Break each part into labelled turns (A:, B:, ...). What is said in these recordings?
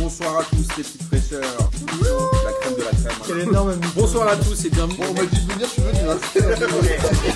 A: Bonsoir à tous les petites fraîcheurs. La crème de la crème.
B: Quel énorme ami.
A: Bonsoir à tous et bienvenue.
C: On m'a dit de venir, tu veux, tu vas.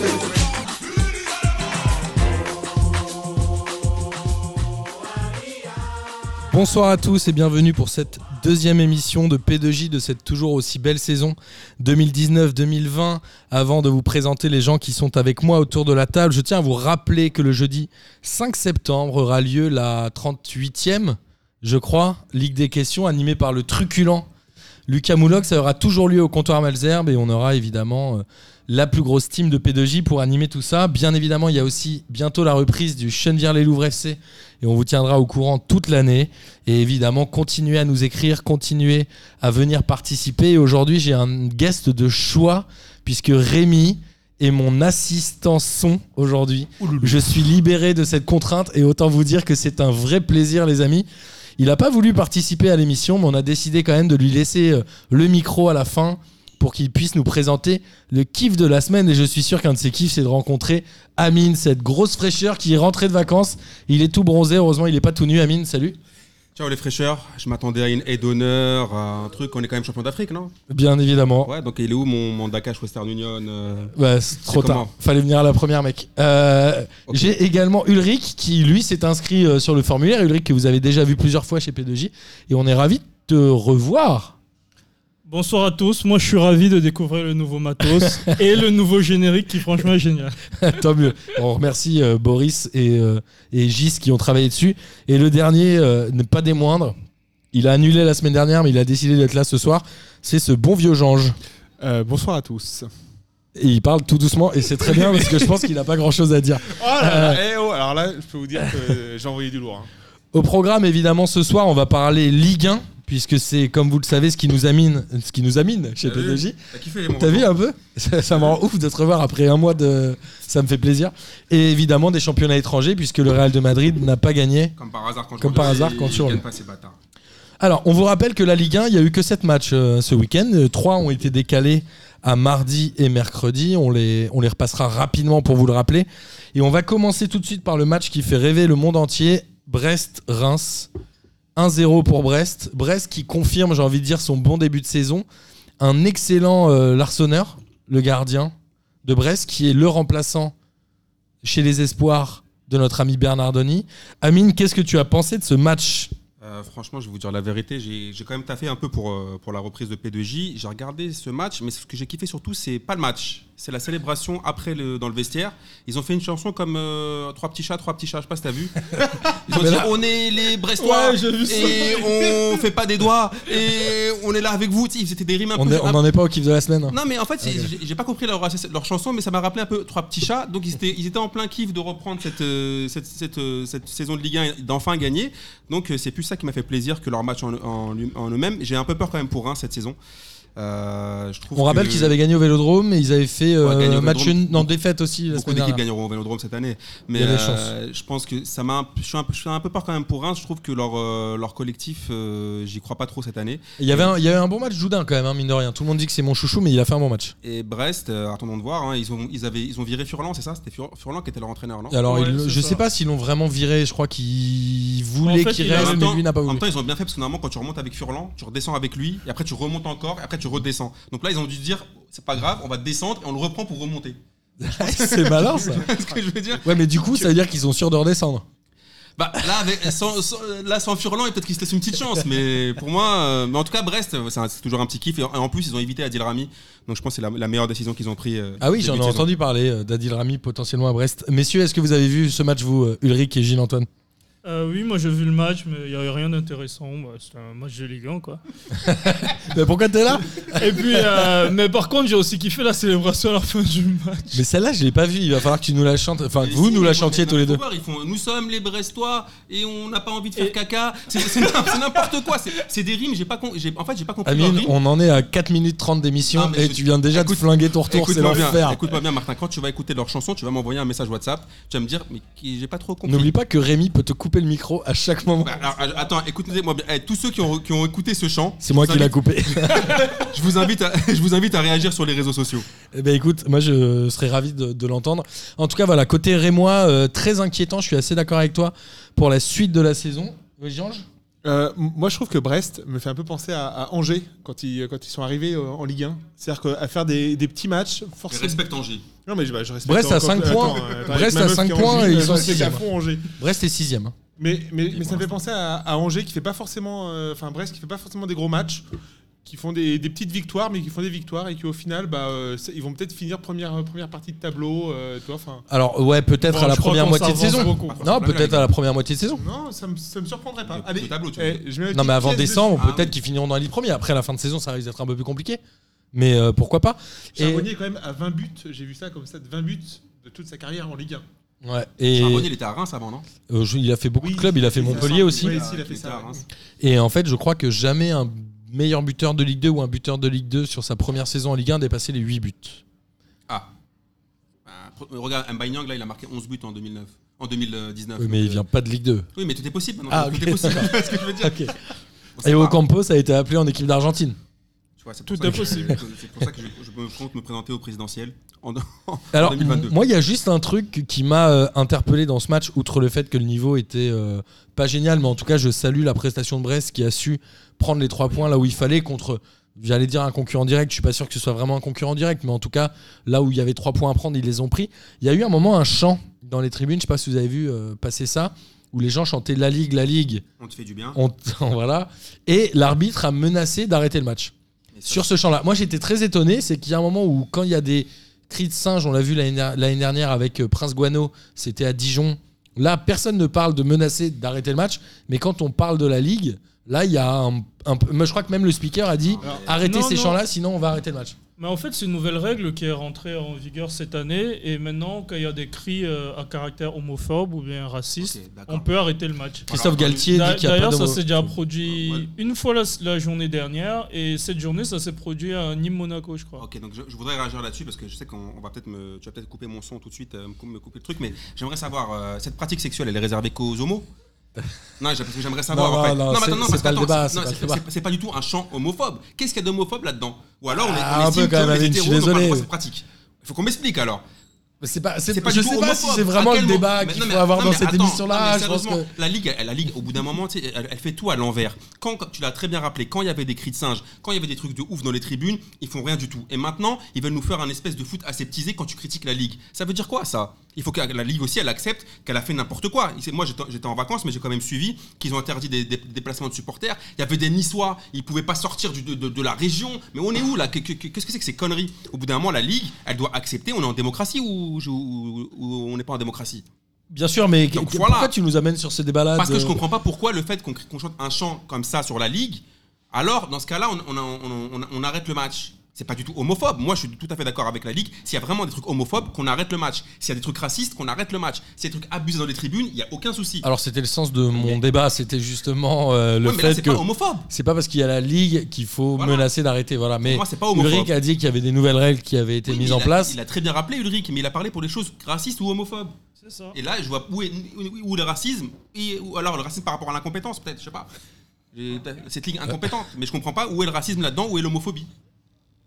D: Bonsoir à tous et bienvenue pour cette deuxième émission de P2J de cette toujours aussi belle saison 2019-2020. Avant de vous présenter les gens qui sont avec moi autour de la table, je tiens à vous rappeler que le jeudi 5 septembre aura lieu la 38e, je crois, Ligue des questions animée par le truculent Lucas Mouloc. Ça aura toujours lieu au comptoir Malzerbe et on aura évidemment euh, la plus grosse team de P2J pour animer tout ça. Bien évidemment, il y a aussi bientôt la reprise du Chenvière-les-Louvres FC et on vous tiendra au courant toute l'année. Et évidemment, continuez à nous écrire, continuez à venir participer. Et aujourd'hui, j'ai un guest de choix puisque Rémi est mon assistant son aujourd'hui. Je suis libéré de cette contrainte et autant vous dire que c'est un vrai plaisir, les amis. Il n'a pas voulu participer à l'émission, mais on a décidé quand même de lui laisser euh, le micro à la fin pour qu'il puisse nous présenter le kiff de la semaine. Et je suis sûr qu'un de ses kiffs, c'est de rencontrer Amine, cette grosse fraîcheur qui est rentrée de vacances. Il est tout bronzé, heureusement, il n'est pas tout nu. Amine, salut.
A: Ciao les fraîcheurs. Je m'attendais à une aide d'honneur, à un truc. On est quand même champion d'Afrique, non
D: Bien évidemment.
A: Ouais, donc il est où mon, mon Dakash Western Union euh,
D: Bah, c'est trop
A: C'est
D: tard.
A: comment
D: Fallait venir à la première, mec. Euh,
A: Ok.
D: J'ai également Ulrich qui, lui, s'est inscrit euh, sur le formulaire. Ulrich que vous avez déjà vu plusieurs fois chez P2J. Et on est ravis de te revoir.
B: Bonsoir à tous. Moi, je suis ravi de découvrir le nouveau matos et le nouveau générique qui, franchement, est génial.
D: Tant mieux. On remercie euh, Boris et, euh, et Gis qui ont travaillé dessus. Et le dernier, euh, n'est pas des moindres, il a annulé la semaine dernière, mais il a décidé d'être là ce soir. C'est ce bon vieux Jange.
E: Euh, bonsoir à tous.
D: Et il parle tout doucement, et c'est très bien parce que je pense qu'il n'a pas grand chose à dire.
E: Oh là
A: Euh,
E: là, eh oh, alors là, je peux vous dire que j'ai envoyé du lourd. hein.
D: Au programme, évidemment, ce soir, on va parler Ligue 1, puisque c'est, comme vous le savez, ce qui nous amine, ce qui nous amine chez
A: T'as vu
D: P2J.
A: T'as kiffé mon
D: T'as
A: retour
D: vu un peu ça, ça me rend ouf de te revoir après un mois de. Ça me fait plaisir. Et évidemment, des championnats étrangers, puisque le Real de Madrid n'a pas gagné.
A: Comme par hasard quand
D: Comme par hasard, quand tu
A: tu
D: reviens.
A: pas ces bâtards.
D: Alors, on vous rappelle que la Ligue 1, il n'y a eu que 7 matchs euh, ce week-end. Euh, Trois ont été décalés à mardi et mercredi. On les, on les repassera rapidement pour vous le rappeler. Et on va commencer tout de suite par le match qui fait rêver le monde entier Brest-Reims. 1-0 pour Brest. Brest qui confirme, j'ai envie de dire, son bon début de saison. Un excellent euh, Larsonneur, le gardien de Brest, qui est le remplaçant chez les Espoirs de notre ami Bernardoni. Amine, qu'est-ce que tu as pensé de ce match
A: Euh, franchement, je vais vous dire la vérité, j'ai j'ai quand même taffé un peu pour, euh, pour la reprise de P2J. J'ai regardé ce match, mais ce que j'ai kiffé surtout, c'est pas le match, c'est la célébration après le, dans le vestiaire. Ils ont fait une chanson comme euh, Trois petits chats, trois petits chats, je sais pas si t'as vu. Ils ont dit On est les Brestois
B: Ah, Ouais, j'ai vu ça.
A: et on fait pas des doigts et on est là avec vous. Tu sais, C'était des rimes un
D: On
A: peu.
D: est- on n'en est pas au kiff de la semaine. hein.
A: Non, mais en fait, c'est- j'ai- j'ai pas compris leur, leur chanson, mais ça m'a rappelé un peu Trois petits chats. Donc, ils étaient, ils étaient en plein kiff de reprendre cette, euh, cette, cette, euh, cette saison de Ligue 1 et d'enfin gagner. Donc, euh, c'est plus ça qui m'a fait plaisir que leur match en, en, lui- en eux-mêmes. J'ai un peu peur quand même pour Reims cette saison. Euh, je trouve
D: On rappelle
A: que
D: qu'ils avaient gagné au Vélodrome et ils avaient fait
A: Ouais, gagné
D: euh,
A: au
D: match
A: Vélodrome.
D: une, non défaite aussi la
A: Beaucoup
D: semaine
A: d'équipes
D: dernière.
A: gagneront au Vélodrome cette année, mais
D: Il y a des
A: euh, je pense que ça m'a, un peu- je suis un peu, je suis un peu peur quand même pour Reims. Je trouve que leur euh, leur collectif, euh, j'y crois pas trop cette année.
D: Il y avait un, il y avait un bon match Joudin quand même, hein, mine de rien. Tout le monde dit que c'est mon chouchou, mais il a fait un bon match.
A: Et Brest, euh, attendons de voir. hein, ils ont ils avaient ils ont viré Furlan, c'est ça C'était Fur- Furlan qui était leur entraîneur, non
D: Et Alors,
B: Ouais,
D: il-
B: c'est
D: je
B: ça.
D: sais pas s'ils l'ont vraiment viré. Je crois qu'il voulait
B: En fait,
D: qu'il
B: il a-
D: reste,
A: en même
D: mais
A: temps-
D: lui n'a pas
A: En
D: voulu.
A: même temps, ils ont bien fait parce que normalement, quand tu remontes avec Furlan, tu redescends avec lui, et après tu remontes encore, et après tu redescends. Donc là, ils ont dû dire, c'est pas grave, on va descendre et on le reprend pour remonter.
D: c'est malin ça.
A: ce que je veux dire
D: Ouais, mais du coup, ça veut dire qu'ils sont sûrs de redescendre.
A: Bah là, avec, sans, sans- là, sans Furlan, et peut-être qu'ils se laissent une petite chance, mais pour moi, euh, mais en tout cas, Brest, c'est un- c'est toujours un petit kiff. Et en, et en plus, ils ont évité Adil Rami, donc je pense que c'est la, la meilleure décision qu'ils ont prise. euh,
D: Ah oui,
A: début
D: j'en ai
A: de saison.
D: entendu parler euh, d'Adil Rami potentiellement à Brest. Messieurs, est-ce que vous avez vu ce match, vous, euh, Ulrich et Gilles Antoine
B: Euh, oui, moi, j'ai vu le match, mais il n'y avait rien d'intéressant. Bah, C'était un match de Ligue 1, quoi.
D: Mais pourquoi t'es là
B: Et puis, euh, mais par contre, j'ai aussi kiffé la célébration à la fin du match.
D: Mais celle-là, je l'ai pas vue. Il va falloir que tu nous la chantes. Enfin, que
A: Mais
D: vous
A: si,
D: nous
A: mais
D: la
A: faut-
D: chantiez
A: mais
D: tous les
A: faut
D: deux.
A: voir, ils font, nous sommes les Brestois et on n'a pas envie de faire
B: Et-
A: caca. C'est c'est- c'est n'importe quoi. c'est- C'est des rimes. J'ai pas con- j'ai- en fait, j'ai pas compris. leurs
D: Amine,
A: rimes.
D: on en est à 4 minutes 30 d'émission
A: Ah, mais
D: et
A: je-
D: tu viens déjà de
A: écoute-
D: flinguer ton retour, c'est
A: Écoute-moi bien,
D: l'enfer.
A: écoute-moi bien, Martin. Quand tu vas écouter leur chanson, tu vas m'envoyer un message WhatsApp. Tu vas me dire, mais qui- j'ai pas trop compris.
D: N'oublie pas que Rémi peut te couper le micro à chaque moment.
A: Bah, alors, alors, attends, écoutez-moi bien. Eh, tous ceux qui ont, qui ont écouté ce chant,
D: C'est moi
A: je
D: qui
A: vous
D: l'a
A: invite-
D: coupé.
A: Je vous invite, à, je vous invite à réagir sur les réseaux sociaux.
D: Eh ben écoute, moi je serais ravi de, de l'entendre. En tout cas, voilà, côté Rémois, euh, très inquiétant, je suis assez d'accord avec toi pour la suite de la saison. Oui, Georges
F: Euh, m- moi, je trouve que Brest me fait un peu penser à, à Angers quand ils, quand ils sont arrivés euh, en Ligue 1. C'est-à-dire qu'à faire des, des petits matchs,
A: Je
F: forcément.
A: respecte Angers.
F: Non, mais je, bah, je respecte
D: Brest à
F: encore-
D: cinq
F: attends,
D: points.
F: euh, attends,
D: Brest
F: avec ma
D: à
F: meuf
D: cinq
F: qui est
D: points
F: Angevine,
D: et ils
F: je
D: sont
F: sais qu'à
D: sixième.
F: fond Angers.
D: Brest est sixième. hein.
F: Mais, mais, mais ça
D: pour
F: me fait penser à, à Angers qui fait pas forcément, euh, enfin Brest qui fait pas forcément des gros matchs, qui font des, des petites victoires, mais qui font des victoires et qui au final, bah, euh, c'est- ils vont peut-être finir première euh, première partie de tableau, euh, tu vois, enfin.
D: Alors ouais, peut-être
B: Bon,
D: à la
B: je crois
D: première
B: qu'on
D: moitié de
B: s'avance
D: saison.
B: beaucoup.
D: Non, peut-être à la première moitié de saison.
F: Non, ça me, ça me surprendrait pas.
A: Le-
F: Allez,
A: le tableau, tu
F: eh, je mets une
D: Non, mais avant
F: pièce dessus.
D: décembre,
A: Ah,
D: peut-être
A: oui.
D: qu'ils finiront dans les premiers. Après, à la fin de saison, ça risque d'être un peu plus compliqué. Mais euh, pourquoi pas Et,
F: Charbonnier quand même à 20 buts, j'ai vu ça comme ça, de 20 buts de toute sa carrière en Ligue 1.
D: ouais, et
A: Charbonnier, il était à Reims avant, non
D: euh, je- il a fait beaucoup de clubs, il a fait
F: Oui,
D: Montpellier aussi.
F: Oui, si, il a fait
A: était
F: ça,
A: à Reims.
D: Et en fait, je crois que jamais un meilleur buteur de Ligue 2 ou un buteur de Ligue 2 sur sa première saison en Ligue 1 dépassait les 8 buts.
A: Ah. Bah, pre- euh, regarde, Mbanyang, là, il a marqué 11 buts en 2009. En 2019.
D: Oui, mais il
A: Donc, euh,
D: vient pas de Ligue 2.
A: Oui, mais tout est possible. maintenant.
D: Ah,
A: tout
D: ok.
A: est possible. tu vois ce que je veux dire On sait
D: Et
A: pas.
D: Ocampo, ça a été appelé en équipe d'Argentine.
A: Tu vois, c'est
B: Tout
A: pour ça
B: est
A: que-
B: possible.
A: C'est pour ça que je, je me compte me présenter au présidentiel. En, en
D: Alors,
A: 2022.
D: m- moi, il y a juste un truc qui m'a euh, interpellé dans ce match, outre le fait que le niveau était euh, pas génial, mais en tout cas, je salue la prestation de Brest qui a su prendre les trois points là où il fallait contre, j'allais dire un concurrent direct. Je suis pas sûr que ce soit vraiment un concurrent direct, mais en tout cas, là où il y avait trois points à prendre, ils les ont pris. Il y a eu un moment un chant dans les tribunes. Je sais pas si vous avez vu euh, passer ça, où les gens chantaient la Ligue, la Ligue.
A: on te fait du bien.
D: On voilà. Et l'arbitre a menacé d'arrêter le match
A: Et ça,
D: sur ce champ-là. Moi, j'étais très étonné. C'est qu'il y a un moment où, quand il y a des cris de singe, on l'a vu l'année der- l'année dernière avec euh, Prince Guano, c'était à Dijon. Là, personne ne parle de menacer d'arrêter le match. Mais quand on parle de la Ligue, là, il y a un, un peu- moi, Je crois que même le speaker a dit
A: non, mais-
D: arrêtez
B: Non,
D: ces
B: non.
D: champs-là, sinon on va arrêter le match.
B: Mais en fait, c'est une nouvelle règle qui est rentrée en vigueur cette année. Et maintenant, quand il y a des cris euh, à caractère homophobe ou bien raciste,
A: Ok, d'accord.
B: on peut arrêter le match.
D: Christophe
A: Alors,
D: Galtier dit
B: D'a-
D: qu'il n'y a pas
B: D'ailleurs,
D: de.
B: ça s'est déjà produit
A: Ouais.
B: une fois la, la journée dernière, et cette journée, ça s'est produit à Nîmes Monaco, je crois.
A: Ok, donc je, je voudrais réagir là-dessus parce que je sais qu'on on va peut-être me, tu vas peut-être couper mon son tout de suite, euh, me cou- me couper le truc, mais j'aimerais savoir euh, cette pratique sexuelle, elle est réservée qu'aux homos Non, j'ai- parce que j'aimerais savoir.
D: Non,
A: en fait.
D: non, non,
A: mais
D: c'est-
A: attends,
D: c'est
A: parce
D: pas le
A: qu'attends,
D: débat,
A: c'est-
D: c'est
A: non,
D: pas le
A: c'est-
D: débat.
A: c'est- c'est pas du tout un champ homophobe. Qu'est-ce qu'il y a d'homophobe là-dedans Ou alors on est,
D: Ah,
A: on
D: un
A: estime
D: peu quand
A: que
D: même,
A: les
D: Amine, je suis
A: hétéros n'ont pas le droit
D: désolé.
A: de cette pratique. Il faut qu'on m'explique alors.
D: C'est pas, c'est-
A: C'est pas
D: je
A: du
D: sais
A: tout
D: pas si
A: homophobe.
D: c'est
A: À
D: vraiment
A: quel
D: le
A: moment-
D: débat
A: Mais
D: qu'il
A: non,
D: faut
A: mais-
D: avoir
A: non,
D: dans
A: mais
D: cette
A: attends, non,
D: émission-là.
A: mais
D: Je pense que.
A: sérieusement, la ligue, elle- la ligue, au bout d'un moment, tu sais, elle, elle fait tout à l'envers. Quand, quand- tu l'as très bien rappelé, quand il y avait des cris de singe, quand il y avait des trucs de ouf dans les tribunes, ils font rien du tout. Et maintenant, ils veulent nous faire un espèce de foot aseptisé quand tu critiques la ligue. Ça veut dire quoi ça Il faut que la ligue aussi, elle accepte qu'elle a fait n'importe quoi. Et c'est- Moi, j'étais j'étais en vacances, mais j'ai quand même suivi qu'ils ont interdit des des- des déplacements de supporters. Il y avait des Niçois, ils pouvaient pas sortir du- de, de- de la région. Mais on est où là Que- que- que- Qu'est-ce que c'est que ces conneries Au bout d'un moment, la ligue, elle doit accepter. On est en démocratie ou, je- ou- ou on n'est pas en démocratie
D: Bien sûr, mais
A: Donc
D: que-
A: voilà.
D: pourquoi tu nous amènes sur ce débat-là
A: parce
D: de-
A: que je comprends pas pourquoi le fait qu'on crie- qu'on chante un chant comme ça sur la ligue, alors dans ce cas-là, on, on- on- on- on arrête le match. C'est pas du tout homophobe. Moi, je suis tout à fait d'accord avec la ligue. S'il y a vraiment des trucs homophobes, qu'on arrête le match. S'il y a des trucs racistes, qu'on arrête le match. S'il y a des trucs abusés dans les tribunes, il y a aucun souci.
D: Alors, c'était le sens de mon débat. C'était justement euh, le
A: Ouais, mais là,
D: fait
A: c'est
D: que.
A: pas homophobe.
D: C'est pas parce qu'il y a la ligue qu'il faut
A: Voilà.
D: menacer d'arrêter. Voilà. Mais
A: moi, c'est pas homophobe.
D: Ulrich a dit qu'il y avait des nouvelles règles qui avaient été
A: Oui, mais
D: mises
A: il
D: en
A: a-
D: place.
A: Il a très bien rappelé Ulrich, mais il a parlé pour des choses racistes ou homophobes.
B: C'est ça.
A: Et là, je vois où, est, où- où le racisme, et- ou alors le racisme par rapport à l'incompétence, peut-être, je sais pas. Et Cette ligue incompétente. Mais je comprends pas où est le racisme là-dedans, où est l'homophobie.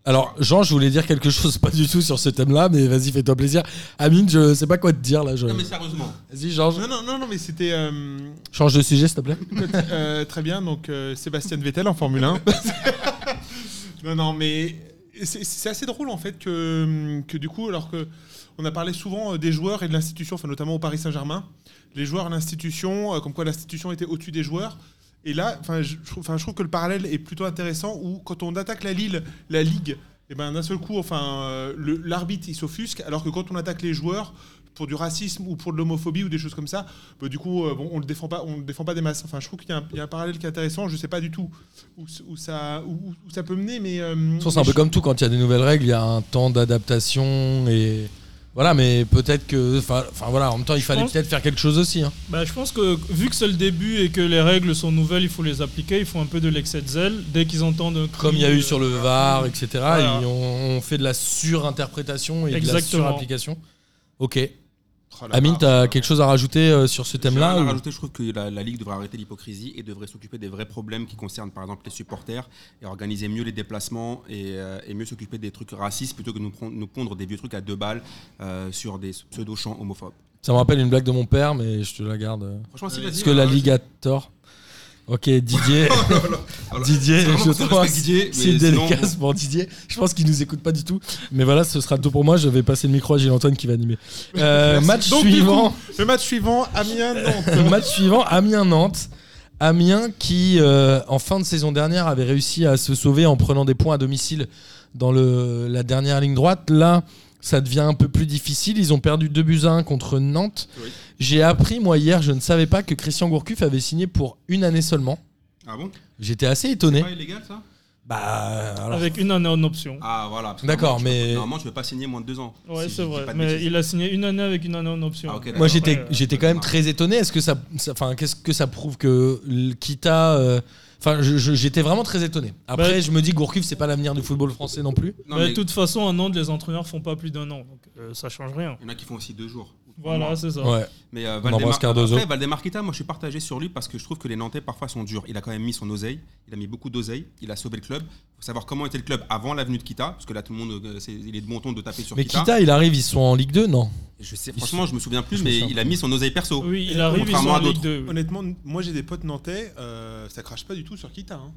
D: Alors, Jean, je voulais dire quelque chose pas du tout sur ce thème-là, mais vas-y, fais-toi plaisir. Amine, je sais pas quoi te dire là. je-
A: Non, mais sérieusement.
D: Vas-y, Georges.
F: Non, non, non, non, mais c'était euh,
D: Change de sujet, s'il te plaît.
F: euh, très bien. Donc euh, Sébastien Vettel en Formule 1. non, non, mais c'est c'est assez drôle en fait que, que du coup, alors que on a parlé souvent euh, des joueurs et de l'institution, enfin notamment au Paris Saint-Germain, les joueurs, l'institution, euh, comme quoi l'institution était au-dessus des joueurs. Et là, enfin, je, trouve- enfin, je trouve que le parallèle est plutôt intéressant où quand on attaque la Lille, la Ligue, et ben d'un seul coup, enfin, euh, le- l'arbitre il s'offusque, alors que quand on attaque les joueurs pour du racisme ou pour de l'homophobie ou des choses comme ça, bah, du coup, euh, bon, on le défend pas, on le défend pas des masses. Enfin, je trouve qu'il y, a un- il y a un parallèle qui est intéressant. Je sais pas du tout où, c- où ça, où, où ça peut mener, mais euh,
D: De toute façon, c'est un peu comme tout, quand il y a des nouvelles règles, il y a un temps d'adaptation et. Voilà, mais peut-être que. Enfin, enfin, voilà, en même temps, il fallait
B: pense-
D: peut-être faire quelque chose aussi. hein.
B: Bah, je pense que vu que c'est le début et que les règles sont nouvelles, il faut les appliquer. Ils font un peu de l'excès de zèle. Dès qu'ils entendent un cri,
D: Comme il y a
B: euh,
D: eu sur le VAR, etc.
B: Voilà.
D: et on, on fait de la surinterprétation et de la
B: Exactement.
D: surapplication. Ok.
F: Oh là
D: Amine,
F: là.
D: tu as quelque chose à rajouter euh, sur ce
A: J'ai
D: thème-là
A: rien à
D: ou-
A: rajouter, je trouve que la, la Ligue devrait arrêter l'hypocrisie et devrait s'occuper des vrais problèmes qui concernent par exemple les supporters et organiser mieux les déplacements et, euh, et mieux s'occuper des trucs racistes plutôt que nous, prendre- nous pondre des vieux trucs à deux balles euh, sur des pseudo-champs homophobes.
D: Ça me rappelle une blague de mon père, mais je te la garde. euh,
A: Franchement, c'est
F: Ouais,
A: vas-y,
D: Parce que
A: hein,
D: la
A: je-
D: Ligue a tort. Ok, Didier.
A: Alors,
D: Didier,
A: c'est vraiment
D: je
A: pour ça que je
D: crois.
A: respecte Didier,
D: C'est
A: mais
D: une
A: sinon-
D: dédicace pour Didier. Je pense qu'il nous écoute pas du tout. Mais voilà, ce sera tout pour moi. Je vais passer le micro à Gilles Antoine qui va animer. Euh,
F: Merci.
D: match
F: Donc, du
D: suivant.
F: coup, le match suivant, Amiens Nantes.
D: Le match suivant, Amiens-Nantes. Amiens qui, euh, en fin de saison dernière, avait réussi à se sauver en prenant des points à domicile dans le, la dernière ligne droite. Là, ça devient un peu plus difficile. Ils ont perdu 2 buts à 1 contre Nantes.
A: Oui.
D: J'ai appris, moi, hier, je ne savais pas que Christian Gourcuff avait signé pour une année seulement.
A: Ah bon
D: J'étais assez étonné.
A: Pas illégal ça
D: Bah, alors,
B: Avec une année en option.
A: Ah voilà. parce que
D: D'accord,
A: normalement, tu peux-
D: mais-
A: Normalement, tu peux pas signer moins de deux ans.
B: Ouais,
A: Ah, si
B: c'est
A: je dis
B: vrai.
A: pas de
B: Mais
A: bêtises.
B: il a signé une année avec une année en option.
A: Ah, ok,
D: moi,
A: d'accord.
D: j'étais,
B: Ouais,
D: j'étais quand même très étonné. Est-ce que ça, ça- enfin, qu'est-ce que ça prouve que le- Kita, euh, enfin, je- je- j'étais vraiment très étonné. Après,
B: Bah,
D: je me dis, Gourcuff, c'est pas l'avenir du football français non plus.
A: Non,
B: Mais
A: mais
B: de toute façon, à Nantes, les entraîneurs font pas plus d'un an. Donc euh, ça change rien.
A: Il y en a qui font aussi deux jours. ou trois
B: Voilà,
A: mois.
B: c'est ça.
D: Ouais.
A: Mais euh,
D: embrasse
A: Valdemar...
D: Cardozo.
A: Après, Valdemar Kita, moi je suis partagé sur lui parce que je trouve que les Nantais parfois sont durs. Il a quand même mis son oseille, il a mis beaucoup d'oseille, il a sauvé le club. Il faut savoir comment était le club avant l'avenue de Kita, parce que là tout le monde, euh, c'est- il est de bon ton de taper sur
D: Mais
A: Kita.
D: Kita, il arrive, ils sont en Ligue 2, non
A: Je sais, franchement, je me souviens plus,
D: Je me
A: mais
D: souviens
A: il a mis son oseille perso.
B: Oui, il arrive, ils sont
A: Contrairement à
B: en Ligue
A: d'autres.
B: 2.
F: Honnêtement, moi j'ai des potes nantais, euh, ça crache pas du tout sur Kita. hein.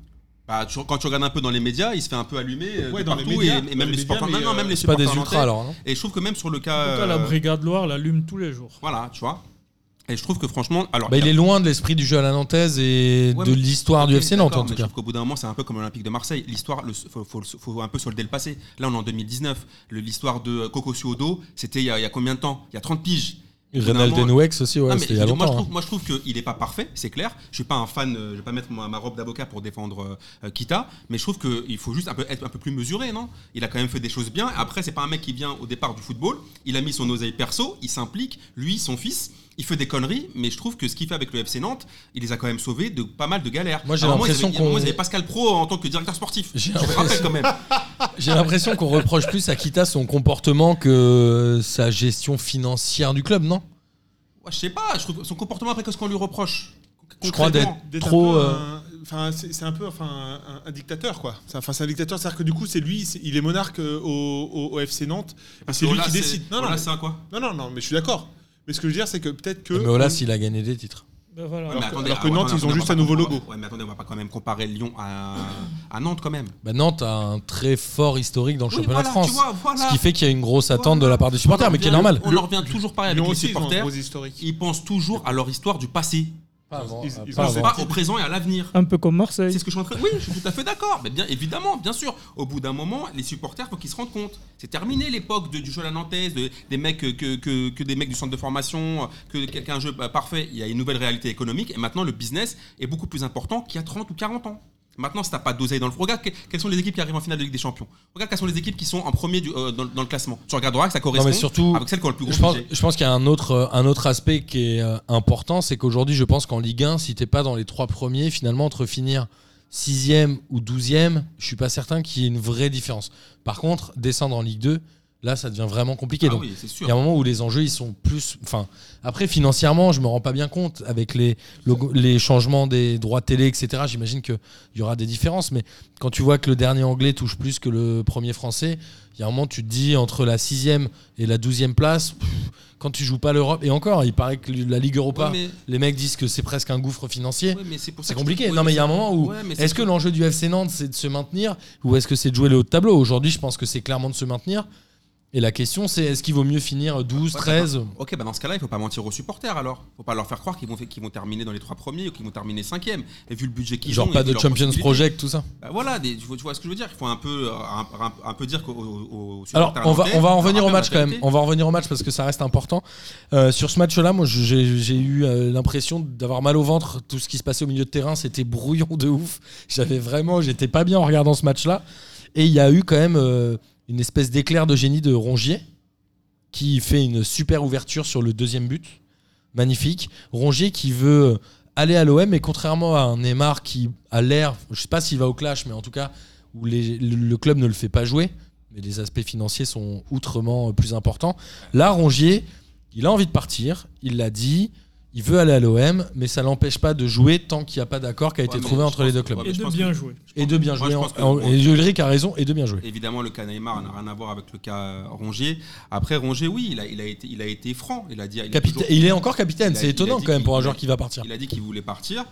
A: Bah, tu- quand tu regardes un peu dans les médias, il se fait un peu allumer euh,
F: Ouais,
A: de
F: dans les
A: partout,
F: médias,
A: et, et
F: dans
A: même les
F: les médias,
A: supporters.
F: mais,
A: Non, non,
F: euh,
A: même les
D: C'est pas des
A: supporters
D: ultras
A: nantais.
D: alors, hein. non
A: Et je trouve que même sur le cas,
B: En tout cas, la
A: euh,
B: Brigade Loire l'allume tous les jours.
A: voilà, tu vois. Et je trouve que franchement, alors
D: bah,
A: il y a-
D: Il est loin de l'esprit du jeu à la Nantaise et
A: Ouais,
D: de
A: mais-
D: l'histoire du
A: Ok,
D: FC Nantes
A: d'accord,
D: en tout
A: mais je
D: cas.
A: trouve qu'au bout d'un moment, c'est un peu comme l'Olympique de Marseille. L'histoire, il faut, faut- faut un peu solder le passé. Là, on est en 2019. Le- L'histoire de Coco Suodo, c'était il y, a- il y a combien de temps Il y a 30 piges.
D: Renal
A: Finalement-
D: Denouex aussi, ouais,
A: Non, Ah, mais
D: c'était il
A: je
D: y a
A: veux dire, moi, je
D: longtemps. hein.
A: trouve, moi, je trouve qu'il n'est pas parfait, c'est clair. Je suis pas un fan, euh, je vais pas mettre ma, ma robe d'avocat pour défendre euh, euh, Kita, mais je trouve qu'il faut juste un peu, être un peu plus mesuré, non Il a quand même fait des choses bien. Après, c'est pas un mec qui vient au départ du football. Il a mis son oseille perso, il s'implique, lui, son fils. Il fait des conneries, mais je trouve que ce qu'il fait avec le FC Nantes, il les a quand même sauvés de pas mal de galères.
D: Moi, j'ai
A: À un moment, ils
D: l'impression
A: avaient-
D: qu'on-
A: moi, ils avaient Pascal Pro en tant que directeur sportif.
D: J'ai
A: Je le rappelle quand même.
D: hein. J'ai l'impression qu'on reproche plus à Kita son comportement que sa gestion financière du club, non
A: Ouais, je sais pas, je trouve son comportement après, qu'est-ce qu'on lui reproche
D: Je crois d'être-
A: Concrètement.
F: D'être
D: Trop,
F: un peu
D: euh,
F: un- Enfin, c'est c'est un peu enfin, un, un dictateur, quoi. C'est- Enfin, c'est un dictateur, c'est-à-dire que du coup, c'est lui, c'est- il est monarque euh, au, au- au FC Nantes. Et c'est lui
A: Ola,
F: qui décide. Non, non,
A: Ola,
F: mais-
A: Oh c'est un quoi
F: non, non, non, mais je suis d'accord. Mais ce que je veux dire, c'est que peut-être que.
D: Mais Olas, il a gagné des titres.
B: Ben voilà.
A: Ouais, mais
F: que-
A: attendez,
F: alors que
A: ah ouais, attendez,
F: Nantes, ils ont
A: attendez,
F: juste
A: on va
F: un nouveau
A: pas-
F: logo.
A: Ouais, mais attendez, on va pas quand même comparer Lyon à, à Nantes quand même.
D: Bah, Nantes a un très fort historique dans le
A: Oui,
D: championnat
A: voilà,
D: de France.
A: tu vois, voilà.
D: Ce qui fait qu'il y a une grosse attente
A: Voilà.
D: de la part des supporters, mais qui est normal.
A: On en revient toujours pareil avec les
F: Lyon aussi, ils ont un
A: Ah, supporters.
F: gros historique.
A: Ils pensent toujours à leur histoire du passé.
D: Pas avant,
F: Ils-
D: euh,
F: ils
D: pas
F: ont
A: C'est
D: avant.
A: pas au présent et à l'avenir.
B: Un peu comme Marseille.
A: C'est ce que je suis en train. Oui, je suis tout à fait d'accord. Mais bien évidemment, bien sûr, au bout d'un moment, les supporters faut qu'ils se rendent compte. C'est terminé l'époque de- du jeu à la nantaise, de- des mecs que, que- que- que des mecs du centre de formation, que quelqu'un jeu bah, parfait. Il y a une nouvelle réalité économique et maintenant le business est beaucoup plus important qu'il y a 30 ou 40 ans. Maintenant, si t'as pas d'oseille dans le regarde, que- quelles sont les équipes qui arrivent en finale de Ligue des Champions Regarde quelles sont les équipes qui sont en premier du- euh, dans, dans le classement. Tu regarderas que ça correspond
D: surtout,
A: avec celles qui ont le plus Ah, gros
D: Je pense,
A: budget.
D: je pense qu'il y a un autre, euh, un autre aspect qui est euh, important, c'est qu'aujourd'hui, je pense qu'en Ligue 1, si t'es pas dans les trois premiers, finalement, entre finir sixième ou douzième, je suis pas certain qu'il y ait une vraie différence. Par contre, descendre en Ligue 2, là, ça devient vraiment compliqué.
A: Ah
D: Donc,
A: oui, c'est sûr.
D: il y a un moment où les enjeux ils sont plus. Enfin, après financièrement, je me rends pas bien compte avec les logo- les changements des droits télé, etc. J'imagine que il y aura des différences, mais quand tu vois que le dernier anglais touche plus que le premier français, il y a un moment tu te dis entre la sixième et la douzième place, pff, quand tu joues pas l'Europe et encore, il paraît que la Ligue Europa,
A: Ouais, mais-
D: les mecs disent que c'est presque un gouffre financier.
A: ouais, mais c'est pour ça
D: C'est
A: que je
D: compliqué.
A: trouve-
D: Non, mais il y a un moment où.
A: Ouais, mais c'est
D: Est-ce que l'enjeu du FC Nantes, c'est de se maintenir ou est-ce que c'est de jouer le haut de tableau Aujourd'hui, je pense que c'est clairement de se maintenir. Et la question, c'est est-ce qu'il vaut mieux finir 12,
A: Ouais,
D: 13
A: Ok, bah dans ce cas-là, il faut pas mentir aux supporters alors. faut pas leur faire croire qu'ils vont, qu'ils vont terminer dans les trois premiers ou qu'ils vont terminer cinquième. Et vu le budget qu'ils ont.
D: Genre
A: et
D: pas
A: vu
D: de
A: leurs
D: Champions
A: possibilités.
D: Project, tout ça
A: Bah voilà, des- tu vois, tu vois ce que je veux dire Il faut un peu, euh, un, un- un peu dire qu'aux- aux, aux
D: Alors,
A: supporters.
D: on va,
A: nantais,
D: on va en
A: leur
D: revenir au
A: rappeler
D: match
A: la
D: quand même.
A: réalité.
D: On va en revenir au match parce que ça reste important. Euh, sur ce match-là, moi, j'ai j'ai eu euh, l'impression d'avoir mal au ventre. Tout ce qui se passait au milieu de terrain, c'était brouillon de ouf. J'avais vraiment, j'étais pas bien en regardant ce match-là. Et il y a eu quand même euh, une espèce d'éclair de génie de Rongier qui fait une super ouverture sur le deuxième but. Magnifique. Rongier qui veut aller à l'OM, et contrairement à un Neymar qui a l'air, je sais pas s'il va au clash, mais en tout cas, où les- le le club ne le fait pas jouer, mais les aspects financiers sont outrement euh, plus importants. Là, Rongier, il a envie de partir, il l'a dit, il veut aller à l'OM, mais ça l'empêche pas de jouer tant qu'il n'y a pas d'accord qui a
A: Ouais,
D: été
A: mais
D: trouvé
A: je
D: entre les
A: pense-
D: deux clubs.
A: ouais, mais
B: Et
A: je
B: de
A: pense
B: bien
A: que-
B: jouer.
D: Et de bien
A: Moi,
D: jouer.
A: je pense que-
D: en- en- et Ulrich a raison, et de bien jouer.
A: Évidemment, le cas Neymar n'a rien à voir avec le cas euh, Rongier. Après, Rongier, oui, il a, il a, été, il a été franc. Il a dit. il a
D: Capita-
A: toujours-
D: il est encore capitaine,
A: il a-
D: c'est
A: il a
D: étonnant
A: dit
D: quand même
A: qu'il-
D: pour
A: il
D: un
A: a-
D: joueur qui va partir.
A: Il a dit qu'il voulait partir.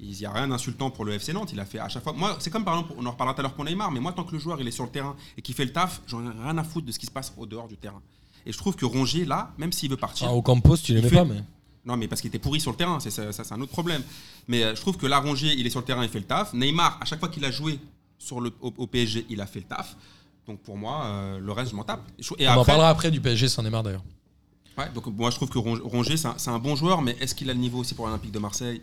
A: Il n'y a rien d'insultant pour le FC Nantes. Il a fait à chaque fois. Moi, c'est comme par exemple, on en reparlera tout à l'heure pour Neymar, mais moi, tant que le joueur il est sur le terrain et qu'il fait le taf, j'en ai rien à foutre de ce qui se passe au dehors du terrain. Et je trouve que Rongier, là, même s'il veut partir.
D: Ah, au Campos, tu l'aimais
A: fait-
D: pas, mais.
A: Non, mais parce qu'il était pourri sur le terrain, c'est ça, ça, c'est un autre problème. Mais euh, je trouve que là, Rongier, il est sur le terrain, il fait le taf. Neymar, à chaque fois qu'il a joué sur le, au, au PSG, il a fait le taf. Donc pour moi, euh, le reste, je m'en tape. Et je- et
D: On en
A: après-
D: parlera après du PSG, c'en est marre d'ailleurs.
A: Ouais, donc moi je trouve que Ron- Rongier c'est un, c'est un bon joueur, mais est-ce qu'il a le niveau aussi pour l'Olympique de Marseille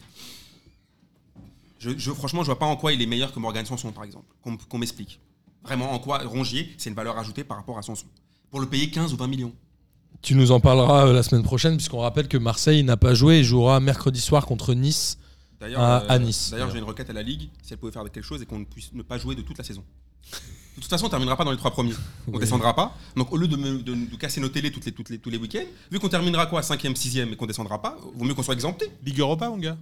A: je, je- Franchement, je vois pas en quoi il est meilleur que Morgan Sanson, par exemple. Qu'on m- qu'on m'explique. Vraiment, en quoi Rongier, c'est une valeur ajoutée par rapport à Sanson. Pour le payer 15 ou 20 millions.
D: Tu nous en parleras euh, la semaine prochaine, puisqu'on rappelle que Marseille n'a pas joué et jouera mercredi soir contre Nice.
A: D'ailleurs, euh,
D: À- Ah, à Nice.
A: D'ailleurs, j'ai une requête à la Ligue, si elle pouvait faire quelque chose et qu'on ne puisse ne pas jouer de toute la saison. De toute façon, on terminera pas dans les trois premiers. On
D: Oui.
A: descendra pas. Donc, au lieu de, me- de nous casser nos télés toutes les, toutes les- tous les week-ends, vu qu'on terminera quoi 5e, 6e et qu'on descendra pas, vaut mieux qu'on soit exempté.
F: Ligue Europa, mon gars.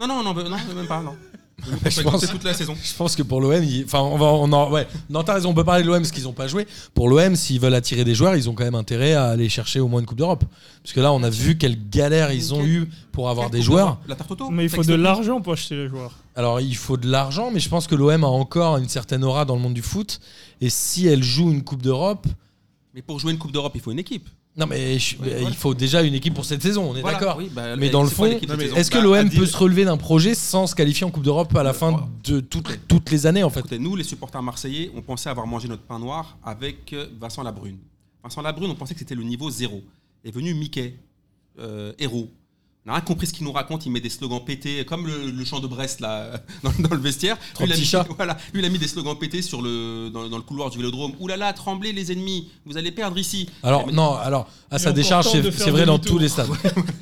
A: Non, non, non, non, même pas, non. Vaut mieux qu'on
D: Je
A: soit
D: pense-
A: exempté toute la saison.
D: Je pense que pour l'OM, il- enfin, on va, on en, ouais. Non, t'as raison, on peut parler de l'OM parce qu'ils n'ont pas joué. Pour l'OM, s'ils veulent attirer des joueurs, ils ont quand même intérêt à aller chercher au moins une Coupe d'Europe. Parce que là, on a vu quelle galère ils ont
A: Quelle-
D: eu pour avoir des joueurs.
A: La tarte auto.
B: Mais il faut
A: Texte-
B: de l'argent pour acheter les joueurs.
D: Alors il faut de l'argent, mais je pense que l'OM a encore une certaine aura dans le monde du foot. Et si elle joue une Coupe d'Europe,
A: Mais pour jouer une Coupe d'Europe, il faut une équipe.
D: non mais je-
A: Ouais,
D: il
A: voilà.
D: faut déjà une équipe pour cette saison, on est
A: Voilà,
D: d'accord.
A: oui, bah,
D: Mais
A: elle-
D: dans le
A: c'est quoi
D: fond,
A: l'équipe
F: non,
A: cette
F: mais
A: saison
D: Est-ce que
A: Bah,
D: l'OM
F: Adil-
D: peut se relever d'un projet sans se qualifier en Coupe d'Europe à la fin de toutes, toutes les années en fait
A: écoutez, nous, les supporters marseillais, on pensait avoir mangé notre pain noir avec euh, Vincent Labrune. Vincent Labrune, on pensait que c'était le niveau zéro. Est venu Mickey, euh, héros. On n'a rien compris ce qu'il nous raconte. Il met des slogans pétés, comme le, le chant de Brest là, dans, dans le vestiaire.
D: Trois
A: il a
D: petits
A: mis,
D: chats.
A: voilà, lui, il a mis des slogans pétés sur le, dans, dans le couloir du vélodrome. Ouh là là, tremblez les ennemis, vous allez perdre ici.
D: Alors non, alors à
B: Il
D: sa
B: est
D: décharge,
B: encore temps
D: c'est
B: de faire
D: c'est vrai dans
B: demi-tour.
D: tous les stades.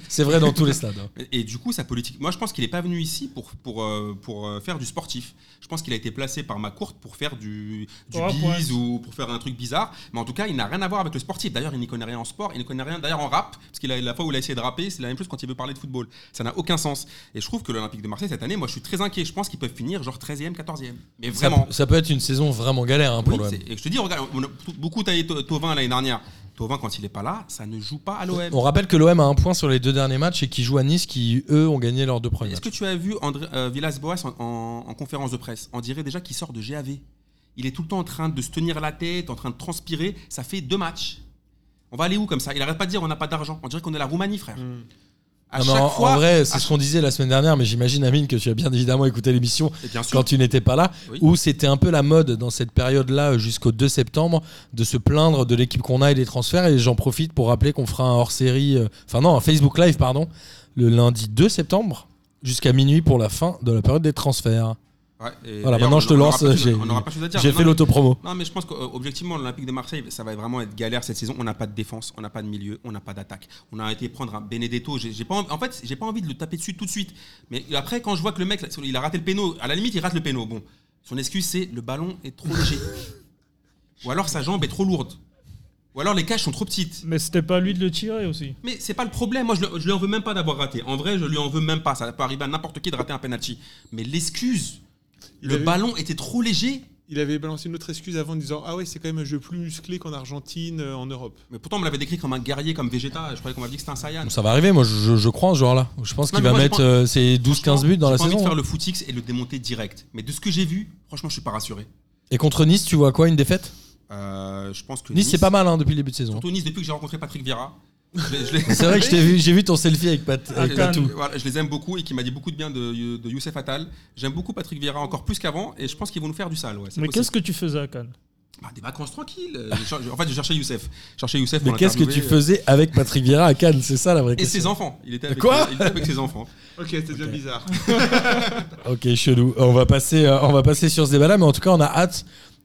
D: C'est vrai dans tous les stades. hein.
A: Et, et du coup, sa politique. Moi, je pense qu'il n'est pas venu ici pour, pour, euh, pour euh, faire du sportif. Je pense qu'il a été placé par ma courte pour faire du, du
B: Ouais,
A: bise ou pour faire un truc bizarre. Mais en tout cas, il n'a rien à voir avec le sportif. D'ailleurs, il n'y connaît rien en sport, il n'y connaît rien d'ailleurs en rap. Parce que la fois où il a essayé de rapper, c'est la même chose quand il veut parler de football. Ça n'a aucun sens. Et je trouve que l'Olympique de Marseille, cette année, moi, je suis très inquiet. Je pense qu'ils peuvent finir genre 13e, 14e. Mais
D: Ça,
A: vraiment.
D: peut- ça peut être une saison vraiment galère hein, pour
A: Oui,
D: l'OM.
A: c'est- et je te dis, regarde, on a beaucoup taillé Tau- Thauvin l'année dernière. Thauvin, quand il n'est pas là, ça ne joue pas à l'OM.
D: On rappelle que l'OM a un point sur les deux derniers matchs et qui joue à Nice, qui eux ont gagné leurs deux premiers.
A: Est-ce
D: matchs.
A: que tu as vu André, euh, Villas-Boas en, en- en conférence de presse On dirait déjà qu'il sort de GAV. Il est tout le temps en train de se tenir la tête, en train de transpirer. Ça fait deux matchs. On va aller où comme ça Il arrête pas de dire on n'a pas d'argent. On dirait qu'on est la Roumanie, frère. À
D: Hmm. Non, mais
A: chaque
D: en,
A: fois.
D: en vrai, c'est
A: à-
D: ce qu'on disait la semaine dernière, mais j'imagine Amine que tu as bien évidemment écouté l'émission
A: Et bien sûr.
D: quand tu n'étais pas là,
A: Oui.
D: où c'était un peu la mode dans cette période-là euh, jusqu'au 2 septembre de se plaindre de l'équipe qu'on a et des transferts. Et j'en profite pour rappeler qu'on fera un hors-série, euh, enfin non, un Facebook Live, pardon, le lundi 2 septembre jusqu'à minuit pour la fin de la période des transferts.
A: Ouais, et
D: Voilà,
A: d'ailleurs,
D: maintenant,
A: on-
D: je te
A: on aura
D: lance,
A: pas chose-
D: j'ai-
A: on n'aura pas chose à dire.
D: J'ai
A: Non,
D: fait
A: mais-
D: l'autopromo.
A: Non, mais je pense qu'objectivement, l'Olympique de Marseille, ça va vraiment être galère cette saison. On n'a pas de défense, on n'a pas de milieu, on n'a pas d'attaque. On a été prendre un Benedetto. J'ai, j'ai pas, envie- en fait, j'ai pas envie de le taper dessus tout de suite. Mais après, quand je vois que le mec, là, il a raté le péno, à la limite, il rate le péno. Bon, son excuse, c'est le ballon est trop léger. Ou alors sa jambe est trop lourde. Ou alors les caches sont trop petites.
B: Mais c'était pas à lui de le tirer aussi.
A: Mais c'est pas le problème. Moi, je, le- je lui en veux même pas d'avoir raté. En vrai, je lui en veux même pas. Ça peut arriver à n'importe qui de rater un penalty. Mais l'excuse,
F: Il
A: le
F: avait-
A: ballon était trop léger.
F: Il avait balancé une autre excuse avant en disant Ah ouais, c'est quand même un jeu plus musclé qu'en Argentine, euh, en Europe.
A: Mais pourtant, on me l'avait décrit comme un guerrier, comme Vegeta. Je croyais qu'on m'avait dit que c'était un Saiyan.
D: Ça va arriver, moi je, je crois en ce joueur-là. Je pense
A: Non,
D: qu'il
A: mais
D: va
A: moi, je
D: mettre
A: pense-
D: euh, ses 12-15 buts dans la
A: J'ai pas envie de
D: saison. hein.
A: faire le footix et le démonter direct. Mais de ce que j'ai vu, franchement, je suis pas rassuré.
D: Et contre Nice, tu vois quoi Une défaite
A: Euh, je pense que
D: Nice, c'est pas mal hein, depuis le début de saison.
A: Surtout Nice, depuis que j'ai rencontré Patrick Vieira. je les- je les-
D: C'est vrai que je t'ai vu- j'ai vu ton selfie avec Pat.
B: Ah,
D: avec
A: Voilà,
D: Patou.
A: je les aime beaucoup et qui m'a dit beaucoup de bien de, de Youssef Attal. J'aime beaucoup Patrick Vieira encore plus qu'avant et je pense qu'ils vont nous faire du sale. Ouais, c'est
B: Mais
A: possible.
B: qu'est-ce que tu faisais à Cannes
A: Bah, Des vacances tranquilles. Je cher- je- en fait, je cherchais Youssef. Je cherchais Youssef
D: Mais
A: pour
D: qu'est-ce que tu
A: l'interviewer. euh,
D: faisais avec Patrick Vieira à Cannes C'est ça la vraie
A: Et ses
D: question.
A: enfants. Il était avec,
D: Quoi
A: il était avec ses enfants.
F: Ok, c'est déjà bizarre.
D: Ok, chelou. On va passer, euh, on va passer sur ce débat-là, mais en tout cas, on a hâte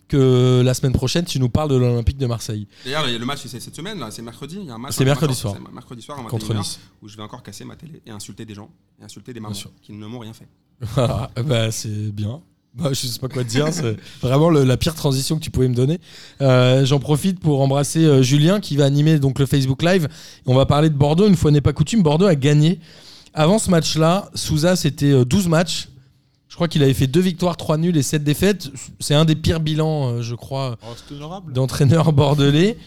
D: que la semaine prochaine, tu nous parles de l'Olympique de Marseille
A: D'ailleurs, il y a le match c'est cette semaine, là, c'est mercredi. Il y a un match.
D: C'est mercredi soir.
A: c'est Mercredi soir, en
D: contre
A: 21h,
D: Nice.
A: où je vais encore casser ma télé et insulter des gens et insulter des mamans
D: sûr.
A: qui ne m'ont rien fait.
D: Voilà. bah, c'est bien. Bah, je sais pas quoi te dire, c'est vraiment le- la pire transition que tu pouvais me donner. Euh, J'en profite pour embrasser euh, Julien qui va animer donc le Facebook Live. On va parler de Bordeaux, une fois n'est pas coutume, Bordeaux a gagné. Avant ce match-là, Souza, c'était euh, 12 matchs. Je crois qu'il avait fait 2 victoires, 3 nuls et 7 défaites. C'est un des pires bilans, euh, je crois,
F: Oh, c'est honorable.
D: d'entraîneur bordelais.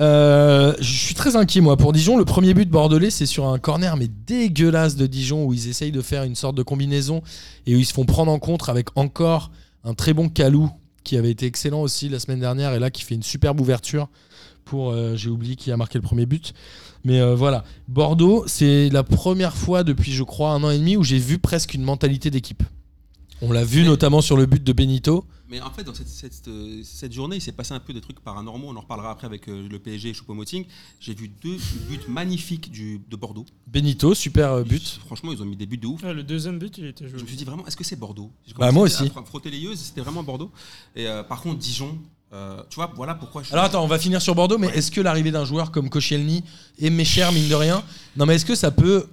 D: Euh, je suis très inquiet moi pour Dijon. Le premier but bordelais, c'est sur un corner mais dégueulasse de Dijon où ils essayent de faire une sorte de combinaison et où ils se font prendre en contre avec encore un très bon Calou qui avait été excellent aussi la semaine dernière et là qui fait une superbe ouverture pour euh, j'ai oublié qui a marqué le premier but. Mais euh, voilà, Bordeaux, c'est la première fois depuis je crois un an et demi où j'ai vu presque une mentalité d'équipe. On l'a vu
A: Mais-
D: notamment sur le but de Benito.
A: Mais en fait, dans cette, cette, euh, cette journée, il s'est passé un peu des trucs paranormaux. On en reparlera après avec euh, le PSG et Choupo-Moting. J'ai vu deux buts magnifiques du, de Bordeaux.
D: Benito, super euh, but.
A: Franchement, ils ont mis des buts de ouf.
B: Ouais, le deuxième but, il était
A: Je me
B: joli.
A: suis dit vraiment, est-ce que c'est Bordeaux J'ai
D: Bah,
A: commencé
D: moi
A: à
D: aussi.
A: fr- Frotter les yeux, c'était vraiment Bordeaux. Et euh, par contre, Dijon, euh, tu vois, voilà pourquoi je.
D: Alors attends, on va finir sur Bordeaux, mais est-ce que l'arrivée d'un joueur comme Koscielny et Mécher, mine de rien, non mais est-ce que ça peut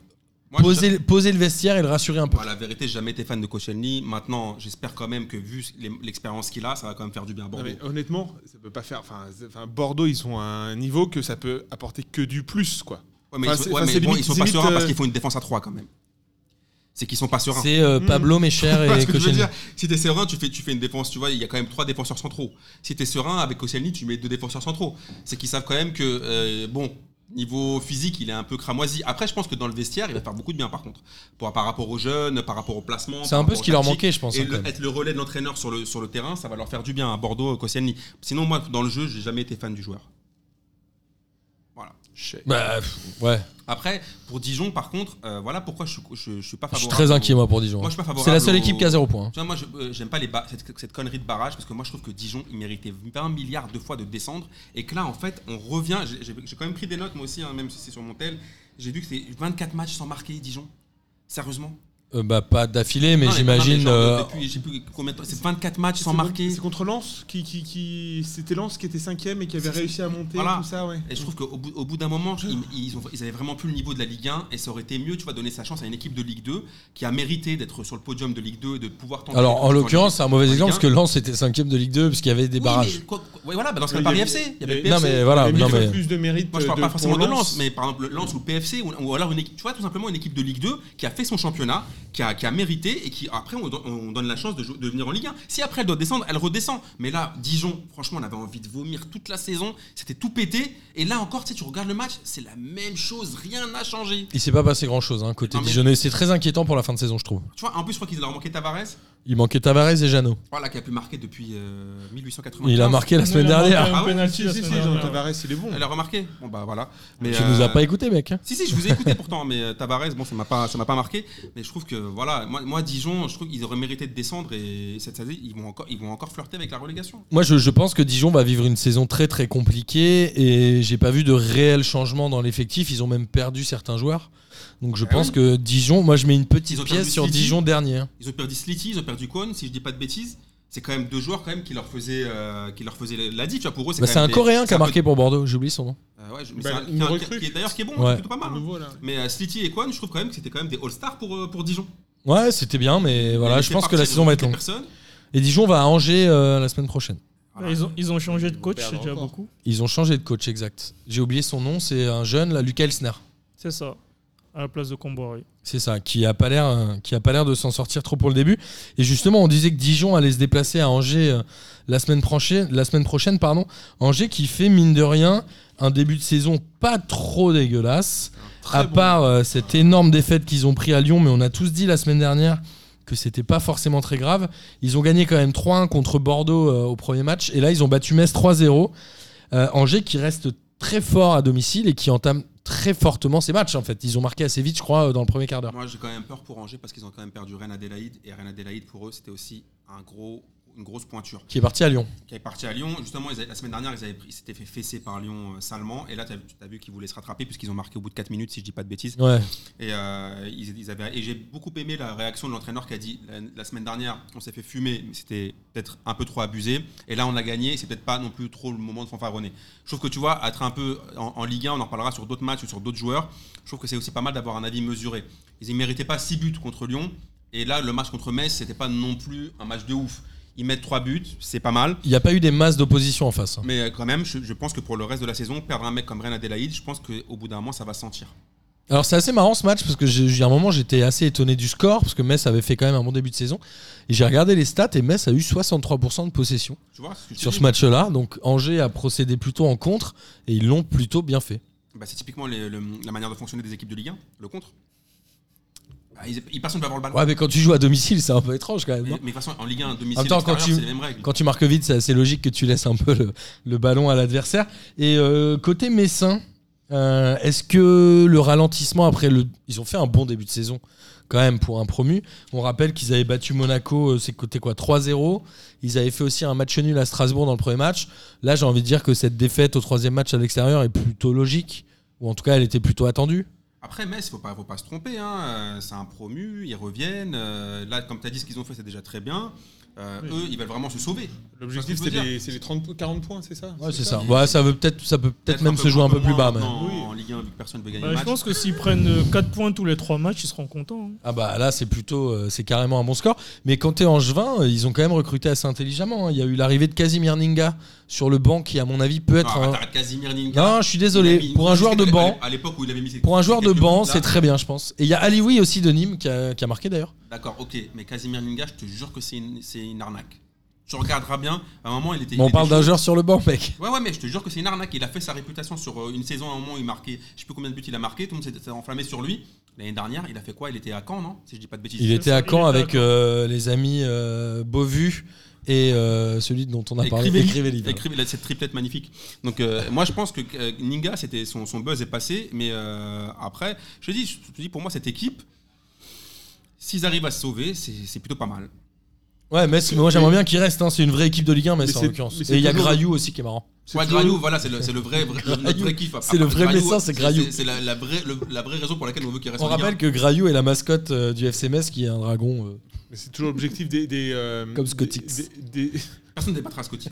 A: Moi, j'ai
D: poser, poser le vestiaire et le rassurer un peu
A: Moi, la vérité, j'ai jamais été fan de Koscielny. Maintenant, j'espère quand même que vu les- l'expérience qu'il a, ça va quand même faire du bien à
F: Non,
A: Bordeaux.
F: mais honnêtement, ça peut pas faire. Enfin, c'est- enfin, Bordeaux, ils sont à un niveau que ça peut apporter que du plus, quoi.
A: Ouais, mais
F: Enfin,
A: ils
F: c'est-
A: sont, ouais,
F: enfin,
A: mais
F: c'est
A: bon,
F: limite-
A: ils sont pas
F: limite,
A: sereins parce
F: euh,
A: qu'ils font une défense à 3 quand même. C'est qu'ils sont pas sereins.
D: C'est euh, Pablo Mécher
A: Parce
D: et
A: que je veux
D: Koscielny.
A: dire, si t'es serein, tu fais, tu fais une défense, tu vois, il y a quand même trois défenseurs centraux. Si t'es serein, avec Koscielny, tu mets deux défenseurs centraux. C'est qu'ils savent quand même que, euh, bon, niveau physique, il est un peu cramoisi. Après, je pense que dans le vestiaire, il va faire beaucoup de bien, par contre. Pour- par rapport aux jeunes, par rapport au placement.
D: C'est
A: par
D: un peu
A: rapport
D: ce
A: au
D: qui leur
A: tactique.
D: manquait, je pense.
A: Et
D: hein, quand
A: le-
D: même.
A: être le relais de l'entraîneur sur le, sur le terrain, ça va leur faire du bien à Bordeaux, Koscielny. Sinon, moi, dans le jeu, j'ai jamais été fan du joueur. Voilà.
D: Bah, pff, ouais.
A: Après, pour Dijon, par contre, euh, voilà pourquoi je, suis- je, je suis pas
D: Je suis
A: favorable.
D: très inquiet
A: au-
D: moi pour Dijon.
A: Moi, je suis pas favorable
D: C'est la seule
A: au-
D: équipe qui a zéro point. hein.
A: Tu vois, moi, je- euh, j'aime pas les ba- cette, cette connerie de barrage parce que moi, je trouve que Dijon, il méritait 20 milliards de fois de descendre et que là, en fait, on revient. J'ai- J'ai j'ai quand même pris des notes, moi aussi, hein, même si c'est sur mon tel. J'ai vu que c'est 24 matchs sans marquer Dijon. Sérieusement
D: Euh, bah pas d'affilée, mais
A: Non, non,
D: j'imagine.
A: genre,
D: euh,
A: depuis, je sais plus combien de temps. C'est 24 matchs sans
F: C'est-
A: marquer.
F: C'est contre Lens qui, qui, qui- c'était Lens qui était cinquième et qui avait
A: C'est-
F: réussi à monter
A: Voilà.
F: tout ça, ouais.
A: Et je trouve qu'au bout, au bout d'un moment, ils, ils, ont- ils avaient vraiment plus le niveau de la Ligue 1 et ça aurait été mieux, tu vois, donner sa chance à une équipe de Ligue 2 qui a mérité d'être sur le podium de Ligue 2 et de pouvoir tenter.
D: Alors en
A: quelque chose
D: l'occurrence, c'est un mauvais
A: Ligue
D: exemple
A: un.
D: parce que Lens était cinquième de Ligue 2 parce qu'il y avait des
A: Oui,
D: barrages.
A: mais quoi- quoi- ouais, voilà, bah dans ce cas,
F: Il y
A: Paris
F: avait-
A: FC. Il y avait
F: il y
A: le
F: avait-
D: Non
A: PFC.
D: mais voilà,
F: Mais il y
D: non
F: a
D: mais
F: plus de mérite.
A: Moi, je parle
F: Euh, de-
A: pas
F: pour
A: forcément de Lens, mais par exemple Lens ou PFC ou, ou alors une équipe, tu vois, tout simplement une équipe de Ligue 2 qui a fait son championnat, qui a, qui a mérité et qui après on, don- on donne la chance de, jou- de venir en Ligue 1. Si après elle doit descendre, elle redescend. Mais là, Dijon, franchement, on avait envie de vomir toute la saison, c'était tout pété. Et là encore, tu sais, tu regardes le match, c'est la même chose, rien n'a changé.
D: il s'est pas passé grand chose côté
A: Non, mais-
D: Dijonais. C'est très inquiétant pour la fin de saison, je trouve.
A: Tu vois, en plus, je crois qu'il leur manquait Tavares,
D: Il manquait Tavares et Jeannot.
A: voilà, qui a pu marquer depuis euh, 1895.
D: Il a marqué la
B: Nous,
D: semaine
B: il a manqué
D: dernière.
B: un
A: Ah ouais
B: penalty
F: Si,
B: la
F: si, si,
B: semaine
F: Jean
B: dernière.
F: Tavares, il est bon.
A: Elle a remarqué Bon, bah voilà. Mais,
D: Tu nous as
A: euh,
D: pas écouté, mec. hein.
A: Si, si, je vous ai écouté pourtant, mais euh, Tavares, bon, ça m'a pas, ça m'a pas marqué. Mais je trouve que, voilà, moi, moi Dijon, je trouve qu'ils auraient mérité de descendre et cette année, ils vont encore, ils vont encore flirter avec la relégation.
D: Moi, je, je pense que Dijon va vivre une saison très très compliquée et j'ai pas vu de réel changement dans l'effectif. Ils ont même perdu certains joueurs. Donc je
A: Ah
D: pense
A: oui.
D: que Dijon, moi je mets une petite
A: Ils ont
D: pièce
A: perdu
D: sur
A: Sidi.
D: Dijon dernier. hein.
A: Ils ont perdu Slity, ils ont perdu Cohn, si je dis pas de bêtises. C'est quand même deux joueurs quand même qui leur faisaient, euh, qui leur faisaient la dit, tu vois, pour eux.
D: Bah,
A: quand
D: C'est
A: même
D: un
A: des-
D: Coréen qui
A: c'est
D: a
A: un peu-
D: marqué pour Bordeaux, j'ai oublié son nom.
A: Euh, ouais, je- mais
F: Bah,
A: c'est un-
F: une
A: qui est un-
F: recrue.
A: qui est d'ailleurs qui est bon,
D: Ouais.
A: c'est plutôt pas mal.
F: À
A: hein.
F: nouveau, là.
A: Mais euh, Slity et Cohn, je trouve quand même que c'était quand même des all-stars pour, euh, pour Dijon.
D: Ouais, c'était bien, mais voilà,
A: Ils
D: je
A: étaient
D: pense que la
A: partis,
D: saison va être
A: ils ont
D: longue.
A: recruté personne.
D: Et Dijon va à Angers euh, la semaine prochaine.
A: Voilà.
B: Ils ont, ils ont changé de
F: Ils vont
B: coach, c'est
F: perdre
B: déjà
F: encore.
B: beaucoup.
D: Ils ont changé de coach, exact. J'ai oublié son nom, c'est un jeune, là, Lucas Elsner.
B: C'est ça, à la place de Comboiré.
D: C'est ça, qui a pas l'air, euh, qui a pas l'air de s'en sortir trop pour le début. Et justement, on disait que Dijon allait se déplacer à Angers euh, la semaine prochaine, la semaine prochaine, pardon. Angers qui fait mine de rien un début de saison pas trop dégueulasse,
F: Très
D: à
F: bon.
D: part euh, cette énorme défaite qu'ils ont pris à Lyon. Mais on a tous dit la semaine dernière que c'était pas forcément très grave. Ils ont gagné quand même 3-1 contre Bordeaux euh, au premier match, et là ils ont battu Metz 3-0. Euh, Angers qui reste très fort à domicile et qui entame très fortement ses matchs en fait. Ils ont marqué assez vite, je crois, euh, dans le premier quart d'heure.
A: Moi, j'ai quand même peur pour Angers parce qu'ils ont quand même perdu Rennes Adélaïde et Rennes Adélaïde pour eux, c'était aussi un gros, une grosse pointure.
D: qui est parti à Lyon.
A: qui est parti à Lyon. Justement, ils avaient- la semaine dernière, ils, avaient pris- ils s'étaient fait fesser par Lyon euh, salement. Et là, tu as, vu qu'ils voulaient se rattraper puisqu'ils ont marqué au bout de 4 minutes, si je dis pas de bêtises.
D: Ouais.
A: Et, euh, ils, ils avaient, et j'ai beaucoup aimé la réaction de l'entraîneur qui a dit la, la semaine dernière, on s'est fait fumer, mais c'était peut-être un peu trop abusé. Et là, on a gagné. et C'est peut-être pas non plus trop le moment de fanfaronner. Je trouve que tu vois, être un peu en, en Ligue 1, on en reparlera sur d'autres matchs ou sur d'autres joueurs. Je trouve que c'est aussi pas mal d'avoir un avis mesuré. Ils ne méritaient pas 6 buts contre Lyon. Et là, le match contre Metz, c'était pas non plus un match de ouf. Ils mettent 3 buts, c'est pas mal.
D: Il n'y a pas eu des masses d'opposition en face. hein.
A: Mais euh, quand même, je, je pense que pour le reste de la saison, perdre un mec comme Reine Adélaïde, je pense qu'au bout d'un moment, ça va se sentir.
D: Alors c'est assez marrant ce match parce que j'ai j'ai- à un moment j'étais assez étonné du score parce que Metz avait fait quand même un bon début de saison et j'ai regardé les stats et Metz a eu 63% de possession
A: Tu vois ce que je
D: sur
A: te
D: ce
A: dis
D: match-là donc Angers a procédé plutôt en contre et ils l'ont plutôt bien fait.
A: Bah, C'est typiquement les- le- la manière de fonctionner des équipes de Ligue 1, le contre. Bah, ils, ils passent ne pas avoir le ballon.
D: Ouais mais quand tu joues à domicile c'est un peu étrange quand même.
A: Mais,
D: non
A: mais de toute façon, en Ligue 1,
D: En
A: domicile,
D: même temps, quand
A: extérieur,
D: tu-
A: c'est les mêmes règles.
D: Quand tu marques vite c'est assez logique que tu laisses un peu le, le ballon à l'adversaire et euh, côté Messin euh, est-ce que le ralentissement après le ils ont fait un bon début de saison quand même pour un promu. On rappelle qu'ils avaient battu Monaco, euh, c'est côté quoi 3-0. Ils avaient fait aussi un match nul à Strasbourg dans le premier match. Là, j'ai envie de dire que cette défaite au troisième match à l'extérieur est plutôt logique, ou en tout cas, elle était plutôt attendue.
A: Après, Metz, faut pas, faut pas se tromper. hein, euh, C'est un promu, ils reviennent. euh, Là, comme tu as dit, ce qu'ils ont fait, c'est déjà très bien. Euh,
B: Oui.
A: Eux, ils veulent vraiment se sauver.
F: L'objectif,
A: Parce
F: c'est
A: que je veux
F: les, c'est les 30, 40 points, c'est ça
D: Ouais, c'est ça.
A: ça.
D: Ouais, ça veut peut-être, ça peut peut-être même se jouer un peu plus
A: moins
D: bas. mais-
A: maintenant
F: Oui.
A: En Ligue 1, vu que personne ne veut gagner
B: Bah,
A: le
B: je
A: match.
B: pense que s'ils prennent euh, 4 points tous les 3 matchs, ils seront contents. hein.
D: Ah bah là, c'est plutôt, euh, c'est carrément un bon score. Mais quand t'es Angevin, euh, ils ont quand même recruté assez intelligemment. hein. Il y a eu l'arrivée de Casimir Ninga sur le banc, qui à mon avis peut
A: Non,
D: être.
F: Ah,
A: arrête,
D: un-
F: bah,
A: arrête, Casimir Ninga.
D: hein. Non, je suis
A: Il a
D: désolé.
A: mis-
D: Pour un joueur de
A: à l'é-
D: banc,
A: À l'époque où il avait mis ses-
D: pour un joueur de
A: quelques
D: banc,
A: minutes, là.
D: c'est très bien, je pense. Et il y a Alioui aussi de Nîmes qui a- qui a marqué d'ailleurs.
A: D'accord, ok. Mais Casimir Ninga, je te jure que c'est une, c'est une arnaque. Tu regarderas bien. À un moment, il était.
D: Mais
A: il
D: on
A: était
D: parle d'un
A: chaud.
D: joueur sur le banc, mec.
A: Ouais, ouais, mais je te jure que c'est une arnaque. Il a fait sa réputation sur euh, une saison. À un moment, où il marquait, je sais plus combien de buts il a marqué. Tout le monde s'est- s'est enflammé sur lui. L'année dernière, il a fait quoi Il était à Caen, non Si je dis pas de bêtises.
D: Il était à
B: Il
D: Caen
B: était à
D: avec
B: Caen.
D: euh, les amis euh, Beauvu et euh, celui dont on a parlé,
A: Écrivez-lui.
D: Écrivez-lui, voilà.
A: Écrivez- il a cette triplette magnifique. Donc euh, moi je pense que euh, Ninga, c'était son, son buzz est passé, mais euh, après, je te dis, je te dis pour moi cette équipe, s'ils arrivent à se sauver, c'est c'est plutôt pas mal.
D: Ouais, Metz, mais moi j'aimerais bien qu'il reste. hein. C'est une vraie équipe de Ligue 1, Metz
F: Mais
D: en
F: c'est-
D: l'occurrence.
F: mais
D: Et
F: c'est
D: il y a
F: toujours-
D: Grayou aussi qui est marrant.
F: C'est
A: Ouais,
F: toujours-
A: Grayou, voilà, c'est le, c'est le vrai, vrai, notre vrai kiff.
D: C'est le vrai
A: Grayou,
D: Messin, c'est Grayou.
A: C'est la, la vraie, le- la vraie raison pour laquelle on veut qu'il reste
D: On
A: en Ligue
D: rappelle que Grayou est la mascotte euh, du FC Metz qui est un dragon. euh.
F: Mais c'est toujours l'objectif des. des, euh,
D: Comme
F: des-
D: Scotix.
F: des- des-
A: 1. Personne n'est pas très Scotty.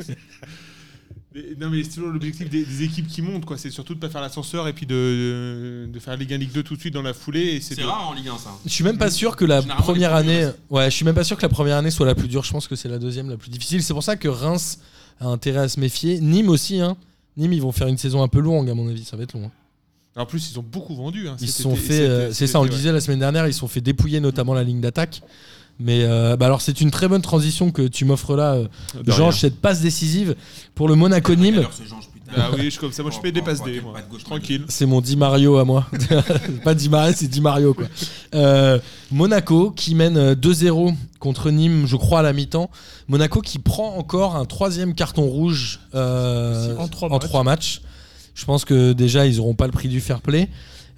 F: des- non, mais c'est toujours l'objectif des, des équipes qui montent, quoi. C'est surtout de pas faire l'ascenseur et puis de, de faire Ligue 1, Ligue 2 tout de suite dans la foulée. et C'est
A: C'est
F: de-
A: rare en Ligue 1 ça.
F: hein.
D: Je suis même pas
F: Mmh.
D: sûr que la
A: Généralement,
D: première
A: les premiers
D: année. Ouais, je suis même pas sûr que la première année soit la plus dure. Je pense que c'est la deuxième la plus difficile. C'est pour ça que Reims a intérêt à se méfier. Nîmes aussi, hein. Nîmes, ils vont faire une saison un peu longue, à mon avis. Ça va être long. hein.
F: En plus, ils ont beaucoup vendu. hein,
D: Ils
F: cet
D: se sont
F: été-
D: fait,
F: cet-
D: euh,
F: cet
D: c'est ça, on le
F: été, ouais.
D: disait la semaine dernière, ils se sont fait dépouiller notamment la ligne d'attaque. Mais euh, bah alors c'est une très bonne transition que tu m'offres là, euh,
F: De rien.
D: Georges, cette passe décisive pour le Monaco de Nîmes.
A: Alors, ce genre, putain.
F: Ah oui, je suis comme ça. Moi, je fais des passes
A: Pas de
F: des.
A: gauche,
F: moi.
A: Oh, pas de gauche.
F: Tranquille.
D: C'est mon Di Mario à moi. Pas Di Mario, c'est Di Mario quoi. Euh, Monaco qui mène euh, 2-0 contre Nîmes, je crois à la mi-temps. Monaco qui prend encore un troisième carton rouge euh,
B: En trois
D: en
B: matchs.
D: trois matchs. Je pense que déjà ils n'auront pas le prix du fair play.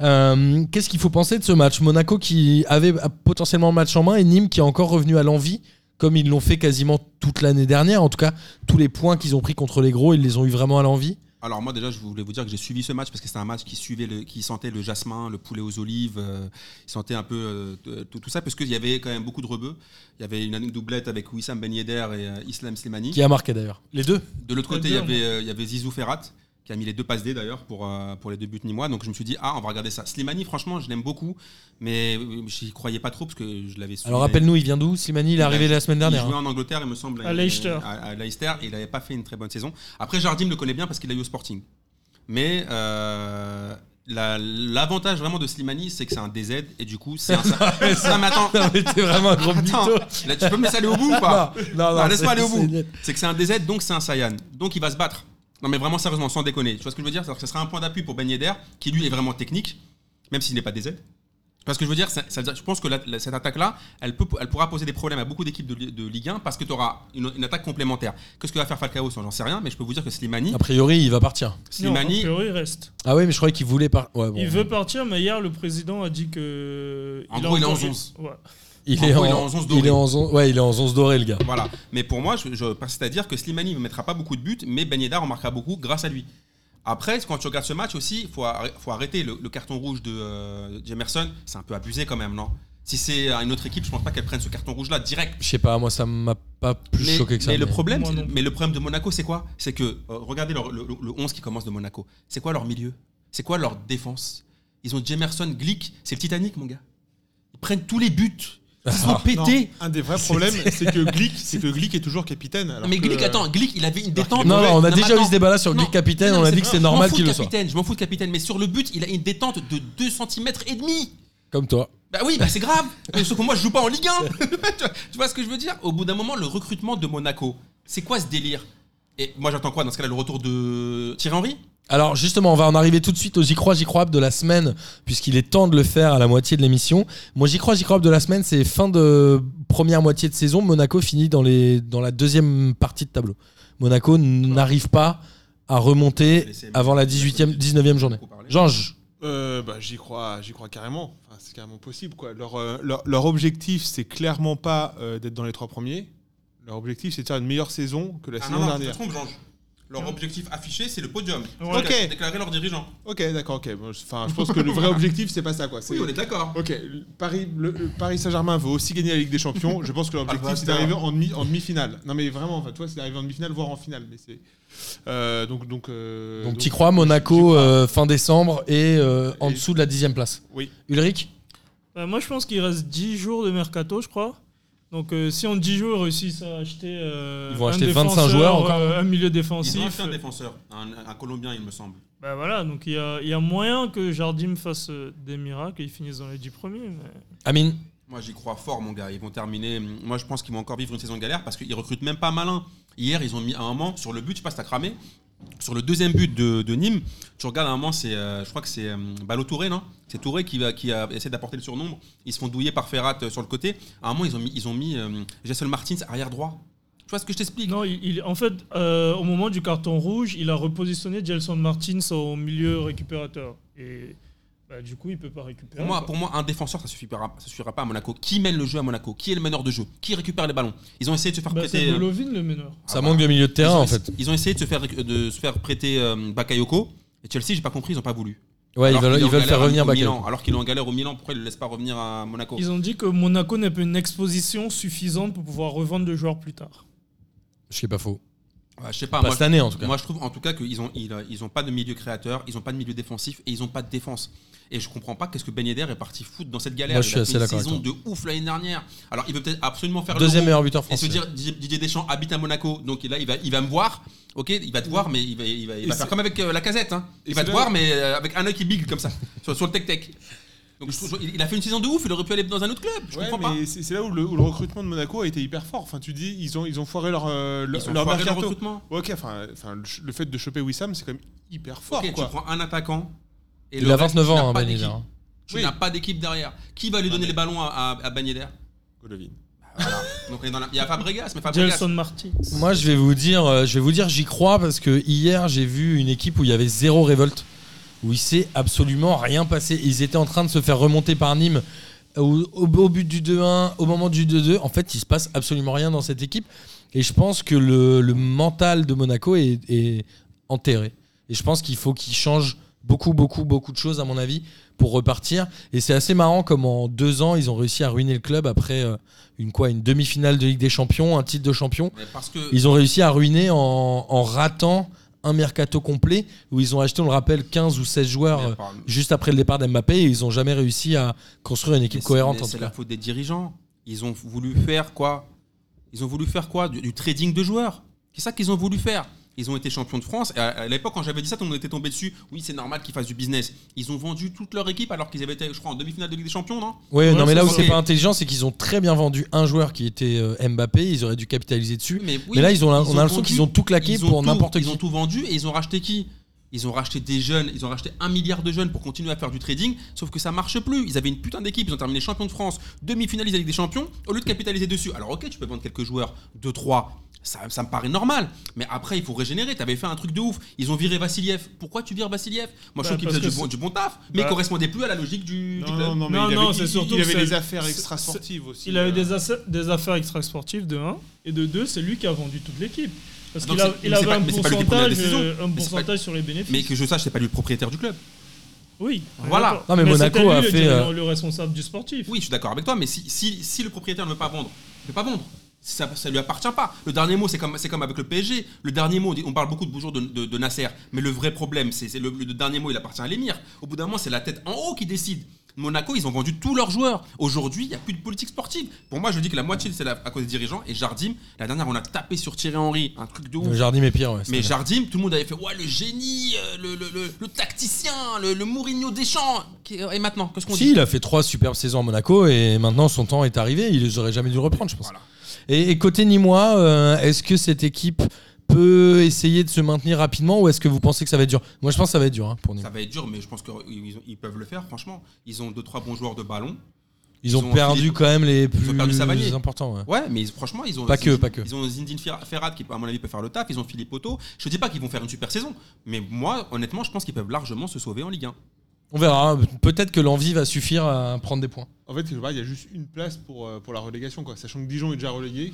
D: Euh, Qu'est-ce qu'il faut penser de ce match Monaco qui avait potentiellement le match en main et Nîmes qui est encore revenu à l'envie, comme ils l'ont fait quasiment toute l'année dernière. En tout cas, tous les points qu'ils ont pris contre les gros, ils les ont eu vraiment à l'envie.
A: Alors moi déjà je voulais vous dire que j'ai suivi ce match parce que c'est un match qui suivait le, qui sentait le jasmin, le poulet aux olives, euh, il sentait un peu euh, t- tout, tout ça parce qu'il y avait quand même beaucoup de rebeux. Il y avait une doublette avec Wissam Ben Yedder et euh, Islam Slimani.
D: Qui a marqué d'ailleurs Les deux
A: De l'autre côté,
B: Les
A: il y
B: deux,
A: avait euh, il y avait Zizou Ferrat qui a mis les deux passes D d'ailleurs pour euh, pour les deux buts nîmois. Donc je me suis dit ah on va regarder ça. Slimani franchement je l'aime beaucoup mais euh, j'y croyais pas trop parce que je l'avais. suivi.
D: Alors rappelle-nous, il vient d'où Slimani, il est
A: Il
D: arrivé
A: a-
D: la semaine dernière.
A: Il jouait
D: hein.
A: en Angleterre, il me semble.
B: À Leicester.
A: À, à Leicester, et il n'avait pas fait une très bonne saison. Après, Jardim le connaît bien parce qu'il a eu au Sporting. Mais euh, la- l'avantage vraiment de Slimani, c'est que c'est un DZ et du coup, c'est un. non, mais attends,
D: Non, mais t'es vraiment un gros
A: attends.
D: mytho.
A: Là, tu peux me laisser aller au bout ou pas
D: non,
A: Non, Ah, laisse-moi
D: c'est-
A: aller au
D: c'est
A: bout.
D: net.
A: C'est que c'est un DZ, donc c'est un Saiyan. Donc il va se battre. Non, mais vraiment, sérieusement, sans déconner. Tu vois ce que je veux dire C'est-à-dire que ce sera un point d'appui pour Ben Yedder, qui lui est vraiment technique, même s'il n'est pas DZ. Tu vois ce que je veux dire, Ça- ça veut dire- Je pense que la- la- cette attaque-là, elle, peut, elle pourra poser des problèmes à beaucoup d'équipes de, li- de Ligue 1 parce que tu auras une, une attaque complémentaire. Qu'est-ce que va faire Falcao ça, J'en sais rien, mais je peux vous dire que Slimani,
D: A priori, il va partir.
B: Non, a
A: Slimani
B: priori, il reste.
D: Ah oui, mais je croyais qu'il voulait partir. Ouais, bon.
B: Il veut partir, mais hier, le président a dit que.
A: En
B: a
A: gros, il est en
B: encore-
A: onze.
B: Ouais.
D: Il
A: En
D: est
A: gros,
D: en
A: il est en 11 doré.
D: il est en 11 Ouais, il est en 11 doré, le gars.
A: Voilà. Mais pour moi, je, je- c'est-à-dire que Slimani ne mettra pas beaucoup de buts, mais Ben Yedder en marquera beaucoup grâce à lui. Après, quand tu regardes ce match aussi, il faut, arr- faut arrêter le, le carton rouge de euh, Jemerson. C'est un peu abusé quand même, non Si c'est euh, une autre équipe, je pense pas qu'elle prenne ce carton rouge-là direct.
D: Je sais pas, moi ça m'a pas plus
A: Mais,
D: choqué que ça.
A: mais le
D: mais-
A: problème,
B: Moi non plus.
A: mais le problème de Monaco, c'est quoi C'est que, euh, regardez leur- le, le- le 11 qui commence de Monaco. C'est quoi leur milieu C'est quoi leur défense Ils ont Jemerson, Glick, c'est le Titanic, mon gars. Ils prennent tous les buts.
F: Ils
D: sont
G: pétés.
F: Un des vrais problèmes, c'est que Glick, c'est que Glick est toujours capitaine. alors
G: mais
F: que-
B: euh,
G: Glick, attends, Glick, il avait une détente.
D: Non, non, on a
G: Non,
D: déjà
G: maintenant-
D: eu ce débat-là sur le
G: Non,
D: Glick capitaine,
G: non,
D: on a
G: c'est
D: dit que
G: pas-
D: c'est
G: je m'en
D: normal
G: fous
D: qu'il
G: de
D: le soit.
G: capitaine, Je m'en fous de capitaine, mais sur le but, il a une détente de 2 cm et demi.
D: Comme toi.
G: Bah oui, bah c'est grave. Mais Sauf que moi, je joue pas en Ligue 1. tu, vois, tu vois ce que je veux dire Au bout d'un moment, le recrutement de Monaco, c'est quoi ce délire Et moi, j'attends quoi dans ce cas-là Le retour de Thierry Henry
D: Alors justement, on va en arriver tout de suite aux J'y crois, J'y crois de la semaine, puisqu'il est temps de le faire à la moitié de l'émission. Mon J'y crois, J'y crois de la semaine, c'est fin de première moitié de saison. Monaco finit dans, les, dans la deuxième partie de tableau. Monaco n'arrive pas à remonter avant la 18e, 19e journée. Georges,
F: Euh, bah, j'y crois, j'y crois carrément. Enfin, c'est carrément possible, quoi. Leur, euh, leur, leur objectif, c'est clairement pas euh, d'être dans les trois premiers. Leur objectif, c'est de faire une meilleure saison que la
A: Ah
F: saison
A: non, non, tu te
F: dernière.
A: trompes, Georges. Leur objectif affiché, c'est le podium.
B: Ouais.
A: C'est ce qu'a
F: Ok.
A: Déclaré leur dirigeant.
F: Ok, d'accord, ok. Bon, je- Enfin, je pense que le vrai objectif, c'est pas ça, quoi. C'est-
A: Oui, on est d'accord.
F: Ok, le Paris, le, le Paris Saint-Germain veut aussi gagner la Ligue des Champions. Je pense que l'objectif,
A: Alba,
F: c'est
A: c'est
F: d'arriver en, demi, en demi-finale. Non, mais vraiment, enfin, toi, c'est d'arriver en demi-finale, voire en finale. Mais c'est euh, donc donc. euh,
D: donc t'y crois, Monaco euh, fin décembre et euh, en
F: Et-
D: dessous de la 10e place.
F: Oui.
D: Ulrich
B: Bah, moi, je pense qu'il reste 10 jours de mercato, je crois. Donc, euh, si en 10 jours, ils réussissent à acheter. euh,
D: Ils vont
B: un
D: acheter 25
B: défenseur,
D: joueurs encore.
B: euh, un milieu
A: Ils ont
B: défensif.
A: acheté
F: euh.
A: un défenseur, un, un Colombien, il me semble.
B: Bah voilà, donc il y a, il y a moyen que Jardim fasse euh, des miracles et ils finissent dans les 10 premiers. mais-
D: Amine
A: Moi, j'y crois fort, mon gars. Ils vont terminer. Moi, je pense qu'ils vont encore vivre une saison de galère parce qu'ils recrutent même pas malin. Hier, ils ont mis à un moment sur le but, je sais pas si t'as cramé. Sur le deuxième but de, de Nîmes, tu regardes à un moment, c'est, euh, je crois que c'est euh, Balotouré, non C'est Touré qui, va- qui a essayé d'apporter le surnombre. Ils se font douiller par Ferrat euh, sur le côté. À un moment, ils ont mis, ils ont mis euh, Jason Martins arrière droit. Tu vois ce que je t'explique
B: Non, il, il- en fait, euh, au moment du carton rouge, il a repositionné Gelson Martins au milieu récupérateur. Et bah, du coup, il peut pas récupérer.
A: Pour moi,
B: quoi.
A: pour moi, un défenseur, ça suffira, ça suffira pas à Monaco. Qui mène le jeu à Monaco Qui est le meneur de jeu Qui récupère les ballons Ils ont essayé de se faire
B: Bah,
A: prêter.
B: c'est
A: euh,
B: Golovin le meneur.
D: Ça manque de milieu de
A: ils
D: terrain
A: ont
D: en
A: essa-
D: fait.
A: Ils ont essayé de se faire, de se faire prêter euh, Bakayoko. Et Chelsea, j'ai pas compris, ils ont pas voulu.
D: Ouais, ils
A: Alors
D: veulent,
A: qu'il est
D: ils
A: en
D: veulent
A: galère
D: faire revenir
A: au
D: Bakayoko.
A: Milan. Alors qu'il est en galère au Milan, pourquoi ils le laissent pas revenir à Monaco
B: Ils ont dit que Monaco n'est pas une exposition suffisante pour pouvoir revendre le joueur plus tard.
D: Je sais pas faux.
A: Ouais, Je sais pas.
D: Pas
A: Ah, moi,
D: cette année en tout cas.
A: Moi, je trouve en tout cas qu'ils ont, ils, euh, ils ont pas de milieu créateur, ils ont pas de milieu défensif et ils ont pas de défense. Et je comprends pas qu'est-ce que Ben Yedder est parti foutre dans cette galère.
D: Moi, je
A: Il
D: suis
A: a
D: assez
A: fait une
D: d'accord
A: saison de ouf l'année dernière. Alors, il veut peut-être absolument faire l'Euro
D: Deuxième meilleur buteur
A: et se
D: français.
A: dire Didier Didier Deschamps habite à Monaco, donc là, il va, il va me voir. Ok, il va te voir, mais il va, il va, il
F: Et
A: va
F: c'est-
A: faire comme avec euh, la casette. hein.
F: Et
A: Il va
F: c'est
A: te
F: là-
A: voir, mais euh, avec un œil qui bigue comme ça, sur, sur le tech-tech. Donc je trouve- il a fait une saison de ouf, il aurait pu aller dans un autre club. Je
F: Ouais,
A: comprends pas.
F: mais c'est c'est là où le, où le recrutement de Monaco a été hyper fort. Enfin, tu dis, ils ont, ils ont foiré leur, euh, leur,
A: Ils ont
F: leur
A: foiré leur
F: mercato.
A: recrutement.
F: Ouais, ok, enfin, enfin, le ch- le fait de choper Wissam, c'est quand même hyper fort,
A: Ok, tu
F: quoi.
A: prends un attaquant. Et
D: Il
A: le
D: a
A: reste,
D: 29
A: tu n'as
D: ans, hein,
A: pas
D: Ben
A: d'équipe.
D: Yedder.
A: Tu
F: Oui.
A: n'as pas d'équipe derrière. Qui va lui donner les ballons à, à, à Ben Yedder
F: Golovin.
A: Donc on est dans la- il y a Fabregas, mais Fabregas.
B: Gelson Martins.
D: Moi, je vais vous dire, euh, je vais vous dire, j'y crois parce que hier, j'ai vu une équipe où il y avait zéro révolte, où il s'est absolument rien passé. Ils étaient en train de se faire remonter par Nîmes au, au- au but du 2-1, au moment du 2-2. En fait, il se passe absolument rien dans cette équipe, et je pense que le, le mental de Monaco est, est enterré. Et je pense qu'il faut qu'il change beaucoup, beaucoup, beaucoup de choses à mon avis pour repartir. Et c'est assez marrant comme en deux ans, ils ont réussi à ruiner le club après euh, une quoi, une demi-finale de Ligue des Champions, un titre de champion.
A: Mais Parce que
D: Ils ont réussi à ruiner en, en ratant un mercato complet où ils ont acheté, on le rappelle, 15 ou 16 joueurs
A: Mais
D: euh,
A: par-
D: juste après le départ d'Mbappé et ils n'ont jamais réussi à construire une
A: mais
D: équipe
A: c'est-
D: cohérente
A: mais
D: en
A: C'est
D: tout
A: la
D: cas.
A: faute des dirigeants. Ils ont voulu faire quoi Ils ont voulu faire quoi du, du trading de joueurs. C'est ça qu'ils ont voulu faire. Ils ont été champions de France. Et à, à l'époque, quand j'avais dit ça, tout le monde était tombé dessus. Oui, c'est normal qu'ils fassent du business. Ils ont vendu toute leur équipe alors qu'ils avaient été, je crois, en demi-finale de Ligue des Champions, non
D: Oui,
B: Ouais,
D: non, mais là où
A: c'est
D: c'est
A: ça.
D: pas intelligent, c'est qu'ils ont très bien vendu un joueur qui était euh, Mbappé, ils auraient dû capitaliser dessus.
A: Mais, oui,
D: mais là, ils ont, la- on a l'impression
A: vendu-
D: qu'ils ont tout claqué
A: Ils ont
D: pour
A: tout-
D: n'importe
A: Ils
D: qui.
A: ont tout vendu et ils ont racheté qui Ils ont racheté des jeunes, ils ont racheté un milliard de jeunes pour continuer à faire du trading, sauf que ça marche plus. Ils avaient une putain d'équipe, ils ont terminé champion de France, demi-finaliste avec des champions, au lieu de capitaliser dessus. Alors ok, tu peux vendre quelques joueurs, 2, 3, ça, ça me paraît normal, mais après il faut régénérer, t'avais fait un truc de ouf. Ils ont viré Vassiliev, pourquoi tu vires Vassiliev Moi je
B: Bah,
A: trouve qu'il
B: parce
A: faisait du
B: que
A: bon, du
B: c'est-
A: bon taf, mais
B: Bah.
A: il correspondait plus à la logique du, du
F: Non,
A: club.
F: non, non, mais
B: Non,
F: il
B: non,
F: avait,
B: c'est
F: il-
B: surtout
F: il avait
B: que
F: des
B: c'est-
F: affaires
B: c'est-
F: extra-sportives aussi.
B: Il avait
F: euh.
B: des, affaires- des affaires extra-sportives de 1 et de 2, c'est lui qui a vendu toute l'équipe. Parce
A: Ah, donc
B: qu'il a-
A: c'est- mais
B: il
A: c'est
B: avait
A: pas-
B: un
A: mais c'est pas lui qui prenait la
B: pourcentage,
A: décision.
B: euh, un
A: Mais c'est pas-
B: pourcentage sur les bénéfices.
A: Mais que je sache, c'est pas lui le propriétaire du club.
B: Oui. on est
A: Voilà.
B: d'accord.
D: Non, mais Monaco
B: c'était
D: a
B: lui le
D: fait,
B: dirigeant,
D: euh,
B: le responsable du sportif.
A: Oui, je suis d'accord avec toi, mais si, si, si le propriétaire ne veut pas vendre, il ne peut pas vendre. Ça, ça lui appartient pas. Le dernier mot, c'est comme, c'est comme avec le PSG. Le dernier mot, on dit- on parle beaucoup de toujours de, de- de Nasser, mais le vrai problème, c'est c'est le, le dernier mot, il appartient à l'émir. Au bout d'un moment, c'est la tête en haut qui décide. Monaco, ils ont vendu tous leurs joueurs. Aujourd'hui, il n'y a plus de politique sportive. Pour moi, je dis que la moitié, c'est la- à cause des dirigeants. Et Jardim, la dernière, on a tapé sur Thierry Henry. Un truc de ouf.
D: Jardim est pire, ouais.
A: Mais
D: c'est vrai.
A: Jardim, tout le monde avait fait ouais, le génie, euh, le, le- le- le tacticien, le, le Mourinho des champs. Et maintenant, qu'est-ce qu'on
D: Si,
A: dit
D: il a fait trois superbes saisons à Monaco et maintenant son temps est arrivé. Ils auraient jamais dû le reprendre, je pense.
A: Voilà.
D: Et, et côté Nîmois, euh, est-ce que cette équipe peut essayer de se maintenir rapidement ou est-ce que vous pensez que ça va être dur Moi, je pense que ça va être dur hein, pour Nîmes.
A: Ça va être dur, mais je pense qu'ils ils peuvent le faire, franchement. Ils ont deux, trois bons joueurs de ballon.
D: Ils ont,
A: ils ont
D: perdu
A: filé-
D: quand même les plus
A: perdu Savanier.
D: importants. ouais.
A: Ouais, mais ils- franchement, ils ont.
D: Pas que,
A: ils-
D: pas que.
A: Ils ont Zindine Fer- Ferrat qui, à mon avis, peut faire le taf. Ils ont Philippe Otto. Je dis pas qu'ils vont faire une super saison, mais moi, honnêtement, je pense qu'ils peuvent largement se sauver en Ligue 1.
D: On verra. hein. Peut-être que l'envie va suffire à prendre des points.
F: En fait, je sais pas, il y a juste une place pour, euh, pour la relégation, quoi. Sachant que Dijon est déjà relégué.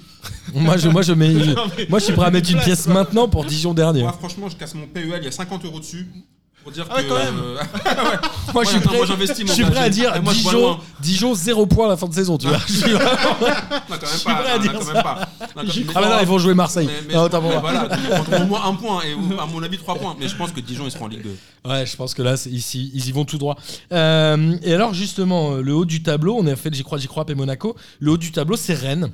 D: moi, je, moi, je mets, je-
F: Non, mais-
D: moi, je suis prêt à mettre une pièce maintenant pour Dijon dernier.
A: Moi, franchement, je casse mon PEL. Il y a 50 euros dessus. Pour dire
F: Ah ouais,
A: que.
F: quand même.
A: euh,
D: Moi, je suis
A: attends,
D: prêt.
A: moi, j'investis,
D: je
A: mon
D: suis
A: gars,
D: prêt à
A: je-
D: dire
A: moi, je vois
D: Dijon,
A: loin.
D: Dijon 0 point à la fin de saison. Tu vois. Je suis-
A: on a quand même
D: suis
A: pas.
D: prêt à
A: on a
D: dire
A: quand
D: ça.
A: même pas. On a quand même-
D: Ah bah non, ils vont jouer Marseille.
A: Mais- mais-
D: Non, t'as pas
A: mais
D: le droit.
A: voilà, au moins un point, et à mon avis trois points. Mais je pense que Dijon, ils seront en Ligue 2.
D: Ouais, je pense que là, c'est- ici, ils y vont tout droit. Euh, et alors, justement, euh, le haut du tableau, on a fait le J'y crois, J'y crois, et Monaco. Le haut du tableau, c'est Rennes.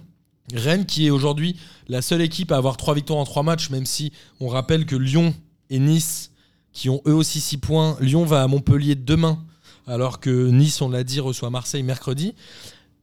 D: Rennes qui est aujourd'hui la seule équipe à avoir trois victoires en trois matchs, même si on rappelle que Lyon et Nice, qui ont eux aussi 6 points, Lyon va à Montpellier demain, alors que Nice, on l'a dit, reçoit Marseille mercredi.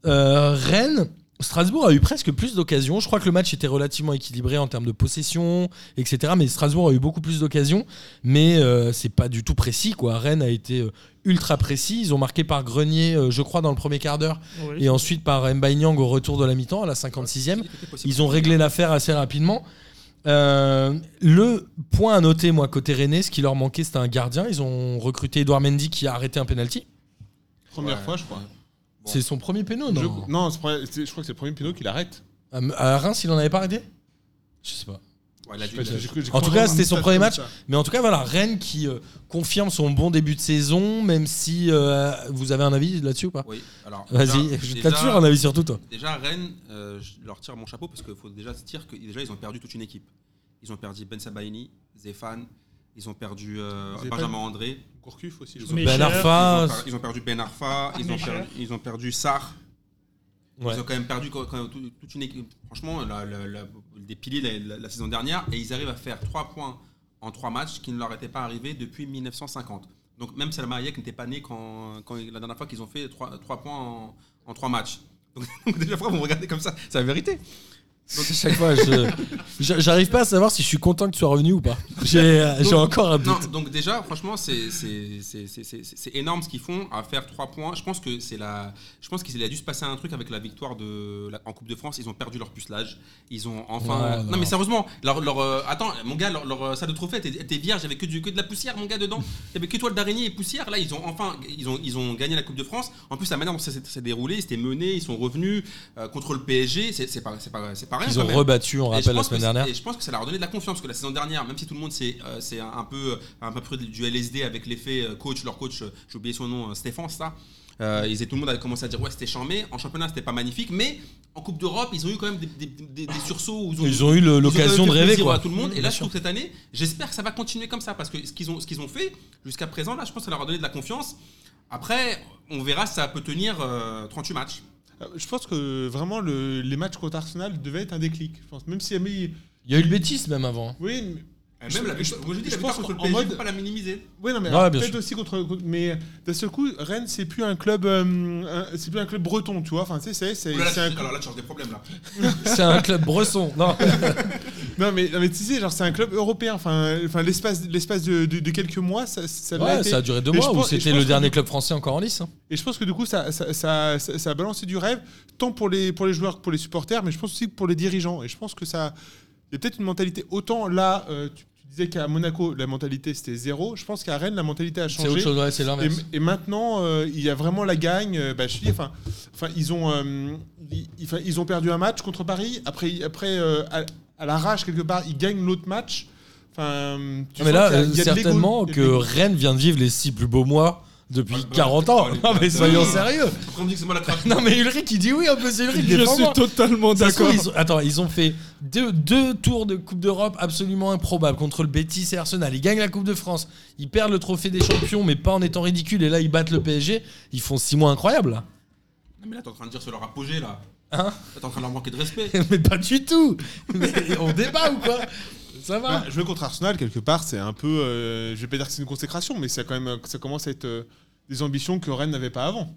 D: Euh, Rennes, Strasbourg a eu presque plus d'occasions. Je crois que le match était relativement équilibré en termes de possession, etc. Mais Strasbourg a eu beaucoup plus d'occasions. Mais euh, c'est pas du tout précis. Quoi. Rennes a été euh, ultra précis. Ils ont marqué par Grenier, euh, je crois, dans le premier quart d'heure.
B: Oui.
D: Et ensuite par Mbaye Niang au retour de la mi-temps, à la 56e. Ils ont réglé l'affaire assez rapidement. Euh, le point à noter, moi, côté Rennes, ce qui leur manquait, c'était un gardien. Ils ont recruté Edouard Mendy qui a arrêté un penalty.
F: Première
A: Ouais.
F: fois, je crois.
A: Bon.
D: C'est son premier péno, non
F: Je- Non, c'est premier- c'est- je crois que c'est le premier Pinot qui l'arrête.
D: À à Reims, il en avait pas arrêté Je sais pas.
A: Ouais, la
F: Je sais pas,
A: Ligue-
F: j'ai- j'ai- j'ai
D: En tout
F: cru
D: cas,
F: avoir
D: c'était
F: un
D: son
F: stat
D: premier
F: comme
D: match.
F: ça.
D: Mais en tout cas, voilà, Rennes qui euh, confirme son bon début de saison, même si euh, vous avez un avis là-dessus ou pas
A: Oui, alors.
D: Vas-y,
A: déjà-
D: je hein,
A: déjà-
D: t'assure un avis sur tout, toi.
A: Déjà, Rennes, euh, je leur tire mon chapeau parce qu'il faut déjà se dire que déjà, ils ont perdu toute une équipe. Ils ont perdu Ben Sabaini, Zéphane, ils ont perdu euh,
F: Zéphane.
A: Benjamin André,
F: Gourcuff aussi, je
A: Ils
F: crois.
B: Mais
D: Ben
B: cher,
A: ils,
D: Arfa,
A: ont, per- ils ont perdu Ben Arfa, ils ont,
B: Michel.
A: perdu- ils ont perdu Sarr.
D: Ouais.
A: Ils ont quand même perdu quand- quand- tout- toute une équipe. Franchement, la- la- la- des piliers la, la- la saison dernière et ils arrivent à faire 3 points en 3 matchs qui ne leur étaient pas arrivés depuis 1950. Donc même Salma Hayek n'était pas né quand, quand- la dernière fois qu'ils ont fait 3, points en, en 3 matchs. Donc déjà, fois, vous me regardez comme ça, c'est la vérité.
D: Donc, à chaque fois, je- je- j'arrive pas à savoir si je suis content que tu sois revenu ou pas. J'ai euh, j'ai encore un
A: Non,
D: doute.
A: donc déjà, franchement, c'est c'est- c'est- c'est- c'est- c'est énorme ce qu'ils font à faire 3 points. Je pense que c'est la, je pense qu'il a dû se passer un truc avec la victoire de la- en Coupe de France. Ils ont perdu leur pucelage. Ils ont enfin.
D: Ouais,
A: non,
D: non.
A: mais sérieusement, leur, leur, euh, attends, mon gars, leur, leur, euh, salle de trophée était, était vierge avec que, du, que de la poussière, mon gars, dedans. Il y avait que toile d'araignée et poussière. Là, ils ont enfin, ils ont, ils ont gagné la Coupe de France. En plus, la manière dont ça s'est s'est déroulé, ils étaient menés, ils sont revenus euh, contre le PSG. C'est c'est pas, c'est pas, c'est pas rien.
D: Ils
A: quand
D: ont
A: même.
D: rebattu,
A: Et
D: on
A: je
D: rappelle, la
A: pense
D: semaine
A: que c'est-
D: dernière.
A: Et je pense que ça leur a donné de la confiance, parce que la saison dernière, même si tout le monde s'est euh, s'est un, un peu un peu pris du LSD avec l'effet euh, coach, leur coach, euh, j'ai oublié son nom, euh, Stéphane, ça. euh, ils étaient, tout le monde avait commencé à dire ouais c'était charmé en championnat c'était pas magnifique mais en coupe d'Europe ils ont eu quand même des, des- des- des sursauts où
D: Ils ont eu
A: ils ont
D: le-
A: quand même
D: l'occasion
A: fait
D: de rêver,
A: plaisir
D: quoi.
A: à tout le
F: Mmh,
A: monde et
D: Bien
A: là je
D: sûr.
A: trouve que cette année j'espère que ça va continuer comme ça parce que ce qu'ils ont ce qu'ils ont fait jusqu'à présent là je pense que ça leur a donné de la confiance après on verra si ça peut tenir euh, 38 matchs
F: Euh, Je pense que vraiment le- les matchs contre Arsenal devaient être un déclic. Je pense. Même si Ami.
D: Il y a eu le bêtise même avant. hein.
F: Oui, mais-
A: Et
F: Je-
A: même la
F: je-
A: victoire- moi, je dis
F: je
A: la victoire
F: pense
A: contre le
F: en
A: PSG
F: mode-
A: faut pas la minimiser
F: Oui, non, mais
D: Ouais,
F: alors,
D: bien
F: peut-être
D: sûr.
F: aussi contre. contre- Mais d'un seul coup, Rennes, c'est plus un club, euh, un- c'est plus un club breton, tu vois. Enfin, tu sais, c'est, c'est,
A: Oh là là,
F: c'est un.
A: tu- Alors là, tu changes des problèmes là.
D: C'est un club bresson. Non.
F: Non, mais, non, mais tu sais, genre, c'est un club européen. Enfin, enfin, l'espace, l'espace de, de- de quelques mois, ça, ça l'a
D: Ouais,
F: été.
D: ça a duré deux
F: Mais
D: mois
F: je
D: où
F: pense- je
D: c'était
F: pense
D: le
F: que-
D: dernier club français encore en lice. hein.
F: Et je pense que du coup, ça, ça, ça, ça- ça a balancé du rêve, tant pour les, pour les joueurs que pour les supporters, mais je pense aussi que pour les dirigeants. Et je pense que ça. Il y a peut-être une mentalité. Autant là, euh, tu, tu disais qu'à Monaco, la mentalité c'était zéro. Je pense qu'à Rennes, la mentalité a
D: C'est
F: changé.
D: autre chose, ouais, c'est l'inverse.
F: Et, et maintenant, euh, il y a vraiment la gagne. euh, bah, je dis, enfin, enfin, ils ont, euh, ils, enfin, ils ont perdu un match contre Paris. Après, après, euh, à, à l'arrache quelque part, ils gagnent l'autre match. Enfin, tu
D: Non, mais
F: sens
D: là,
F: qu'il y a-
D: euh,
F: il y a de l'ego,
D: certainement
F: il y a de
D: que
F: l'ego.
D: Rennes vient de vivre les six plus beaux mois depuis
A: Paul Blatt,
D: 40 ans.
A: Paul
D: Non, mais
A: Blatt.
D: soyons sérieux.
A: Après, on me dit que c'est moi la craque.
D: Non, mais Ulrich, il dit oui un peu, c'est Ulrich.
B: Je
D: défends-moi.
B: suis totalement
D: Ça se trouve,
B: d'accord.
D: ils ont- attends, ils ont fait deux, deux tours de Coupe d'Europe absolument improbables contre le Betis et Arsenal. Ils gagnent la Coupe de France. Ils perdent le trophée des champions, mais pas en étant ridicules. Et là, ils battent le PSG. Ils font six mois incroyables. là.
A: Non, mais là, t'es en train de dire c'est leur apogée, là.
D: Hein
A: Là, T'es en train de leur manquer de respect.
D: mais pas du tout. Mais on débat ou quoi Ça va.
F: Bah, jouer contre Arsenal, quelque part, c'est un peu. euh, je vais pas dire que c'est une consécration, mais ça, quand même, ça commence à être euh, des ambitions que Rennes n'avait pas avant.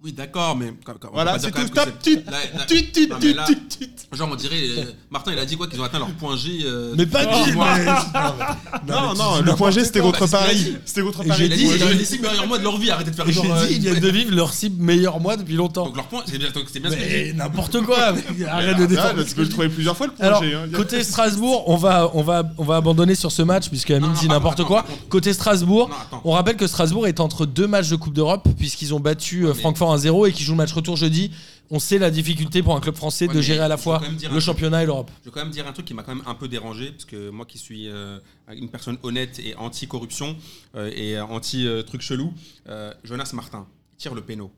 A: Oui, d'accord, mais. quand- quand- on
F: Voilà,
A: peut pas
F: c'est
A: dire
F: tout.
A: quand même
F: Tape,
A: que c'est-
F: tut,
A: Là, là-
F: Tut, tut,
A: Non, mais
F: tut,
A: là-
F: tut, tut.
A: Genre, on dirait. euh, Martin, il a dit quoi Qu'ils ont atteint leur point G. euh,
D: Mais pas
A: depuis
D: dit,
A: trois mois.
F: Non, non, le point G, c'était
A: quoi,
F: contre
A: bah, c'est
F: Paris.
A: facile.
F: C'était contre
D: Et j'ai
F: Paris.
A: Il a dit,
F: Ouais,
A: ils ont
F: je-
A: laissé le meilleur mois de leur vie, arrêtez de faire
D: Et J'ai
A: genre. euh,
D: dit, il y a de vivre leur cible meilleur moi depuis longtemps.
A: Donc, leur point, c'est bien, donc c'est bien ce que j'ai dit.
D: Mais n'importe quoi. mais Arrête de
F: Ah,
D: défendre.
F: là, tu peux le trouver plusieurs fois le point
D: Alors,
F: G. hein. Il y a-
D: côté Strasbourg, on va, on, va, on va abandonner sur ce match puisque Amine
A: Non, non,
D: dit
A: par
D: n'importe
A: contre,
D: quoi.
A: par contre.
D: Côté Strasbourg,
A: Non, attends.
D: on rappelle que Strasbourg est entre deux matchs de Coupe d'Europe puisqu'ils ont battu euh,
A: mais-
D: Francfort 1-0 et qu'ils jouent le match retour jeudi. On sait la difficulté pour un club français
A: Ouais,
D: de
A: mais
D: gérer à la
A: je
D: fois
A: veux quand même dire un
D: le
A: truc.
D: championnat et l'Europe.
A: Je vais quand même dire un truc qui m'a quand même un peu dérangé, parce que moi qui suis euh, une personne honnête et anti-corruption euh, et anti-truc chelou, euh, Jonas Martin il tire le péno.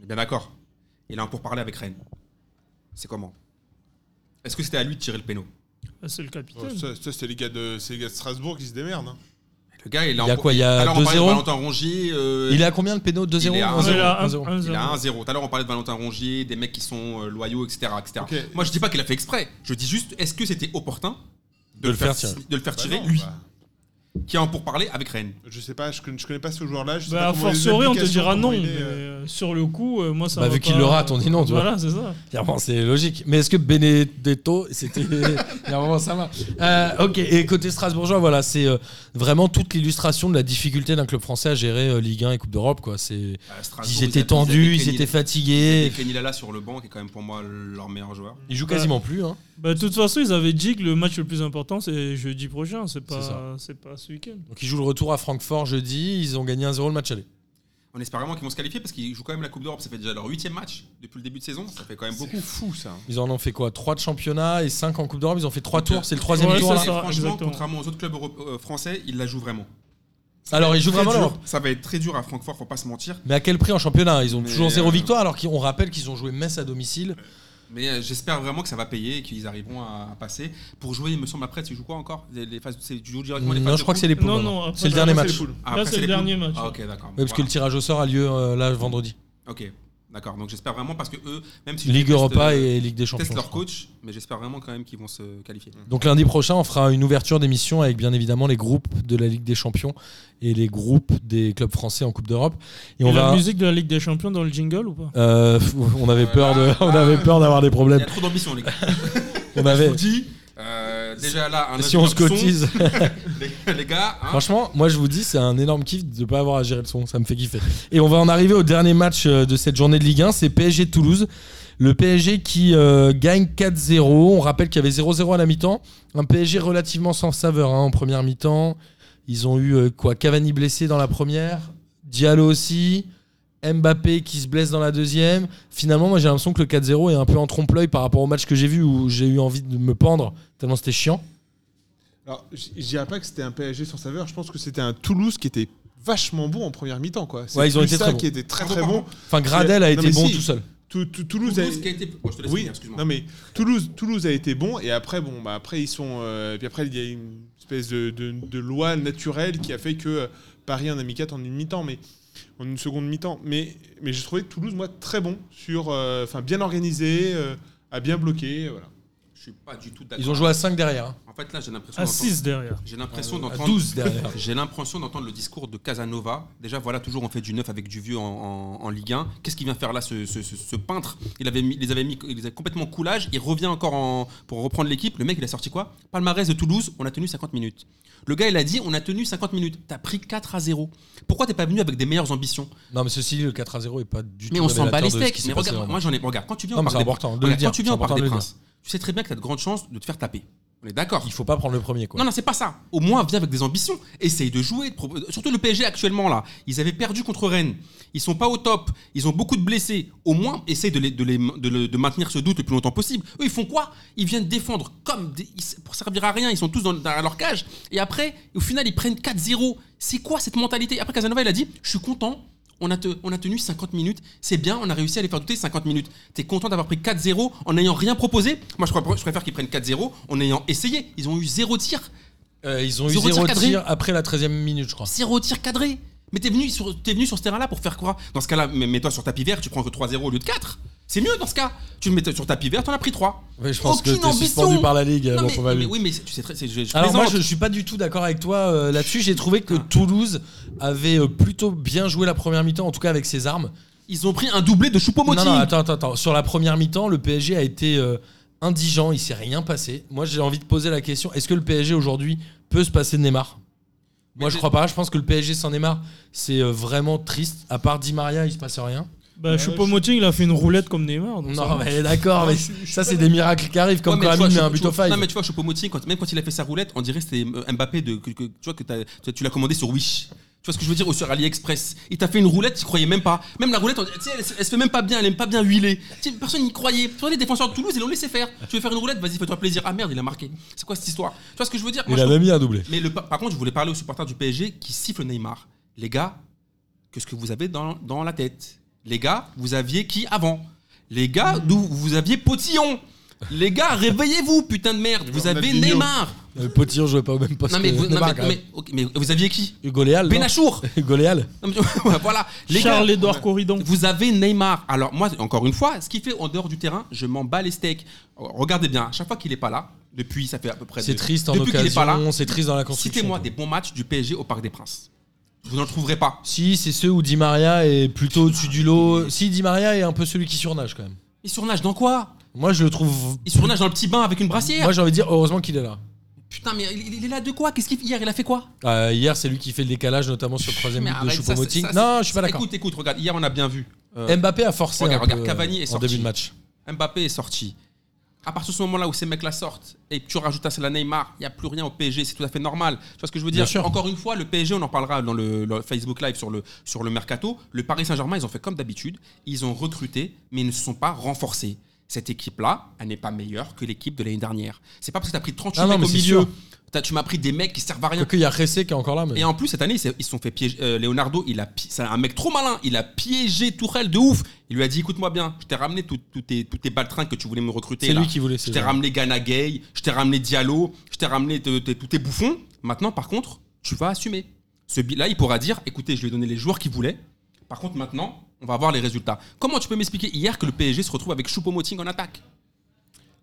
A: On est bien d'accord Il a un pourparler avec Rennes. C'est comment Est-ce que c'était à lui de tirer le péno
B: Ah, C'est le
F: Oh,
B: capitaine.
F: Ça, ça, c'est les, gars de- c'est les gars de Strasbourg qui se démerdent. hein.
A: Le gars, il est
D: Il y a
A: en-
D: quoi, il y a
A: Alors, on parlait de
D: 2-0?
A: Valentin Rongier. euh,
D: Il est à combien le péno 2-0
A: Il est à
D: 1-0,
B: Il a un-
D: 1-0.
B: un
A: Il a
B: zéro.
A: 1-0. Tout à l'heure, on parlait de Valentin Rongier, des mecs qui sont euh, loyaux, etc. etc.
F: Ok.
A: Moi, je dis pas qu'il a fait exprès. Je dis juste, est-ce que c'était opportun de, le faire,
D: tirer.
A: de le faire
F: Bah
A: tirer,
F: non,
A: lui,
F: bah,
A: qui a un pourparler avec Rennes
F: Je sais pas, je connais, je connais pas ce joueur-là. je sais
B: Bah,
F: pas
B: a
F: comment les
B: fortiori, on te
F: applications,
B: dira
F: comment
B: non.
F: il
B: mais,
F: est, euh.
B: euh, sur le coup, euh, moi, ça
D: Bah,
B: m'a
D: vu
B: pas-
D: qu'il le rate, on dit non, tu vois.
B: Voilà, c'est ça.
D: Clairement, c'est logique. Mais est-ce que Benedetto, c'était. Il y a un moment, ça va. Euh, ok, et côté Strasbourgeois, voilà, c'est euh, vraiment toute l'illustration de la difficulté d'un club français à gérer euh, Ligue 1 et Coupe d'Europe, quoi. C'est.
A: À Strasbourg,
D: Ils étaient tendus, ils étaient
A: Et
D: fatigués.
A: Kenny Lala sur le banc, qui est quand même pour moi leur meilleur joueur.
D: Ils jouent quasiment plus. Hein.
B: Bah, de toute façon, ils avaient dit que le match le plus important, c'est jeudi prochain. C'est
D: C'est
B: pas,
D: ça.
B: c'est pas ce week-end.
D: Donc ils jouent le retour à Francfort jeudi. Ils ont gagné 1-0 le match aller.
A: On espère vraiment qu'ils vont se qualifier parce qu'ils jouent quand même la Coupe d'Europe. Ça fait déjà leur huitième match depuis le début de saison. Ça fait quand même beaucoup.
F: C'est fou ça.
D: Ils en ont fait quoi 3 de championnat et 5 en Coupe d'Europe. Ils ont fait 3
A: Donc, euh,
D: tours. C'est le troisième
B: ouais,
D: tour. hein.
B: ça,
D: là.
A: Et
B: ça.
A: franchement,
B: exactement.
A: contrairement aux autres clubs euro- euh, français, ils la jouent vraiment.
D: Alors ils jouent
A: Très
D: vraiment
A: dur.
D: l'Europe.
A: Ça va être très dur à Francfort, faut pas se mentir.
D: Mais à quel prix en championnat Ils ont
A: Mais,
D: toujours 0
A: euh,
D: victoire alors qu'on rappelle qu'ils ont joué Metz à domicile.
A: Mais euh, j'espère vraiment que ça va payer et qu'ils arriveront à, à passer. Pour jouer, il me semble, après, tu joues quoi encore les, les phases, c'est- Tu joues directement les phases
D: Non,
A: de
D: je crois que
A: poule
D: c'est les poules.
B: Non,
D: maintenant.
B: non, après,
D: c'est le
B: là,
D: dernier
B: c'est
D: match.
B: les poules.
A: Ah,
B: Là,
A: après,
B: c'est le
A: les poules.
B: dernier match.
A: Ah, ok, d'accord.
D: Oui, parce que le tirage au sort a lieu euh, là vendredi.
A: Ok, d'accord. Donc j'espère vraiment parce que eux, même si
D: Ligue
A: je déteste,
D: Europa
A: euh,
D: et Ligue des
A: je
D: Champions.
A: déteste
D: je
A: leur
D: crois.
A: coach, mais j'espère vraiment quand même qu'ils vont se qualifier.
D: Donc lundi prochain, on fera une ouverture d'émission avec bien évidemment les groupes de la Ligue des Champions et les groupes des clubs français en Coupe d'Europe. Et on
B: Et La
D: va.
B: musique de la Ligue des Champions dans le jingle ou pas
D: Euh, on avait peur de, on avait peur d'avoir des
A: Il y
D: problèmes.
A: a trop d'ambition, les gars.
D: On
A: Je
D: avait.
A: vous dis, euh, déjà là, un
D: Si on se
A: ingénieur son,
D: cotise.
A: les, les gars, hein,
D: Franchement, moi je vous dis, c'est un énorme kiff de ne pas avoir à gérer le son, ça me fait kiffer. Et on va en arriver au dernier match euh, de cette journée de Ligue 1, c'est PSG Toulouse. Le PSG qui euh, gagne 4-0, on rappelle qu'il y avait 0-0 à la mi-temps, un PSG relativement sans saveur hein, en première mi-temps. Ils ont eu euh, quoi Cavani blessé dans la première, Diallo aussi, Mbappé qui se blesse dans la deuxième. Finalement, moi j'ai l'impression que le 4-0 est un peu en trompe-l'œil par rapport au match que j'ai vu où j'ai eu envie de me pendre tellement c'était chiant.
F: Alors, je je dirais pas que c'était un PSG sans saveur. Je pense que c'était un Toulouse qui était vachement bon en première mi-temps. Quoi. C'est
D: Ouais, ils ont
F: plus
D: été
F: ça
D: très bons.
F: qui était très
A: Très
F: très
A: bons,
F: bon.
D: Enfin, Gradel a
F: Non,
D: été
F: mais
D: bon
F: si.
D: tout seul.
F: Tou- tou- Toulouse,
A: Toulouse
F: a-
A: qui a été- bon, je te laisse
F: Oui,
A: finir, excuse-moi.
F: non mais Toulouse, Toulouse a été bon et après bon bah après ils sont euh, et puis après il y a une espèce de, de- de loi naturelle qui a fait que euh, Paris en a mis 4 en une mi-temps mais en une seconde mi-temps mais mais j'ai trouvé Toulouse moi très bon sur euh, enfin bien organisé euh, à bien bloquer voilà.
A: Je suis pas du tout d'accord.
D: Ils ont joué à 5 derrière. hein.
A: En fait, là, j'ai l'impression.
B: À
A: d'entendre-
B: 6 derrière.
A: J'ai l'impression
D: à
A: d'entendre.
D: 12 Euh, derrière.
A: J'ai l'impression d'entendre le discours de Casanova. Déjà, voilà, toujours on fait du neuf avec du vieux en, en- en Ligue 1. Qu'est-ce qu'il vient faire là, ce, ce- ce- ce peintre Il avait mis- il les avait mis, il les a complètement coulage. Il revient encore en- pour reprendre l'équipe. Le mec, il a sorti quoi Palmarès de Toulouse. On a tenu 50 minutes. Le gars, il a dit, on a tenu 50 minutes. T'as pris 4 à 0. Pourquoi t'es pas venu avec des meilleures ambitions
D: Non, mais ceci, dit, le 4 à 0 est pas du tout.
A: Mais on s'en bat les
D: révélateur de ce
A: steaks.
D: qui s'est
A: Mais
D: passé
A: regarde,
D: vraiment.
A: moi j'en ai. Regarde, quand tu viens
D: Non,
A: au
D: mais
A: Parc
D: c'est
A: des-
D: important de le
A: regarde,
D: dire,
A: quand tu
D: c'est
A: viens au
D: important
A: Parc
D: de
A: des
D: le dire.
A: Princes, tu sais très bien que t'as de grandes chances de te faire taper. On est d'accord.
D: Il faut pas prendre le premier, quoi.
A: Non, non, c'est pas ça. Au moins, viens avec des ambitions. Essaye de jouer. de pro- euh, Surtout le PSG actuellement, là. Ils avaient perdu contre Rennes. Ils sont pas au top. Ils ont beaucoup de blessés. Au moins, essaye de, les- de, les- de le- de maintenir ce doute le plus longtemps possible. Eux, ils font quoi Ils viennent défendre comme des- ils- pour servir à rien. Ils sont tous dans, derrière leur cage. Et après, au final, ils prennent 4-0. C'est quoi cette mentalité Après, Casanova, il a dit Je suis content, on a, te- on a tenu 50 minutes, c'est bien, on a réussi à les faire douter 50 minutes. T'es content d'avoir pris 4-0 en n'ayant rien proposé Moi, je préfère, je préfère qu'ils prennent 4-0 en ayant essayé. Ils ont eu zéro tir,
D: Euh, ils ont eu
A: Zéro
D: zéro
A: tir
D: tir,
A: cadré.
D: après la 13e minute, je crois.
A: zéro tir cadré. Mais t'es venu, sur- t'es venu sur ce terrain-là pour faire quoi Dans ce cas-là, mets- mets-toi sur tapis vert, tu prends que 3-0 au lieu de 4. C'est mieux dans ce cas. Tu le mets sur tapis vert, t'en as pris 3.
D: Ouais, je pense
A: Aucune
D: que t'es suspendu
A: ambition.
D: par la Ligue.
A: Non,
D: Ah, bon,
A: mais,
D: on va
A: mais
D: lui.
A: oui, mais Ah. c'est- tu sais très. c'est- Je, je
D: Alors moi
A: plaisante.
D: je, je suis pas du tout d'accord avec toi euh, là-dessus. J'ai trouvé que Toulouse avait euh, plutôt bien joué la première mi-temps, en tout cas avec ses armes.
A: Ils ont pris un doublé de choupo
D: Non, non, attends, attends, attends. Sur la première mi-temps, le PSG a été euh, indigent, il s'est rien passé. Moi j'ai envie de poser la question, est-ce que le PSG aujourd'hui peut se passer de Neymar
A: Mais
D: Moi je
A: c'est-
D: crois pas, je pense que le PSG sans Neymar c'est euh, vraiment triste. À part Di Maria, il se passe rien.
B: Bah, Choupo-Moting, il a fait une roulette comme Neymar. donc ça
D: Non
B: va.
D: mais d'accord, mais ça c'est des miracles qui arrivent, comme
A: Ouais, mais
D: quand
A: tu vois,
D: Amine met un
A: Choupo-
D: but au five.
A: Non, mais tu vois, Choupo-Moting, quand, même quand il a fait sa roulette, on dirait que c'était euh, Mbappé de, que, que- tu vois, que t'as- tu- tu l'as commandé sur Wish. Tu vois ce que je veux dire Ou sur AliExpress. Il t'a fait une roulette, tu croyais même pas. Même la roulette, on- tu sais, elle, se- elle se fait même pas bien, elle aime pas bien huiler. Tu sais, personne n'y croyait. Tu vois, les défenseurs de Toulouse, ils l'ont laissé faire. Tu veux faire une roulette Vas-y, fais-toi plaisir. Ah merde, il a marqué. C'est quoi cette histoire Tu vois ce que je veux dire Moi, je trouve-
D: mis un doublé.
A: Mais le, pa- par contre, je voulais parler aux supporters du PSG qui sifflent Neymar. Les gars, qu'est-ce que vous avez dans, dans la tête Les gars, vous aviez qui avant Les
D: Hmm.
A: gars, d'où vous aviez Potillon Les gars, réveillez-vous, putain de merde Vous avez
F: Ronaldinho.
A: Neymar
D: Le Potillon Euh, jouait pas au même poste
A: non mais,
D: que
A: vous, non,
D: Neymar,
A: mais-
D: quand
A: non,
D: même.
A: mais- ok, mais vous aviez qui
D: Hugo Léal, non
A: Benachour
D: Hugo Léal.
A: Non, mais- Voilà, les gars,
B: Charles-Édouard Corridon.
A: vous avez Neymar. Alors moi, encore une fois, ce qu'il fait en dehors du terrain, je m'en bats les steaks. Regardez bien, à chaque fois qu'il n'est pas là, depuis, ça fait à peu près...
D: C'est
A: de-
D: triste en
A: depuis qu'il est pas là,
D: occasion, c'est triste dans la construction.
A: Citez-moi des bons matchs du PSG au Parc des Princes. Vous n'en trouverez pas.
D: Si, c'est ceux où Di Maria est plutôt au-dessus du lot. Si, Di Maria est un peu celui qui surnage quand même.
A: Il surnage dans quoi
D: Moi, je le trouve.
A: Il surnage dans le petit bain avec une brassière
D: Moi, j'ai envie de dire, heureusement qu'il est là.
A: Putain, mais il, il est là de quoi Qu'est-ce qu'il fait hier Il a fait quoi
D: Euh, hier, c'est lui qui fait le décalage, notamment sur le troisième
A: Mais
D: but de
A: arrête, ça,
D: Choupo-Moting.
A: ça, ça,
D: Non,
A: c'est-
D: je suis pas d'accord.
A: Écoute, écoute, regarde, hier on a bien vu. Euh,
D: Mbappé a forcé
A: Regarde,
D: un
A: regarde,
D: peu,
A: Cavani est
D: euh, en
A: sorti.
D: début de match.
A: Mbappé est sorti. À partir de ce moment-là où ces mecs la sortent et tu rajoutes à cela Neymar, il n'y a plus rien au PSG, c'est tout à fait normal. Tu vois ce que je veux dire
D: Bien sûr.
A: Encore une fois, le PSG, on en parlera dans le, le Facebook Live sur le, sur le mercato. Le Paris Saint-Germain, ils ont fait comme d'habitude. Ils ont recruté, mais ils ne se sont pas renforcés. Cette équipe-là, elle n'est pas meilleure que l'équipe de l'année dernière. C'est pas parce que tu as pris 38
D: Ah non,
A: mecs
D: mais
A: au
D: c'est
A: milieu.
D: sûr.
A: T'as- Tu m'as pris des mecs qui servent à rien.
D: Quoique, il y a Ressé qui est encore là. Mais...
A: Et en plus, cette année, ils se- ils se sont fait piéger. euh, Leonardo, il a, pi- c'est un mec trop malin. Il a piégé Tourelle de ouf. Il lui a dit écoute-moi bien, je t'ai ramené tout- tout tes, tous tes baltrins que tu voulais me recruter.
D: C'est
A: là.
D: lui qui voulait.
A: Je
D: c'est
A: t'ai
D: vrai.
A: ramené Ghana Gay, je t'ai ramené Diallo, je t'ai ramené te- te- tous tes bouffons. Maintenant, par contre, tu vas assumer. Ce bi- là, il pourra dire écoutez, je lui ai donné les joueurs qu'il voulait. Par contre, maintenant, on va voir les résultats. Comment tu peux m'expliquer hier que le PSG se retrouve avec Choupo-Moting en attaque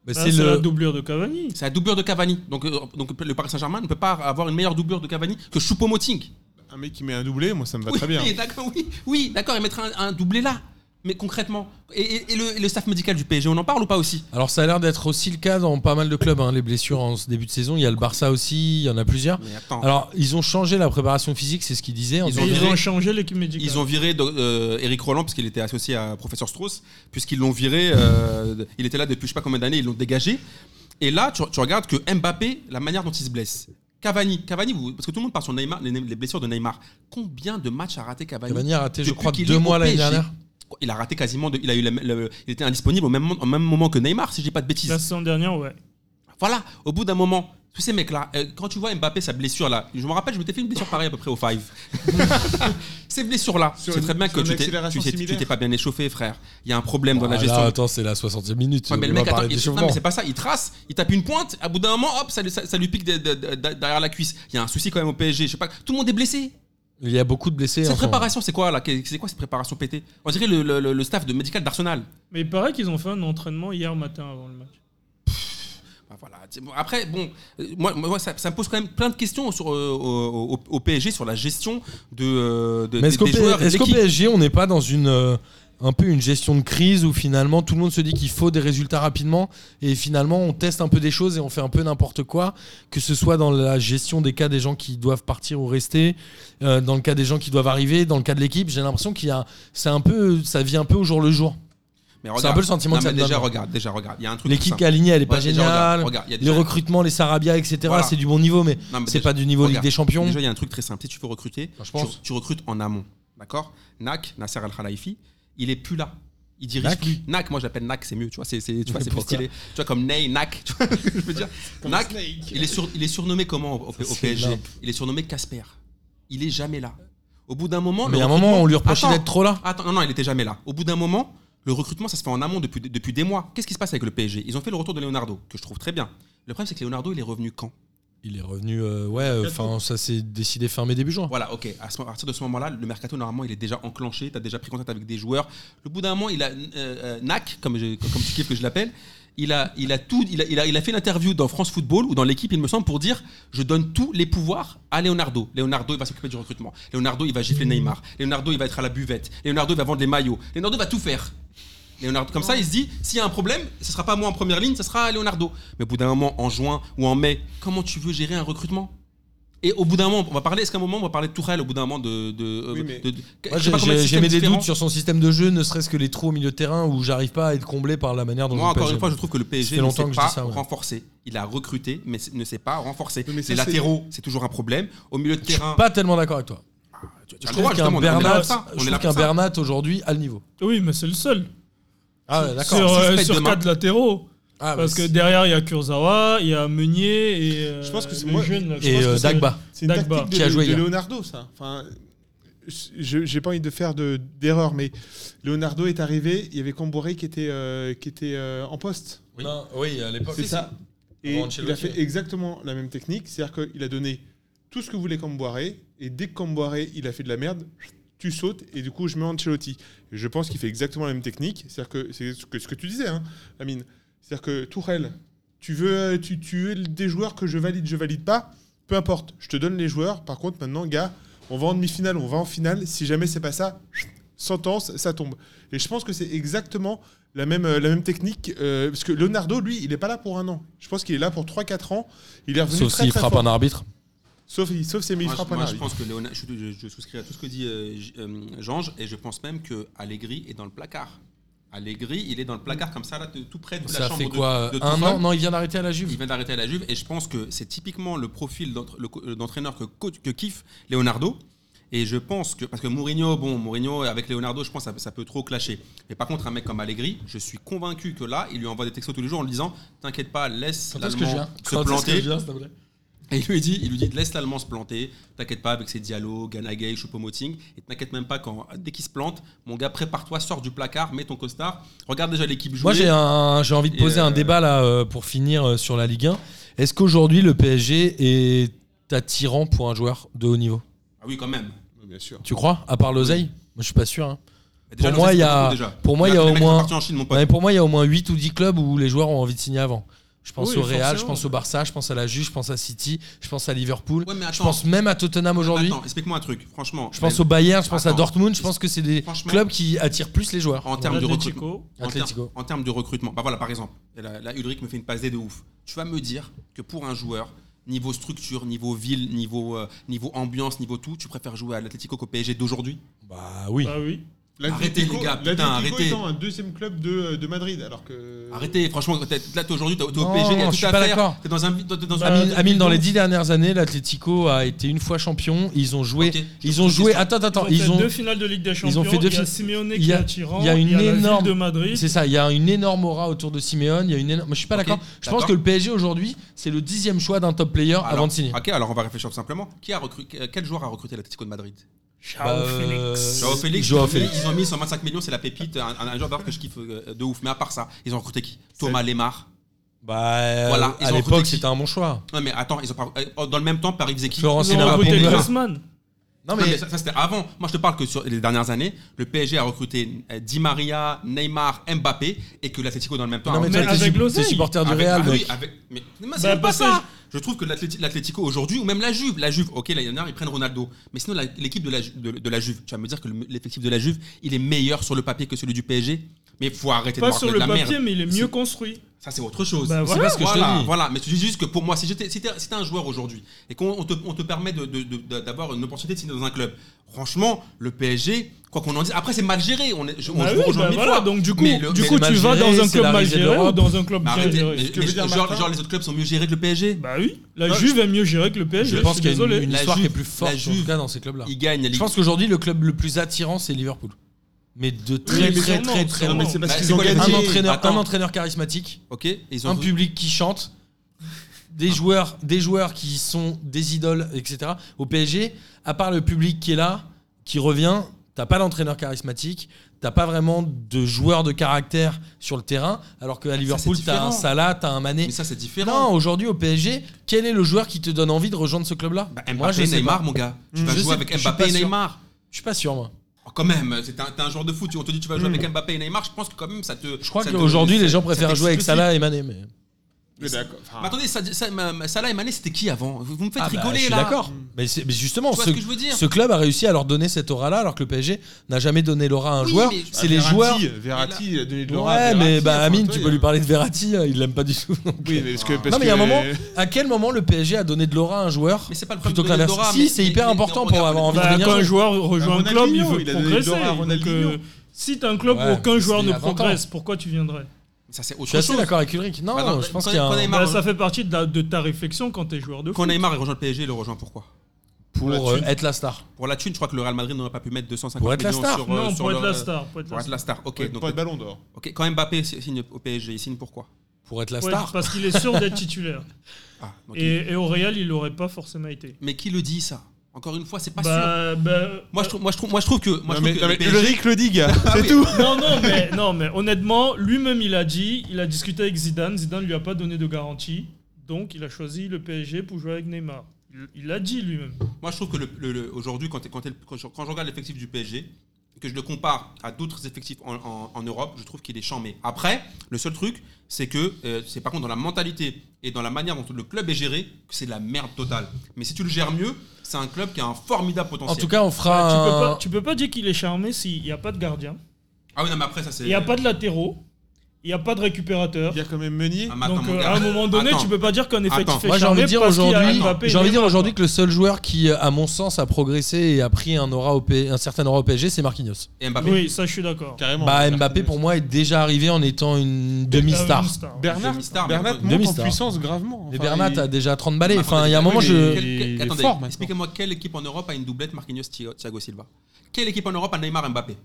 D: Mais
B: Ah,
D: c'est
B: C'est la
D: le.
B: doublure de Cavani.
A: C'est la doublure de Cavani. Donc, euh, donc le Paris Saint-Germain ne peut pas avoir une meilleure doublure de Cavani que Choupo-Moting.
F: Un mec qui met un doublé, moi ça me va
A: Oui,
F: Bah, très bien.
A: oui, d'accord, oui, oui, d'accord, et mettre un, un doublé là. Mais concrètement, et, et- et le, et le staff médical du PSG, on en parle ou pas aussi
D: Alors, ça a l'air d'être aussi le cas dans pas mal de clubs. hein, Les blessures en ce début de saison, il y a le Barça aussi, il y en a plusieurs.
A: Mais attends,
D: Alors, ils ont changé la préparation physique, c'est ce qu'ils disaient. en
A: Ils
B: Et
A: ont
D: disant-
B: Ils
A: viré-
B: ont changé l'équipe médicale.
A: ils ont viré euh, Eric Roland parce qu'il était associé à professeur Strauss, puisqu'ils l'ont viré, euh, il était là depuis je sais pas combien d'années, ils l'ont dégagé. Et là, tu, tu regardes que Mbappé, la manière dont il se blesse. Cavani, Cavani, vous- parce que tout le monde parle sur Neymar, les, les blessures de Neymar. Combien de matchs a raté Cavani
D: Cavani a raté, je
A: Depuis
D: crois,
A: qu'il
D: deux
A: est
D: mois
A: au
D: l'année
A: PSG.
D: dernière.
A: Il a raté quasiment, de- il a eu la- le- il était indisponible au même, moment- au même moment que Neymar, si je dis pas de bêtises.
B: La saison dernière, ouais.
A: Voilà, au bout d'un moment, tous ces mecs-là, euh, quand tu vois Mbappé, sa blessure là, je me rappelle, je m'étais fait une blessure pareille à peu près au five. ces blessures-là,
F: Sur
A: c'est
F: une-
A: très bien
F: sur
A: que
F: une
A: tu t'es-
F: accélération
A: tu t'es tu
F: similaire.
A: t'es pas bien échauffé, frère. Il y a un problème dans la
D: Ah,
A: gestion.
D: là, attends, c'est la 60e minute.
A: Ouais, mais
D: on
A: le
D: va
A: mec, attends,
D: parler
A: il- non,
D: d'échauffement.
A: mais c'est pas ça, il trace, il tape une pointe, à bout d'un moment, hop, ça, lui- ça- ça lui pique de- de- de- de- derrière la cuisse. Il y a un souci quand même au PSG, je sais pas, tout le monde est blessé.
D: Il y a beaucoup de blessés. en
A: Cette
D: ce moment.
A: préparation, c'est quoi là Qu'est- C'est quoi cette préparation pétée On dirait le, le- le- le staff de médical d'Arsenal.
B: Mais il paraît qu'ils ont fait un entraînement hier matin avant le match.
A: Bah, voilà. C'est bon. Après, bon, euh, moi, moi, ça, ça me pose quand même plein de questions sur, euh, au, au- au PSG sur la gestion de, euh, de-
D: Mais est-ce
A: des,
D: qu'au
A: des
D: P-
A: joueurs. et de
D: est-ce qu'au
A: l'équipe.
D: PSG, on n'est pas dans une euh, un peu une gestion de crise où finalement tout le monde se dit qu'il faut des résultats rapidement et finalement on teste un peu des choses et on fait un peu n'importe quoi, que ce soit dans la gestion des cas des gens qui doivent partir ou rester, euh, dans le cas des gens qui doivent arriver, dans le cas de l'équipe, j'ai l'impression qu'il y a c'est un peu ça vit un peu au jour le jour.
A: Mais
D: c'est un peu le sentiment
A: Non,
D: que ça
A: mais
D: me donne. hein.
A: déjà, regarde, déjà, regarde. Il y a un truc. tout
D: L'équipe qui
A: simple.
D: est alignée, elle est pas
A: Ouais, déjà,
D: géniale.
A: regarde, regarde, il y a
D: Les
A: déjà-
D: recrutements, les Sarabia, etc.
A: Voilà.
D: C'est du bon niveau, mais
A: Non, mais
D: c'est
A: déjà-
D: pas du niveau
A: regarde.
D: Ligue des Champions.
A: Déjà, il y a un truc très simple. Tu sais, tu peux recruter.
D: Enfin, Bah, je
A: tu-
D: pense.
A: Tu, recrutes en amont. D'accord Nak, Nasser Al Khalifi, il est plus là. Il dirige
D: Nak
A: plus. Nak, moi j'appelle Nak, c'est mieux, tu vois, c'est c'est- tu vois,
D: Mais
A: c'est plus
D: pourquoi
A: stylé. Tu vois, comme Ney, Nak, tu vois, je veux dire. Nak, il est, sur- il est surnommé comment au, au- au
D: c'est
A: PSG
D: énorme.
A: Il est surnommé Casper. il est jamais là. Au bout d'un moment,
D: Mais
A: le
D: à un moment,
A: recrutement-
D: on lui reprochait
A: Attends,
D: d'être trop là.
A: Attends, non, non, il était jamais là. Au bout d'un moment, le recrutement, ça se fait en amont depuis, depuis des mois. Qu'est-ce qui se passe avec le PSG Ils ont fait le retour de Leonardo, que je trouve très bien. Le problème, c'est que Leonardo, il est revenu quand
D: Il est revenu, euh, ouais, enfin, ça s'est décidé fin mai, début juin.
A: Voilà, ok. À, ce- à partir de ce moment-là, le mercato, normalement, il est déjà enclenché. Tu as déjà pris contact avec des joueurs. Au bout d'un moment, il a euh, euh, NAC, comme, je- comme tu kiffes que je l'appelle. Il a, il, a tout, il, a, il, a, il a fait l'interview dans France Football ou dans l'équipe, il me semble, pour dire je donne tous les pouvoirs à Leonardo. Leonardo, il va s'occuper du recrutement. Leonardo, il va gifler Neymar. Leonardo, il va être à la buvette. Leonardo, il va vendre les maillots. Leonardo va tout faire. Leonardo, comme ça, il se dit s'il y a un problème, ce sera pas moi en première ligne, ce sera Leonardo. Mais au bout d'un moment, en juin ou en mai, comment tu veux gérer un recrutement et au bout d'un moment, on va parler, est-ce qu'à un moment, on va parler de Tourelle, au bout d'un moment, de. de,
F: Oui,
A: euh,
F: mais-
A: de- de- je
D: Moi,
A: sais
D: j'ai-
A: pas combien de
D: j'ai-
A: systèmes
D: J'avais des
A: différents.
D: doutes sur son système de jeu, ne serait-ce que les trous au milieu de terrain où j'arrive pas à être comblé par la manière dont
A: Moi,
D: joue le
A: encore
D: PSG.
A: une fois, je trouve que le
D: Ça
A: PSG
D: fait
A: ne
D: longtemps
A: s'est
D: que je
A: pas
D: dis ça, ouais.
A: renforcé. Il a recruté, mais ne s'est pas renforcé.
F: Oui, mais ça,
A: Les
F: c'est-
A: latéraux, c'est toujours un problème. Au milieu de
D: Je
A: terrain.
D: suis pas tellement d'accord avec toi.
A: tu- tu
D: Je
A: as le
D: trouve
A: droit,
D: qu'un
A: justement, on est là pour
D: Bernat,
A: ça.
D: je
A: On est
D: trouve
A: là pour
D: qu'un
A: ça.
D: Bernat aujourd'hui a le niveau.
B: Oui, mais c'est le seul.
D: Ah, ouais,
B: Sur,
D: d'accord.
A: Si
B: euh,
A: c'est
B: sur
A: demain.
B: quatre latéraux.
D: Ah, ouais,
B: Parce que
D: c'est-
B: derrière, il y a Kurzawa, il y a Meunier et. euh,
F: Je pense que c'est
B: le
F: moi-
B: jeune, là, je
D: Et
B: pense que
D: euh,
B: c'est-
D: Dagba.
F: C'est une
B: Dagba.
F: tactique de,
D: Qui a joué
F: de
D: hier.
F: Leonardo, ça. Enfin, je- j'ai pas envie de faire de- d'erreur, mais Leonardo est arrivé, il y avait Camboré qui était, euh, qui était euh, en poste.
D: Oui. Non, oui, à l'époque.
F: C'est ça. Et
D: Avant
F: il a
D: Ancelotti, hein.
F: fait
D: ouais.
F: exactement la même technique, c'est-à-dire qu'il a donné tout ce que voulait Camboiré, et dès que Camboiré il a fait de la merde, tu sautes, et du coup je mets Ancelotti. Et je pense qu'il fait exactement la même technique, c'est-à-dire que c'est ce que, ce que tu disais, hein, Amine, c'est-à-dire que Tourelle, tu veux, euh, tu, tu es des joueurs que je valide, je valide pas, peu importe, je te donne les joueurs, par contre maintenant, gars, on va en demi-finale, on va en finale, si jamais c'est pas ça, sentence, ça tombe. Et je pense que c'est exactement la même, euh, la même technique. euh, parce que Leonardo, lui, il n'est pas là pour un an. Je pense qu'il est là pour 3-4 ans. Il est revenu
D: Sauf
F: très,
D: s'il
F: très
D: frappe
F: fort.
D: un arbitre.
F: Sauf, il- sauf s'il
A: Moi,
F: frappe
A: je,
F: un
A: moi, je
F: arbitre.
A: pense que Léonard- je, je- je souscris à tout ce que dit euh, J- euh, Jange, et je pense même que Allegri est dans le placard. Allegri, il est dans le placard comme ça, là, de- tout près de la
D: Ça
A: chambre
D: fait
A: de-
D: quoi
A: de
D: Un
A: Tourelle.
D: an Non, il vient d'arrêter à la
A: Il
D: Juve.
A: vient d'arrêter à la Juve et je pense que c'est typiquement le profil d'entre- le co- euh, d'entraîneur que, coach- que kiffe Leonardo. Et je pense que parce que Mourinho, bon, Mourinho avec Leonardo, je pense que ça, ça peut trop clasher. Mais par contre, un mec comme Allegri, je suis convaincu que là, il lui envoie des textos tous les jours en lui disant, t'inquiète pas, laisse
D: Quand est-ce que je
A: l'allemand
D: viens
A: se
D: Quand est-ce que
A: planter.
D: je viens, s'il te plaît
A: Et il lui dit, il lui dit laisse l'allemand se planter, t'inquiète pas avec ses dialogues, Ganagay, Choupo-Moting, et t'inquiète même pas quand dès qu'il se plante, mon gars, prépare-toi, sors du placard, mets ton costard, regarde déjà l'équipe jouer.
D: Moi, j'ai un- j'ai envie de
A: Et,
D: poser un
A: euh,
D: débat là euh, pour finir euh, sur la Ligue 1. Est-ce qu'aujourd'hui le PSG est attirant pour un joueur de haut niveau
A: Ah oui, quand même.
F: Bien sûr.
D: Tu crois À part l'oseille Moi, je suis pas sûr. hein.
A: Déjà,
D: Pour
A: l'Osasco,
D: moi, il y a-
A: déjà.
D: pour moi,
A: Là,
D: il y a
A: les
D: au
A: mecs sont
D: moins-
A: partis en Chine, mon pote.
D: Non, mais pour moi, il y a au moins 8 ou 10 clubs où les joueurs ont envie de signer avant. Je pense
B: Oui,
D: au Real, je
B: forcément.
D: pense au Barça, je pense à la Juve, je pense à City, je pense à Liverpool,
A: Ouais, mais
D: je
A: attends.
D: pense même à Tottenham aujourd'hui.
A: Attends, explique-moi un truc, franchement.
D: Je pense
A: Mais
D: au Bayern, je pense à
A: Attends.
D: Dortmund, je pense que c'est des
A: Franchement.
D: clubs qui attirent plus les joueurs.
A: En termes de
B: L'Atlético.
A: recrutement. En termes,
D: Atlético.
A: en termes de recrutement. Bah voilà, par exemple, là, là, Ulrich me fait une passe dé de ouf. Tu vas me dire que pour un joueur, niveau structure, niveau ville, niveau, euh, niveau ambiance, niveau tout, tu préfères jouer à l'Atlético qu'au PSG d'aujourd'hui
D: Bah oui.
B: Ah oui.
A: Arrêtez, les gars, putain,
F: L'Atlético
A: arrêtez.
F: étant un deuxième club de, de Madrid, alors que...
A: Arrêtez, franchement, t'es- là, t'es aujourd'hui, t'es t'es au
D: Non,
A: PSG, il y a
D: je
A: tout
D: suis
A: à
D: pas d'accord. euh,
A: faire. T'es dans un. t'es dans un-
D: Amine,
B: Bah,
D: Amine, dans les
B: 2012.
D: dix dernières années, l'Atlético a été une fois champion. Ils ont joué.
A: Ok, je
D: ils
A: te
D: ont
A: pose une
D: joué.
A: question.
D: Attends, attends.
B: ils
D: Ils
B: ont fait
D: ont.
B: deux finales de Ligue des Champions.
D: fait deux
B: il y a
D: finales.
B: Simeone
D: Il y
B: qui est
D: a-
B: attirant.
D: il y a une
B: la ville
D: énorme-
B: de Madrid.
D: C'est ça. Il y a une énorme aura autour de Simeone. Il y a une. énorme- Moi, je suis pas
A: Ok,
D: d'accord. Je pense
A: d'accord.
D: que le PSG aujourd'hui, c'est le dixième choix d'un top player
A: Alors,
D: avant de signer.
A: Ok, alors on va réfléchir tout simplement. Qui a recruté, quel joueur a recruté l'Atlético de Madrid
B: Chao
D: Bah,
B: Félix.
D: euh,
A: Joao Félix,
D: Joao
A: ils ont mis-
D: Félix.
A: Ils ont mis 125 millions, c'est la pépite, un, un joueur d'ailleurs que je kiffe euh, de ouf. Mais à part ça, ils ont recruté qui Thomas Lemar.
D: Bah,
A: Voilà, ils
D: à
A: ont recruté
D: l'époque,
A: qui
D: c'était un bon choix.
A: Non mais attends, ils ont pas- euh, dans le même temps Paris faisait qui
D: Florence
B: Ils ont
D: Senna,
B: recruté
D: Rapunzel.
B: Griezmann.
D: Non,
A: Non, mais
D: mais
A: ça, ça, c'était avant. Moi je te parle que sur les dernières années, le PSG a recruté euh, Di Maria, Neymar, Mbappé et que l'Atlético dans le même temps.
D: non, mais
A: a
B: mais
D: toi, t'es
B: avec
D: sup- t'es
B: l'oseille.
D: supporter du
A: Avec-
D: Real,
A: ah oui,
D: mec.
A: avec- mais mais moi, c'est même pas
B: Bah, parce que
A: ça. Je trouve que l'Atleti- l'Atlético aujourd'hui, ou même la Juve, la Juve, ok, l'année dernière, ils prennent Ronaldo. Mais sinon, la- l'équipe de la, Ju- de, de la Juve, tu vas me dire que le- l'effectif de la Juve, il est meilleur sur le papier que celui du PSG. Mais faut arrêter de
B: Pas sur
A: raconter
B: le
A: de la
B: papier,
A: merde.
B: mais il est mieux
A: C'est-
B: construit.
A: Ça, c'est autre chose.
B: Bah,
D: C'est
B: voilà.
D: pas ce que je te
A: voilà,
D: dis.
A: voilà. mais je dis juste que pour moi, si j'étais si t'es- si t'es un joueur aujourd'hui et qu'on on te, on te permet de- de- de- d'avoir une opportunité de signer dans un club, franchement, le PSG, quoi qu'on en dise, après c'est mal géré, on, est, je- on
B: Bah
A: se
B: oui,
A: rejoint
B: bah
A: mille
B: voilà,
A: fois.
B: donc du coup,
A: Mais le-
B: du
A: mais-
B: coup
D: mal
B: tu vas
D: géré,
B: dans un
D: c'est la
B: club mal
D: risée
B: géré ou
D: d'Europe.
B: dans un club
A: mais
B: bien
A: arrêtez, mais-
B: géré
F: que
A: mais Hein
F: veut dire
A: genre,
F: Martin
A: genre les autres clubs sont mieux gérés que le PSG.
B: Bah oui, la
F: Non,
B: Juve est mieux gérée que le PSG.
D: Je pense qu'il y a une,
B: désolé.
D: une
A: La
D: histoire qui
A: Juve-
D: est plus forte
A: la
D: en tout
A: Juve,
D: cas dans ces clubs-là.
A: Ils gagnent la
D: Je
A: Ligue
D: pense qu'aujourd'hui, le club le plus attirant, c'est Liverpool. Mais de très,
B: mais
D: très,
B: sûrement,
D: très, très
B: sûrement.
D: loin.
F: Mais c'est parce
A: Bah,
F: qu'ils
A: c'est
F: ont
A: quoi les
F: gagné.
D: Un
A: Attends.
D: entraîneur, un
A: Attends.
D: entraîneur charismatique,
A: Ok, ils ont
D: un public qui chante.
A: Ah.
D: des joueurs, des joueurs qui sont des idoles, etc. Au PSG, à part le public qui est là, qui revient, t'as pas d'entraîneur charismatique, t'as pas vraiment de joueur de caractère sur le terrain, alors qu'à Liverpool,
A: Ah, c'est
D: t'as un
A: différent.
D: Salah, t'as un Mané.
A: Mais ça, c'est différent.
D: Non, aujourd'hui au PSG, quel est le joueur qui te donne envie de rejoindre ce club-là
A: Bah,
D: Moi,
A: Mbappé
D: je
A: et
D: sais
A: Neymar,
D: pas.
A: mon gars. Tu
D: Mm.
A: vas
D: Je
A: jouer
D: sais- je
A: avec
D: suis pas
A: Mbappé et
D: sûr.
A: Neymar.
D: Je suis pas sûr, moi.
A: Oh, Quand même, c'est un, t'es un joueur de foot. On te dit tu vas jouer
F: Mm.
A: avec Mbappé et Neymar. Je pense que quand même ça te.
D: Je crois
A: ça te-
D: qu'aujourd'hui, les
A: ça-
D: gens
A: ça
D: préfèrent jouer avec
A: t'explique.
D: Salah et Mané. Mais...
F: Mais d'accord. enfin,
A: Mais attendez, ça, ça- ma- ma- Salah et Mané, c'était qui avant Vous vous me faites
D: Ah bah,
A: rigoler
D: je suis
A: là. Mm.
D: d'accord. Mais, c'est- mais justement,
A: Tu vois
D: ce,
A: ce que je veux dire
D: ce club a réussi à leur donner cette aura-là, alors que le PSG n'a jamais donné l'aura à un
A: Oui,
D: joueur.
A: mais-
D: C'est les
F: bah, Verratti,
D: joueurs.
F: Verratti, il a donné de l'aura. à
D: Ouais, mais
F: Verratti,
D: bah,
F: enfin,
D: Amine,
F: toi,
D: tu
F: il
D: peux
F: a-
D: lui parler de Verratti, euh, il l'aime pas du tout. donc.
F: Oui, mais parce
A: Ah.
F: que. parce
D: non, mais il y a un
F: que-
D: moment, à quel moment le PSG a donné de l'aura à un joueur
A: Mais c'est pas le
D: plutôt
A: problème.
D: qu'à
A: de
D: l'inverse
A: Dora, mais-
D: Si, c'est
A: mais-
D: hyper
A: mais-
D: important
A: mais
D: pour
A: regarde,
D: avoir envie de
B: Bah,
D: devenir
B: quand un
D: joueur.
B: joueur rejoint un club, il
F: Ronaldinho,
B: veut
F: il a donné
B: progresser.
F: l'or à
B: Donc,
F: Ronaldinho.
B: euh, si t'as un club
D: Ouais,
B: où aucun joueur
D: c'était il
B: ne
D: y a 20 ans.
B: progresse, pourquoi tu viendrais
A: Ça c'est
D: Je suis
A: autre
D: assez
A: chose.
D: d'accord avec Ulrich. Non,
A: Attends,
D: je pense
A: Bah, quand-
D: qu'il y a
A: quand
D: un-
A: Neymar-
B: Bah, Ça fait partie de, la- de ta réflexion quand t'es joueur de
A: Quand
B: foot.
A: Neymar rejoint le PSG, il le rejoint pourquoi
D: pour
F: la
D: euh,
F: thune.
D: être la star.
A: Pour la thune, je crois que le Real Madrid n'aurait pas pu mettre 250
D: Pour être la
A: millions
D: star.
A: sur, euh,
B: Non,
A: sur
B: pour être
A: leur-
B: la star. Pour être
A: Pour
B: la
A: être
B: star.
A: la star. Ok,
F: Pas-
A: donc
F: Pas de ballon d'or.
A: ok, quand Mbappé signe au PSG, il signe pourquoi
D: Pour être la
B: Ouais,
D: star.
B: Parce qu'il est sûr d'être titulaire.
A: Ah, donc il-
B: Et, et au Real, il l'aurait pas forcément été.
A: Mais qui le dit ça Encore une fois, c'est pas sûr.
B: Bah, bah,
A: Moi je, trouve, moi, je trouve, moi je trouve que. Moi,
F: Non,
A: je
F: mais
A: trouve que le
F: non, mais
A: PSG
F: Ulrich le dit, gars.
A: Ah
F: C'est
A: oui.
F: tout.
B: Non, non, mais, non, mais honnêtement, lui-même, il a dit, il a discuté avec Zidane. Zidane lui a pas donné de garantie. Donc, il a choisi le PSG pour jouer avec Neymar. Il- Il l'a dit lui-même.
A: Moi, je trouve que le- le- le- aujourd'hui, quand, t'es- quand, t'es- quand je, quand je regarde l'effectif du PSG, et que je le compare à d'autres effectifs en, en- en Europe, je trouve qu'il est charmé. Après, le seul truc, c'est que euh, c'est par contre dans la mentalité et dans la manière dont le club est géré, que c'est de la merde totale. Mais si tu le gères mieux, c'est un club qui a un formidable
D: En
A: potentiel.
D: tout cas, on fera.
B: Tu, peux pas,
D: un-
B: tu peux pas dire qu'il est charmé s'il n'y a pas de gardien,
A: ah oui, non, mais après, ça c'est.
B: il n'y a pas de latéraux, il n'y a pas de récupérateur.
F: Il y a quand même Meunier.
A: Ah, mais attends,
B: Donc,
A: mon
B: euh,
A: gars.
B: à un moment donné,
A: Attends.
B: tu peux pas dire qu'un effectif
A: Attends.
B: est
D: Moi, j'ai envie
B: charmé
D: de dire
B: parce qu'il y a
D: aujourd'hui,
B: Mbappé et
D: j'ai envie de dire
B: Neymar,
D: aujourd'hui
B: quoi.
D: que le seul joueur qui, à mon sens, a progressé et a pris un aura au P- un certain aura au PSG, c'est Marquinhos.
A: Et Mbappé.
B: Oui, ça, je suis d'accord.
F: Carrément.
D: Bah Mbappé pour moi est déjà arrivé en étant une demi-star.
B: Euh, une star.
F: Bernard,
A: Demi-star, mais-
F: Bernard monte en
D: Demi-star.
F: puissance gravement.
D: Mais
F: Enfin,
D: Bernat
F: il-
D: a déjà 30
A: Bah,
D: balais. Enfin, il y a un
A: Oui,
D: moment
A: mais
D: je.
A: quel- quel-
F: il est
A: attendez,
F: fort maintenant.
A: expliquez-moi quelle équipe en Europe a une doublette Marquinhos Thi- Thiago Silva Quelle équipe en Europe a Neymar Mbappé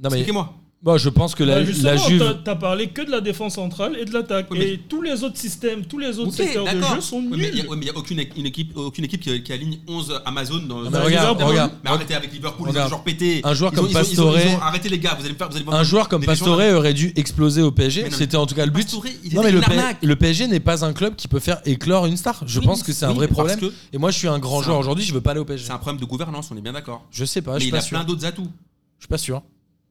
D: Non mais
A: Expliquez-moi.
D: bon, je pense que la,
B: Bah,
D: la
B: justement, t'as-
D: Juve.
B: t'as parlé que de la défense centrale et de l'attaque.
A: Oui, mais-
B: Et tous les autres systèmes, tous les autres
A: Ok,
B: secteurs de
A: d'accord.
B: jeu sont
A: Ouais,
B: nuls.
A: mais il n'y a, ouais, mais y a aucune, équ- une équipe, aucune équipe qui, qui aligne 11 Amazon dans
D: Non,
A: dans-
D: mais regarde,
B: ils ont-
D: regarde.
A: Mais arrêtez avec Liverpool, ils ont
D: Regarde.
A: toujours pété.
D: Un joueur
A: Ils
D: comme
A: ont- ils ont- ils ont-
D: Pastore-
A: ils ont- Arrêtez les gars, vous allez me faire. Vous allez me faire-
D: Un joueur comme
A: des gens-
D: Pastore aurait dû exploser au PSG.
A: Mais non,
D: C'était en tout cas le but.
A: Pastore, il
D: Non
A: était
D: mais le,
A: une
D: P-
A: arnaque.
D: le PSG n'est pas un club qui peut faire éclore une star. Je
A: Oui,
D: pense
A: mais-
D: que c'est un
A: oui,
D: vrai
A: mais parce
D: problème.
A: que
D: Et moi je suis un grand
A: C'est
D: joueur
A: un-
D: aujourd'hui, je veux pas aller au PSG.
A: C'est un problème de gouvernance, on est bien d'accord.
D: Je sais pas, Ah, je
A: Mais
D: suis
A: il
D: pas
A: a
D: sûr.
A: plein d'autres atouts.
D: Je suis pas sûr.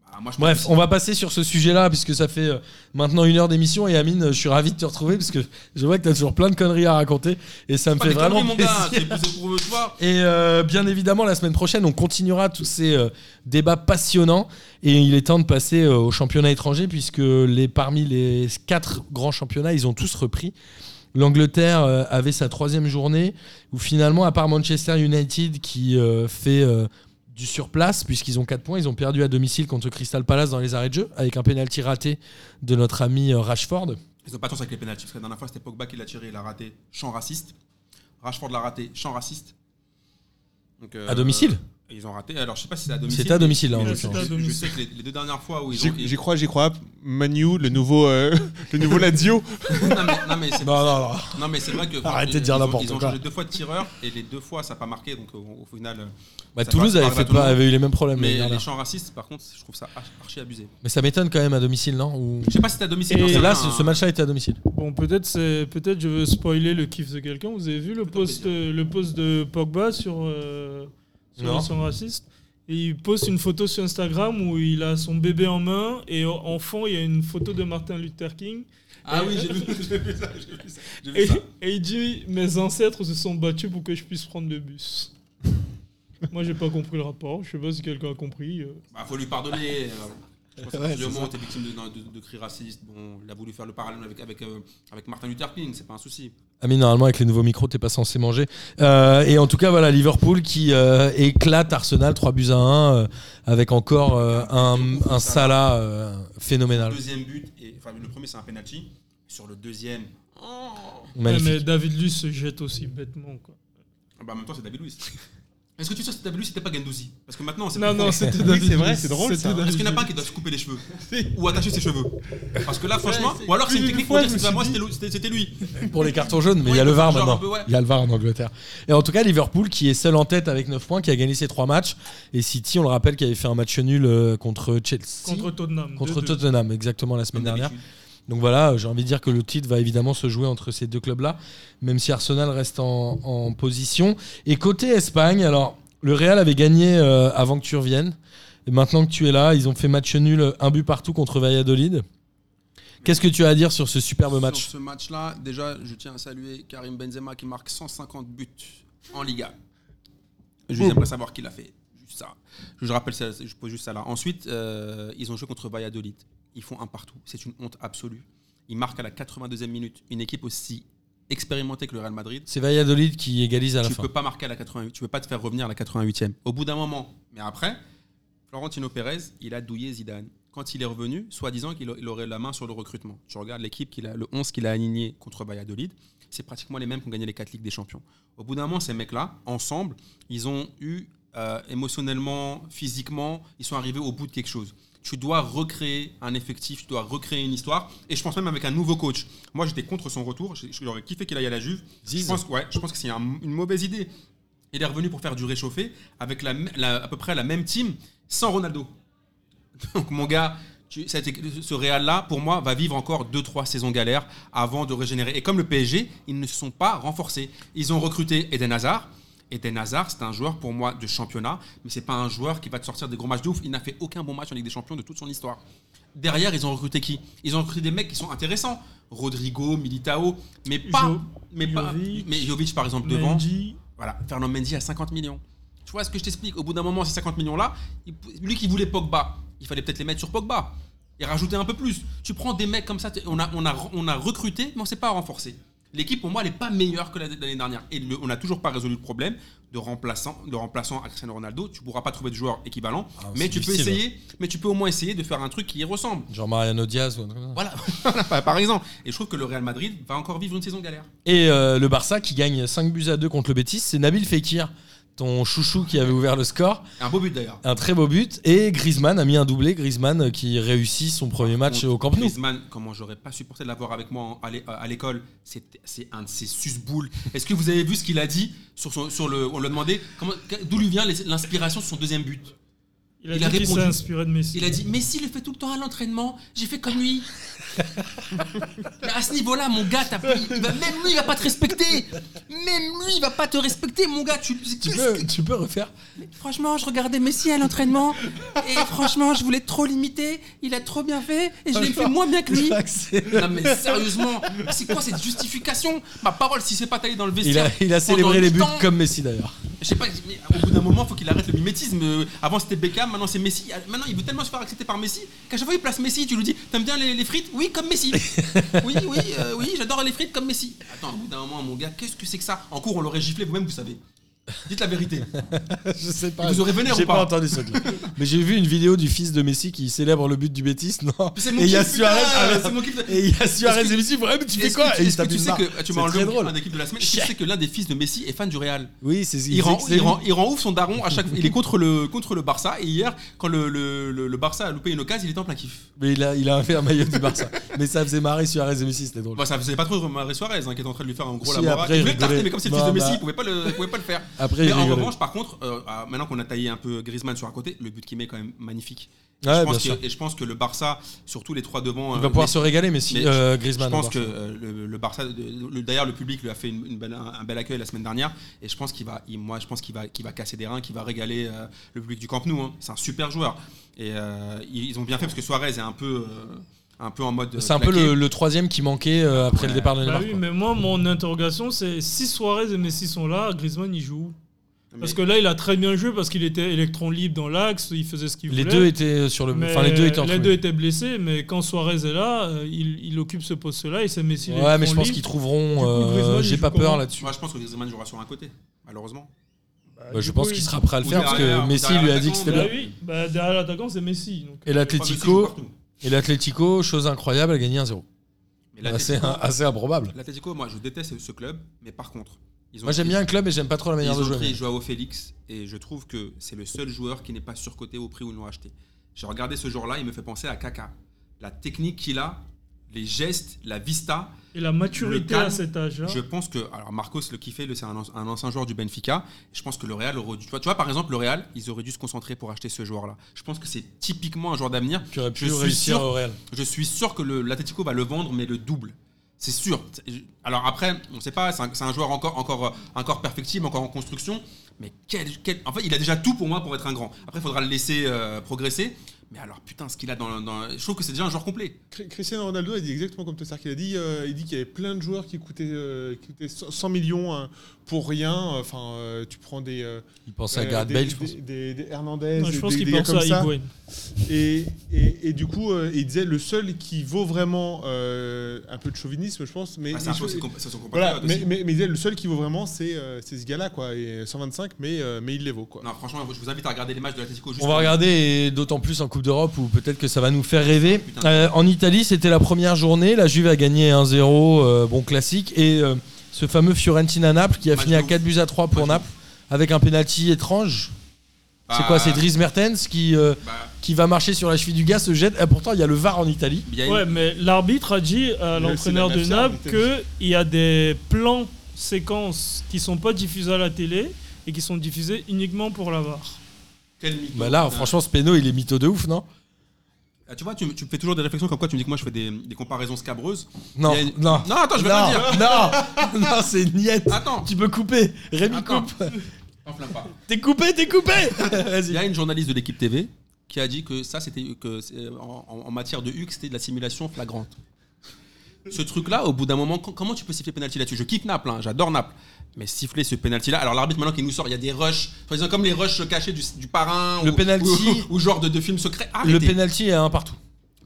A: Ah, moi, je
D: Bref,
A: pense-
D: on va passer sur ce sujet-là puisque ça fait euh, maintenant une heure d'émission et Amine, euh, je suis ravi de te retrouver parce que je vois que t'as toujours plein de conneries à raconter et ça me
A: Pas
D: fait
A: des
D: vraiment
A: conneries, mon gars,
D: plaisir.
A: c'est c'est pour tu vois.
D: Et euh, bien évidemment, la semaine prochaine, on continuera tous ces euh, débats passionnants. Et il est temps de passer euh, au championnat étranger, puisque les, parmi les quatre grands championnats, ils ont tous repris. L'Angleterre euh, avait sa troisième journée, où finalement, à part Manchester United qui euh, fait euh, du surplace, puisqu'ils ont 4 points, ils ont perdu à domicile contre Crystal Palace dans les arrêts de jeu, avec un penalty raté de notre ami euh, Rashford.
A: Ils ont pas de chance avec les pénaltys. Parce que la dernière fois, c'était Pogba qui l'a tiré, il l'a raté. Champ raciste. Rashford l'a raté. Champ raciste. Donc, euh,
D: À domicile
A: Ils ont raté. Alors, je sais pas si c'est à domicile.
D: C'était à domicile, là, en
A: mais- mais
B: l'occurrence.
A: je-
B: C'était à
A: Je
B: domicile.
A: sais que les, les deux dernières fois où ils ont.
F: J'y j'y crois, j'y crois. Manu, le nouveau, euh, le nouveau Lazio.
A: non, mais, non, mais c'est
D: Non, non, non.
A: non, mais c'est vrai que.
D: Bah, Arrêtez
A: ils-
D: de dire
A: ils ont-
D: n'importe
A: Ils ont
D: quoi.
A: changé deux fois de tireur et les deux fois, ça n'a pas marqué. Donc, au, au final. euh,
D: Bah,
A: ça
D: Toulouse
A: parle-
D: avait,
A: ça parle
D: fait
A: à tout le
D: pas-
A: monde.
D: avait eu les mêmes problèmes. l'année
A: Mais les
D: dernière.
A: champs racistes, par contre, je trouve ça ar- archi abusé.
D: Mais ça m'étonne quand même à domicile, non Ou-
A: Je sais pas si c'était à domicile.
B: Et
A: j'en sais
D: Là,
A: rien,
D: ce,
A: hein.
D: ce match-là était à domicile.
B: Bon, peut-être c'est peut-être je veux spoiler le kiff de quelqu'un. Vous avez vu le
A: Plutôt
B: post euh, le post de Pogba sur euh, sur
D: Non.
B: le son raciste et il poste une photo sur Instagram où il a son bébé en main et en- en fond il y a une photo de Martin Luther King
A: Ah oui, j'ai vu, j'ai vu ça. J'ai vu ça. j'ai vu
B: et,
A: ça.
B: et il dit mes ancêtres se sont battus pour que je puisse prendre le bus. Moi j'ai pas compris le rapport. Je sais pas si quelqu'un a compris. euh.
A: Bah, faut lui pardonner. euh, Je pense que
D: Ouais,
A: le monde est victime de, de, de cris racistes. Bon, il a voulu faire le parallèle avec, avec, euh, avec Martin Luther King, c'est pas un souci.
D: Ah mais normalement avec les nouveaux micros t'es pas censé manger. Euh, et en tout cas voilà Liverpool qui euh, éclate Arsenal 3 buts à 1 euh, avec encore euh, un, un Salah euh,
A: Le
F: Ah
D: phénoménal.
A: deuxième but, et, enfin, le premier c'est un penalty. Sur le deuxième,
B: Ouais,
D: Magnifique.
B: mais David Luiz se jette aussi bêtement quoi.
A: ah bah, en même temps c'est David Luiz. Est-ce que tu sais si t'as vu c'était pas Gendouzi Parce que maintenant, c'est
B: Non, non, c'était
F: Oui,
B: David.
F: c'est vrai, c'est drôle ça.
A: Est-ce qu'il n'y en a pas qui doit se couper les cheveux Ou attacher ses cheveux Parce que là, franchement,
F: c'est-
A: ou alors c'est
F: plus
A: une
F: d'une
A: technique pour
F: fois,
A: dire
F: je me
A: c'était pas
F: suis
A: moi,
F: dit-
A: c'était le- c'était- c'était lui.
D: pour les cartons jaunes, mais il
A: Ouais,
D: y a le VAR
A: genre
D: maintenant.
A: un peu, ouais.
D: Il y a le VAR en Angleterre. Et en tout cas, Liverpool qui est seul en tête avec 9 points, qui a gagné ses 3 matchs. Et City, on le rappelle, qui avait fait un match nul euh, contre Chelsea.
B: Contre Tottenham.
D: contre
B: 2-2.
D: Tottenham, exactement la semaine
A: Comme
D: dernière.
A: d'habitude.
D: Donc voilà, euh, j'ai envie de dire que le titre va évidemment se jouer entre ces deux clubs-là, même si Arsenal reste en, en position. Et côté Espagne, alors le Real avait gagné euh, avant que tu reviennes. Et maintenant que tu es là, ils ont fait match nul, euh, un but partout contre Valladolid. Qu'est-ce que tu as à dire sur ce superbe match
A: Sur ce match-là, déjà, je tiens à saluer Karim Benzema qui marque 150 buts en Liga. Je n'aimerais savoir qui l'a fait. Juste ça. Je rappelle ça, je pose juste ça là. Ensuite, euh, ils ont joué contre Valladolid. Ils font un partout. C'est une honte absolue. Ils marquent à la 82e minute. Une équipe aussi expérimentée que le Real Madrid.
D: C'est Valladolid qui égalise à la
A: tu
D: fin.
A: peux pas marquer à la 88, tu peux pas te faire revenir à la 88e. Au bout d'un moment, mais après, Florentino Pérez, il a douillé Zidane. Quand il est revenu, soi-disant qu'il a- il aurait la main sur le recrutement. Tu regardes l'équipe qu'il a, le 11 qu'il a aligné contre Valladolid, c'est pratiquement les mêmes qui ont gagné les 4 Ligues des Champions. Au bout d'un moment, ces mecs-là, ensemble, ils ont eu euh, émotionnellement, physiquement, ils sont arrivés au bout de quelque chose. Tu dois recréer un effectif, tu dois recréer une histoire. Et je pense même avec un nouveau coach. Moi, j'étais contre son retour. J'ai- J'aurais kiffé qu'il aille à la Juve. Je pense, ouais, je pense que c'est un- une mauvaise idée. Il est revenu pour faire du réchauffé avec la, m- la- à peu près la même team sans Ronaldo. Donc mon gars, tu- ça a été- ce Real-là, pour moi, va vivre encore 2-3 saisons galères avant de régénérer. Et comme le PSG, ils ne se sont pas renforcés. Ils ont recruté Eden Hazard. Eden Hazard, c'est un joueur pour moi de championnat, mais c'est pas un joueur qui va te sortir des gros matchs de ouf. Il n'a fait aucun bon match en Ligue des Champions de toute son histoire. Derrière, ils ont recruté qui Ils ont recruté des mecs qui sont intéressants. Rodrigo, Militao, mais pas...
B: Jo-
A: mais pas...
B: Jovic.
A: Mais Jovic, par exemple, devant.
B: Mendy.
A: Voilà, Fernand Mendy à 50 millions. Tu vois ce que je t'explique Au bout d'un moment, ces 50 millions-là, il- lui qui voulait Pogba, il fallait peut-être les mettre sur Pogba et rajouter un peu plus. Tu prends des mecs comme ça, t'es- on a, on a, on a recruté, mais on s'est pas renforcé. L'équipe, pour moi, elle n'est pas meilleure que la- l'année dernière. Et le- on n'a toujours pas résolu le problème de remplaçant, de remplaçant à Cristiano Ronaldo. Tu pourras pas trouver de joueur équivalent,
D: Ah, c'est
A: mais tu peux
D: difficile,
A: essayer. Mais tu peux au moins essayer de faire un truc qui y ressemble.
D: Genre Mariano Diaz. ou un truc comme ça.
A: Voilà, Voilà, par par exemple. Et je trouve que le Real Madrid va encore vivre une saison galère.
D: Et euh, le Barça qui gagne 5 buts à 2 contre le Betis. C'est Nabil Fekir, ton chouchou qui avait ouvert le score.
A: Un beau but d'ailleurs.
D: Un très beau but. Et Griezmann a mis un doublé. Griezmann euh, qui réussit son premier match
A: Contre
D: au Camp Nou.
A: Griezmann, comment j'aurais pas supporté de l'avoir avec moi en- à l'é- à l'école C'était- C'est un de ces susboules. Est-ce que vous avez vu ce qu'il a dit sur, son- sur le, On l'a demandé comment- d'où lui vient les- l'inspiration de son deuxième but.
B: Il a
A: Il a
B: dit qu'il s'est
A: répondu.
B: inspiré de Messi.
A: Il a dit Messi le fait tout le temps à l'entraînement, j'ai fait comme lui. Mais à ce niveau-là, mon gars, t'as- il va- même lui, il va pas te respecter. Même lui, il va pas te respecter, mon gars. Tu,
D: Tu peux, tu peux refaire
A: Franchement, je regardais Messi à l'entraînement et franchement, je voulais trop l'imiter. Il a trop bien fait et je l'ai fait moins bien que lui. Non mais sérieusement, c'est quoi cette justification Ma parole, si c'est pas allé dans le
D: il
A: vestiaire.
D: a, il a
A: pendant
D: célébré les
A: huit
D: buts
A: ans,
D: comme Messi d'ailleurs.
A: Je sais pas, mais au bout d'un moment, faut qu'il arrête le mimétisme. Euh, Avant c'était Beckham, maintenant c'est Messi. Ah, Maintenant il veut tellement se faire accepter par Messi qu'à chaque fois il place Messi. Tu lui dis, t'aimes bien les, les frites Oui, comme Messi. oui, oui, euh, oui, j'adore les frites comme Messi. Attends, au bout d'un moment, mon gars, qu'est-ce que c'est que ça En cours, on l'aurait giflé, vous-même, vous savez. Dites la vérité.
D: Je sais pas.
A: Vous aurez vénère
D: J'ai
A: ou pas
D: pas entendu ce clip. Mais j'ai vu une vidéo du fils de Messi qui célèbre le but du Betis. Non.
A: C'est
D: Et il y a
A: kiff, putain,
D: Suarez. ah,
A: c'est mon kiff.
D: Et il y a Suarez
A: Est-ce que-
D: et Messi. Ouais, mais tu fais
A: Est-ce
D: quoi
A: que,
D: Et il
A: est-ce que
D: tape
A: tu
D: une
A: sais
D: barre.
A: que tu
D: C'est
A: m'as enlevé
D: très
A: mon-
D: drôle.
A: un équipe de la semaine. Est-ce que tu sais que l'un des fils de Messi est fan du Real
D: Oui, c'est
A: il rend, il, rend, il rend ouf son daron à chaque Il est contre le, contre le Barça. Et hier, quand le, le, le- le Barça a loupé une occasion, il était en plein kiff.
D: Mais il a, il a fait un maillot du Barça. Mais ça faisait marrer Suarez et Messi, c'était drôle.
A: Bon, Bah, ça faisait pas trop Marie Suarez hein, qui est en train de lui faire en gros
D: Si,
A: la morale.
D: après,
A: Il voulait
D: il
A: le tarter,
D: rigolait.
A: mais comme c'est le
D: Bah,
A: fils de Messi,
D: bah.
A: il pouvait pas le, il pouvait pas le faire.
D: Après,
A: mais
D: il
A: en
D: rigolait.
A: revanche, par contre, euh, ah, maintenant qu'on a taillé un peu Griezmann sur un côté, le but qu'il met est quand même magnifique. Et
D: Ouais,
A: je
D: bien
A: pense
D: sûr.
A: que, et je pense que le Barça, surtout les trois devant.
D: Il
A: euh,
D: va pouvoir
A: Messi-
D: se régaler, Messi.
A: mais
D: euh,
A: Je
D: Griezmann.
A: pense
D: au
A: que
D: Barça.
A: euh, le, le Barça, de- le- d'ailleurs, le public lui a fait une, une belle- un, un bel accueil la semaine dernière, et je pense qu'il va, il- moi, je pense qu'il va, qu'il va casser des reins, qu'il va régaler euh, le public du Camp Nou. hein. C'est un super joueur, et euh, ils, ils ont bien fait parce que Suarez est un peu, euh, un peu en mode. euh,
D: C'est un peu
A: claqué.
D: le, le troisième qui manquait euh, après le
A: Ouais.
D: départ de
B: Bah
D: Neymar.
B: oui,
D: quoi.
B: mais moi, mon interrogation, c'est si Suarez et Messi sont là, Griezmann, il joue où
A: Mais-
B: Parce que là, il a très bien joué parce qu'il était électron libre dans l'axe, il faisait ce qu'il voulait.
D: Les deux étaient euh, sur le.
B: Mais
D: Enfin, les deux étaient entre
B: les
D: les
B: deux étaient blessés, mais quand Suarez est là, euh, il, il occupe ce poste-là et c'est Messi.
D: Ouais, mais je
B: l'électron
D: pense
B: libre.
D: qu'ils
B: Du coup,
D: trouveront. euh,
B: Griezmann, il
D: J'ai
B: joue
D: pas peur
B: comment
D: là-dessus.
A: Moi, je pense que Griezmann jouera sur un côté, malheureusement.
D: Bah, je
B: du
D: pense
B: coup,
D: qu'il
B: il-
D: sera prêt à le
A: ou
D: faire parce que
A: derrière- ou
D: Messi
A: derrière
D: lui a dit que
A: l'attaquant,
D: c'était
B: Bah
D: bien.
B: oui, bah, derrière l'attaquant, c'est Messi.
D: Et
B: donc, euh,
A: Enfin, Messi joue
D: l'Atlético,
A: partout.
D: et l'Atlético, chose incroyable, a gagné 1-0.
A: Mais
D: Assez,
A: l'Atlético-
D: assez improbable.
A: L'Atlético, moi, je déteste ce club, mais par contre, ils Ils ont
D: Moi, j'aime
A: pris-
D: bien un club et j'aime pas trop la manière
A: Ils
D: de
A: ont
D: jouer.
A: pris Joao Félix et je trouve que c'est le seul joueur qui n'est pas surcoté au prix où ils l'ont acheté. J'ai regardé ce joueur-là, il me fait penser à Kaka. La technique qu'il a, les gestes, la vista.
B: Et la maturité
A: calme,
B: à cet âge-là.
A: Je pense que alors Marcos le kiffait, le- c'est un, anci- un ancien joueur du Benfica. Je pense que le Real aurait dû, tu vois, tu vois, par exemple le Real, ils auraient dû se concentrer pour acheter ce joueur-là. Je pense que c'est typiquement un joueur d'avenir.
D: Tu aurais pu
A: Je suis
D: réussir
A: sûr-
D: au Real.
A: Je suis sûr que le- l'Atletico va le vendre, mais le double. C'est sûr. Alors après, on ne sait pas, c'est un, c'est un joueur encore, encore, euh, encore perfectible, encore en construction. Mais quel, quel- en fait, il a déjà tout pour moi pour être un grand. Après, il faudra le laisser euh, progresser. Mais alors, putain, ce qu'il a dans, dans- Je trouve que c'est déjà un joueur complet.
F: Cri- Cristiano Ronaldo a dit exactement comme Tossard qu'il a dit. euh, il dit qu'il y avait plein de joueurs qui coûtaient, euh, qui coûtaient 100 millions hein, pour rien. Enfin, euh, tu prends des, euh,
D: Il pensait à
F: euh,
D: Gareth
F: des-
D: Bale, je pense.
F: des, des- des Hernandez,
B: Non, je
F: des-
B: pense
F: des,
B: qu'il
F: des gars
B: pense
F: comme
B: à
F: ça.
B: Higuain.
F: Et, et- et du coup, euh, il disait le seul qui vaut vraiment euh, un peu de chauvinisme, je pense. Mais
A: Ah, c'est un
F: mais-
A: peu ses comp- c'est son
F: voilà,
A: compatriote
F: mais,
A: aussi.
F: mais- mais il disait le seul qui vaut vraiment, c'est euh, c'est ce gars-là, quoi. Et 125, mais, euh, mais il les vaut, quoi.
A: Non, franchement, je vous invite à regarder les matchs de l'Atletico. juste
D: On va
A: pour-
D: regarder, et d'autant plus en Coupe d'Europe où peut-être que ça va nous faire rêver.
A: Putain.
D: Euh, en Italie, c'était la première journée. La Juve a gagné 1-0, euh, bon classique. Et euh, ce fameux Fiorentina-Naples qui a
A: Match
D: fini
A: de
D: à
A: ouf.
D: 4 buts à 3
A: Match
D: pour
A: de
D: Naples avec un penalty étrange. C'est
A: Bah,
D: quoi C'est Dries Mertens qui, euh,
A: bah,
D: qui va marcher sur la cheville du gars, se jette. Ah, pourtant, il y a le VAR en Italie.
A: il y a-
B: Ouais, mais l'arbitre a dit à
F: Mais
B: l'entraîneur
F: c'est
B: de
F: la même
B: Naples
F: chose,
B: qu'il y a des plans séquences qui sont pas diffusés à la télé et qui sont diffusés uniquement pour la VAR.
A: quel mytho.
D: Bah là,
A: Putain.
D: franchement, ce péno, il est mytho de ouf, non
A: Ah, Tu vois, tu, me- tu me fais toujours des réflexions comme quoi tu me dis que moi je fais des, des comparaisons scabreuses.
D: Non,
A: Il y a une-
D: non.
A: Non, attends, je vais
D: Ah. non,
A: pas dire.
D: non, non, c'est niette.
A: Attends,
D: Tu peux couper. Rémi
A: Attends.
D: coupe.
A: t'enflamme pas.
D: T'es coupé, t'es coupé.
A: Il
D: Vas-y.
A: y a une journaliste de l'équipe TV qui a dit que ça, c'était que c'est- en, en matière de HUC, c'était de la simulation flagrante. Ce truc-là, au bout d'un moment, com- comment tu peux siffler penalty là-dessus Je kiffe Naples, hein, j'adore Naples, mais siffler ce penalty là. Alors l'arbitre maintenant qui nous sort, il y a des rushs, par exemple, comme les rushs cachés du, du parrain
D: Le
A: ou,
D: penalty.
A: ou- ou genre de, de film secret.
D: Le
A: Arrêtez.
D: penalty est à un partout.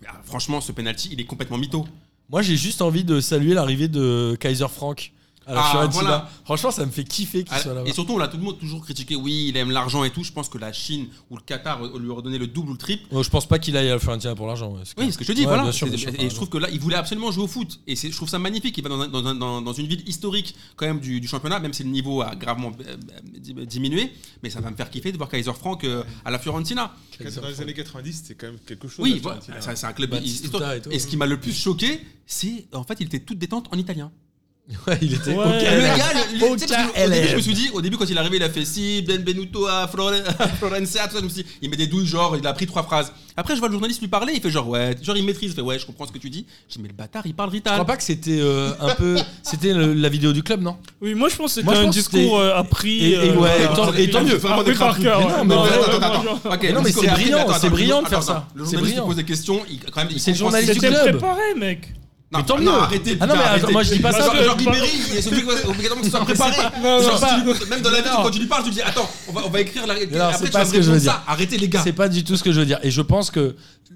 A: Ah, franchement, ce penalty, il est complètement mytho.
D: Moi, j'ai juste envie de saluer l'arrivée de Kaiser Frank à la
A: Ah,
D: Fiorentina.
A: voilà.
D: Franchement, ça me fait kiffer qu'il
A: Ah,
D: soit là-bas.
A: Et surtout, on l'a tout le monde toujours critiqué. Oui, il aime l'argent et tout. Je pense que la Chine ou le Qatar euh, lui aurait donné le double ou le triple.
D: Oh, je pense pas qu'il aille à la Fiorentina pour l'argent. ouais, c'est
A: Oui,
D: clair.
A: ce que je te dis,
D: Ouais,
A: voilà.
D: bien sûr,
A: C'est-
D: bien sûr,
A: et
D: pardon.
A: je trouve que là, il voulait absolument jouer au foot. Et c'est- je trouve ça magnifique. Il va dans, un- dans un- dans- dans une ville historique, quand même, du, du championnat, même si le niveau a gravement euh, euh, diminué. Mais ça va me faire kiffer de voir Kaiser Frank euh, à la Fiorentina.
F: Dans les années 90, c'était quand même quelque chose.
A: Oui,
F: la
A: voilà.
F: Fiorentina.
A: Ça, c'est un club
D: Batistuta
A: historique.
D: et tout.
A: Et ce qui m'a le plus choqué, c'est en fait, il était toute détente en italien.
D: Ouais, il était
B: Ouais.
D: au
B: Le
A: Le
D: KLM.
A: gars, le- le-
D: Au
A: tu sais, parce que au début, je
D: KLM.
A: me suis dit, au début, quand il est arrivé, il a fait si, benvenuto à Flore- à Florencia, tout ça, je me suis dit, il met des douilles, genre, il a pris trois phrases. Après, je vois le journaliste lui parler, il fait genre, ouais, genre, il maîtrise, il fait, ouais, je comprends ce que tu dis. Je dis, mais le bâtard, il parle
D: Je
A: rital.
D: crois pas que c'était euh, un peu. C'était le- la vidéo du club, non
B: Oui, moi je pense que c'était
D: Moi, je
B: un
D: pense que c'était-
B: discours euh, appris.
D: et- et ouais,
B: voilà.
D: et tant- et tant
B: Appris
D: mieux.
B: par cœur.
D: Mais non,
B: ouais.
D: mais
B: Ouais,
D: attends,
B: ouais,
A: attends,
B: ouais,
A: attends.
B: genre-
A: Ok,
D: Mais non,
A: parce
D: mais
A: que
D: c'est
A: après,
D: brillant,
A: attends, attends,
D: c'est
A: le-
D: brillant de
A: attends,
D: faire ça.
A: attends, Le
D: C'est
A: journaliste
D: brillant.
A: pose des questions, il, quand même, il
D: c'est le
A: comprend ce
D: journaliste
A: qu'il
D: du
A: dit.
B: C'était
D: club.
B: préparé, mec.
A: Non,
D: Mais tant
A: non,
D: mieux.
A: arrêtez,
D: Ah non,
A: putain,
D: mais
A: arrêtez.
D: attends, moi, je dis pas
A: Genre-
D: ça, mais-
A: Genre Ribéry, il est obligé- obligatoirement que ce soit préparé. Genre, Même dans la vie,
D: Non.
A: quand tu lui parles, tu lui dis, attends, on va- on va écrire la.
D: Non,
A: Après,
D: c'est
A: tu
D: pas
A: vas
D: ce que je veux
A: répondre ça.
D: dire.
A: Arrêtez, les gars.
D: C'est pas du tout ce que je veux dire. Et je pense que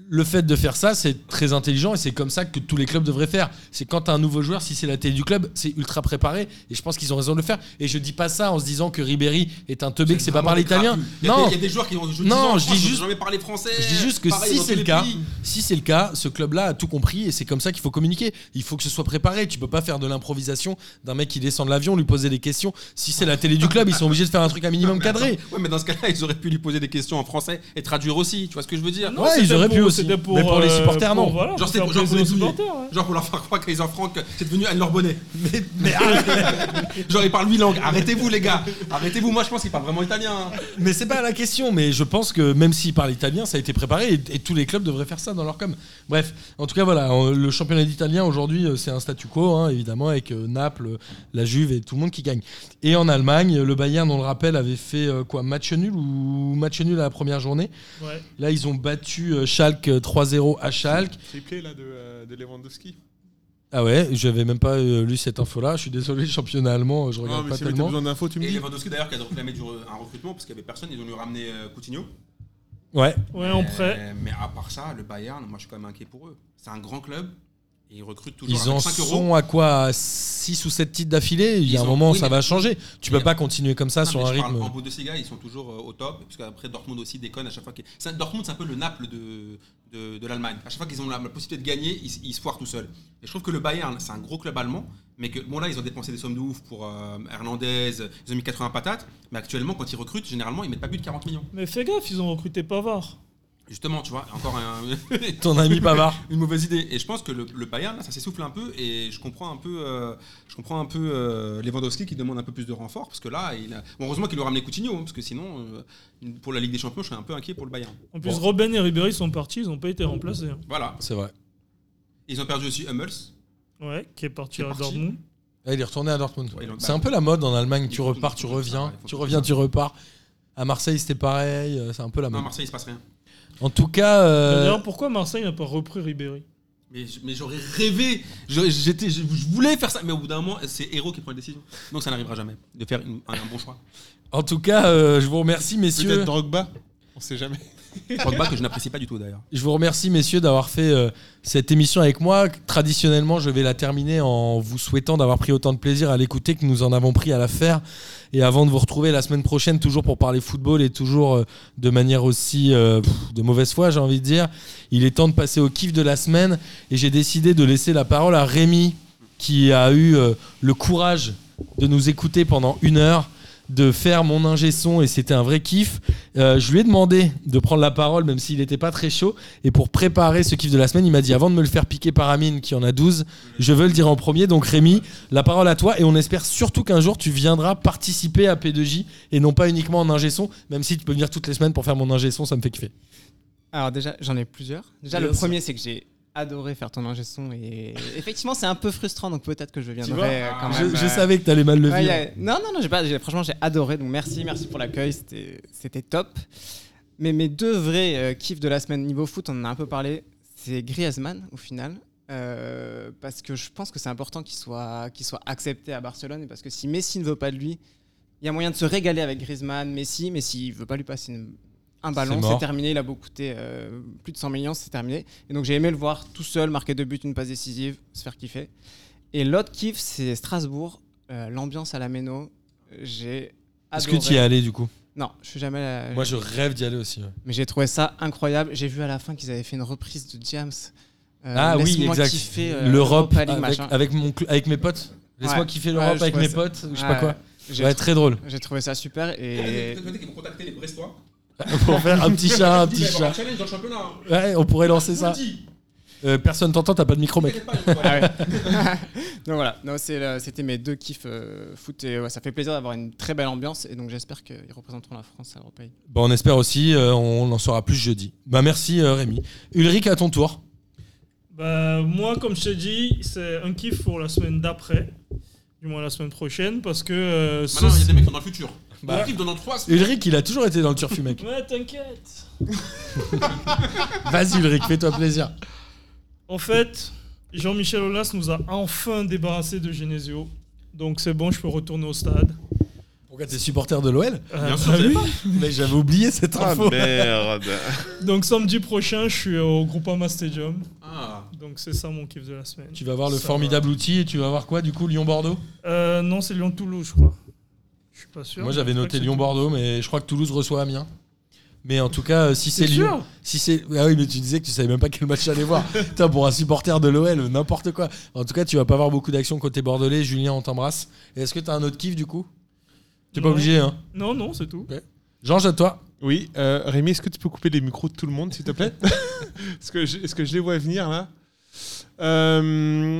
D: le fait de faire ça, c'est très intelligent et c'est comme ça que tous les clubs devraient faire. C'est quand t'as un nouveau joueur, si c'est la télé du club, c'est ultra préparé et je pense qu'ils ont raison de le faire. Et je dis pas ça en se disant que Ribéry est un teubé, que c'est pas
A: Vraiment
D: parler
A: des
D: italien.
A: crapus. Il y a des-
D: Non,
A: Il y a des joueurs qui ont joué
D: Non,
A: 10 ans en
D: je dis
A: France, ils ont
D: juste-
A: jamais parlé français.
D: Je dis juste que
A: Pareil,
D: si
A: dans
D: c'est
A: tous
D: le
A: les
D: cas,
A: pays.
D: si c'est le cas, ce club-là a tout compris et c'est comme ça qu'il faut communiquer. Il faut que ce soit préparé. Tu peux pas faire de l'improvisation d'un mec qui descend de l'avion, lui poser des questions. Si c'est la télé du club, ils sont obligés de faire un truc un minimum cadré.
A: Ouais, mais dans ce cas-là, ils auraient pu lui poser des questions en français et traduire aussi. Tu vois ce que je veux dire
B: Non,
D: Ouais, ils
B: c'était
D: auraient pu
B: pour-
D: aussi.
B: c'était
D: Mais pour les
B: euh,
D: supporters, non.
B: voilà,
A: Genre, c'est
B: faire
A: pour- genre pour
B: plaisir
A: les
B: aux
A: souiller.
B: supporters, ouais.
A: Genre pour leur faire croire qu'Aiser Franck, c'est devenu Anne-Laure Bonnet.
D: Mais, mais arrête.
A: Genre ils parlent huit langues. Arrêtez-vous les gars. Arrêtez-vous. Moi je pense qu'ils parlent vraiment italien. hein.
D: Mais c'est pas la question. Mais je pense que même s'il parle italien, ça a été préparé et, et tous les clubs devraient faire ça dans leur com. Bref, en tout cas, voilà. on- Le championnat d'italien aujourd'hui, euh, c'est un statu quo, hein, évidemment, avec euh, Naples, la Juve et tout le monde qui gagne. Et en Allemagne, le Bayern, on le rappelle, avait fait euh, quoi Match nul ou match nul à la première journée
B: Ouais.
D: Là, ils ont battu euh, Schalke euh, 3-0 à Schalke.
F: Triplé, là, de, euh, de Lewandowski.
D: Ah ouais, j'avais même pas euh, lu cette info-là. Je suis désolé, le championnat allemand, euh, je
F: Non,
D: regarde
F: mais
D: pas
F: si t'as
D: tellement.
F: besoin d'infos, tu me
A: Et
F: dis.
A: Lewandowski d'ailleurs qui a réclamé du- un recrutement parce qu'il n'y avait personne. Ils ont lui ramené euh, Coutinho.
D: Ouais.
B: Ouais, en prêt.
A: Euh, Mais à part ça, le Bayern, moi je suis quand même inquiet pour eux. C'est un grand club. Et ils recrutent toujours
D: Ils
A: à
D: en
A: 5
D: sont
A: euros.
D: à quoi 6 ou 7 titres d'affilée Il y
A: Ils
D: a un
A: ont-
D: moment,
A: oui,
D: ça
A: mais-
D: va changer. Tu
A: mais-
D: peux pas continuer comme ça
A: Non,
D: sur
A: mais
D: un
A: je parle
D: rythme.
A: En Bundesliga, ils sont toujours euh, au top, parce qu'après Dortmund aussi déconne à chaque fois. que- c'est un- Dortmund, c'est un peu le Naples de, de, de l'Allemagne. À chaque fois qu'ils ont la la possibilité de gagner, ils, ils se foirent tout seuls. Et je trouve que le Bayern, c'est un gros club allemand, mais que bon là, ils ont dépensé des sommes de ouf pour euh, Hernandez, ils ont mis 80 patates, mais actuellement, quand ils recrutent, généralement, ils mettent pas plus de 40 millions.
B: Mais fais gaffe, ils ont recruté Pavard.
A: Justement, tu vois, encore un-
D: Ton ami Pavard.
A: une mauvaise idée. Et je pense que le, le Bayern, là, ça s'essouffle un peu, et je comprends un peu, euh, je comprends un peu euh, Lewandowski qui demande un peu plus de renfort, parce que là, il a- bon, heureusement qu'il lui a ramené Coutinho, hein, parce que sinon, euh, pour la Ligue des Champions, je suis un peu inquiet pour le Bayern.
B: En plus, Robben et Ribéry sont partis, ils n'ont pas été remplacés. hein.
A: Voilà.
D: C'est vrai.
A: Ils ont perdu aussi Hummels.
B: Ouais, qui est parti
A: Qui est
B: à
A: parti.
B: Dortmund.
D: Ah, il est retourné à Dortmund.
A: Ouais, il en-
D: c'est un peu la mode en Allemagne.
A: Il
D: Tu
A: faut
D: repars, tu
A: toujours comme ça,
D: reviens,
A: ouais, il faut
D: tu
A: toujours
D: reviens,
A: comme
D: tu repars. À Marseille, c'était pareil. euh, C'est un peu la
A: Non, à
D: mode.
A: Marseille, il se passe rien.
D: En tout cas, euh,
B: D'ailleurs, pourquoi Marseille n'a pas repris Ribéry
A: Mais, je- mais j'aurais rêvé, je, j'étais, je, je voulais faire ça, mais au bout d'un moment, c'est Héros qui prend la décision. Donc ça n'arrivera jamais de faire une- un, un bon choix.
D: en tout cas, euh, je vous remercie, messieurs.
F: Peut-être Drogba. On sait jamais.
A: Pogba que je n'apprécie pas du tout d'ailleurs.
D: Je vous remercie, messieurs, d'avoir fait euh, cette émission avec moi. Traditionnellement, je vais la terminer en vous souhaitant d'avoir pris autant de plaisir à l'écouter que nous en avons pris à la faire. Et avant de vous retrouver la semaine prochaine, toujours pour parler football et toujours euh, de manière aussi euh, pff, de mauvaise foi, j'ai envie de dire, il est temps de passer au kiff de la semaine. Et j'ai décidé de laisser la parole à Rémi, qui a eu euh, le courage de nous écouter pendant une heure de faire mon ingé son et c'était un vrai kiff. Euh, je lui ai demandé de prendre la parole même s'il n'était pas très chaud et pour préparer ce kiff de la semaine, il m'a dit avant de me le faire piquer par Amine qui en a 12, je veux le dire en premier. Donc Rémi, la parole à toi et on espère surtout qu'un jour tu viendras participer à P2J et non pas uniquement en ingé son, même si tu peux venir toutes les semaines pour faire mon ingé son, ça me fait kiffer.
H: Alors déjà, j'en ai plusieurs. Déjà,
B: Bien
H: le
B: sûr.
H: premier, c'est que j'ai adoré faire ton ingé son et effectivement, c'est un peu frustrant, donc peut-être que je
B: vois
H: viendrai euh, quand
D: Je,
H: même.
D: je
H: euh,
D: savais que t'allais mal le
H: ouais,
D: vivre.
H: y a- Non, non, non, j'ai pas, j'ai- franchement, j'ai adoré, donc merci, merci pour l'accueil, c'était c'était top. Mais mes deux vrais euh, kiffs de la semaine niveau foot, on en a un peu parlé, c'est Griezmann au final. euh, parce que je pense que c'est important qu'il soit, qu'il soit accepté à Barcelone, et parce que si Messi ne veut pas de lui, il y a moyen de se régaler avec Griezmann, Messi, mais s'il veut pas lui passer une- un
D: C'est
H: ballon,
D: mort.
H: c'est terminé, il a beau coûter euh, plus de 100 millions, c'est terminé. Et donc j'ai aimé le voir tout seul, marquer deux buts, une passe décisive, se faire kiffer. Et l'autre kiff, c'est Strasbourg, euh, l'ambiance à la Méno. Euh, J'ai
D: Est-ce que
H: adoré. Euh,
D: tu y es allé du coup
H: Non, je suis jamais allé à-
D: Moi je rêve d'y aller aussi. ouais.
H: Mais j'ai trouvé ça incroyable. J'ai vu à la fin qu'ils avaient fait une reprise de James. Euh,
D: ah oui,
H: Laisse-moi
D: exact.
H: kiffer, euh,
D: L'Europe
H: Europa League,
D: avec,
H: machin.
D: avec mon cl- avec mes potes. Laisse-moi
H: Ouais.
D: kiffer
H: Ouais,
D: l'Europe
H: je
D: avec
H: trouvais
D: mes
H: ça-
D: potes, ou je sais pas
H: Ouais,
D: quoi.
H: J'ai
D: Ouais, très drôle.
H: trou- j'ai trouvé ça super
A: Et...
H: et
A: Peut-être Ah, qu'ils vont contacter les Brestois.
D: Pour faire un petit chat, un
A: Ils disent, il va
D: petit
A: y avoir
D: chat.
A: un challenge dans le championnat. hein.
D: Ouais, on pourrait lancer
A: Je vous le
D: ça.
A: dis.
D: Euh, personne t'entend, t'as pas de micro, mec.
A: T'inquiète pas, ils vont voir.
H: Ah ouais. donc voilà, Non, c'est le- c'était mes deux kiffs euh, foot et ouais, ça fait plaisir d'avoir une très belle ambiance et donc j'espère qu'ils représenteront la France à l'Europe.
D: Bon, on espère aussi, euh, on en saura plus jeudi. Bah merci euh, Rémi. Ulrich, à ton tour.
B: Bah, moi, comme je t'ai dit, c'est un kiff pour la semaine d'après, du moins la semaine prochaine, parce que. euh, ce-
A: Maintenant, il y a des mecs qui sont dans le futur.
D: Bah.
A: Bah. L'équipe dans 3 semaines.
D: Ulrich, il a toujours été dans le turfu, mec.
B: Ouais, t'inquiète.
D: Vas-y Ulrich, fais-toi plaisir.
B: En fait, Jean-Michel Aulas nous a enfin débarrassé de Genesio. Donc c'est bon, je peux retourner au stade.
D: Pourquoi t'es supporter de l'OL
B: Euh,
A: Bien
B: bah
A: sûr, je savais
B: oui.
D: Mais j'avais oublié cette
B: Ah,
D: info.
I: merde.
B: Donc samedi prochain, je suis au Groupama Stadium.
A: Ah.
B: Donc c'est ça mon kiff de la semaine.
D: Tu vas voir le
B: Ça
D: formidable outil et tu vas voir quoi du coup Lyon-Bordeaux
B: Euh, non, c'est Lyon-Toulouse, je crois. Je suis pas sûr.
D: Moi
B: mais
D: j'avais
B: je crois
D: noté
B: que c'est
D: Lyon-Bordeaux, mais je crois que Toulouse reçoit Amiens. Mais en tout cas, euh, si c'est
B: Toulouse. T'es
D: Lyon,
B: sûr
D: si c'est ah oui, mais tu disais que tu savais même pas quel match aller voir. Putain, pour un supporter de l'OL, n'importe quoi. En tout cas, tu vas pas avoir beaucoup d'action côté bordelais. Julien, on t'embrasse. Et Est-ce que t'as un autre kiff du coup T'es pas
B: Non.
D: obligé, hein.
B: Non, non, c'est tout.
D: Georges, à toi.
F: Oui, euh, Rémi, est-ce que tu peux couper les micros de tout le monde, s'il te plaît Est-ce que, je- est-ce que je les vois venir, là Euh,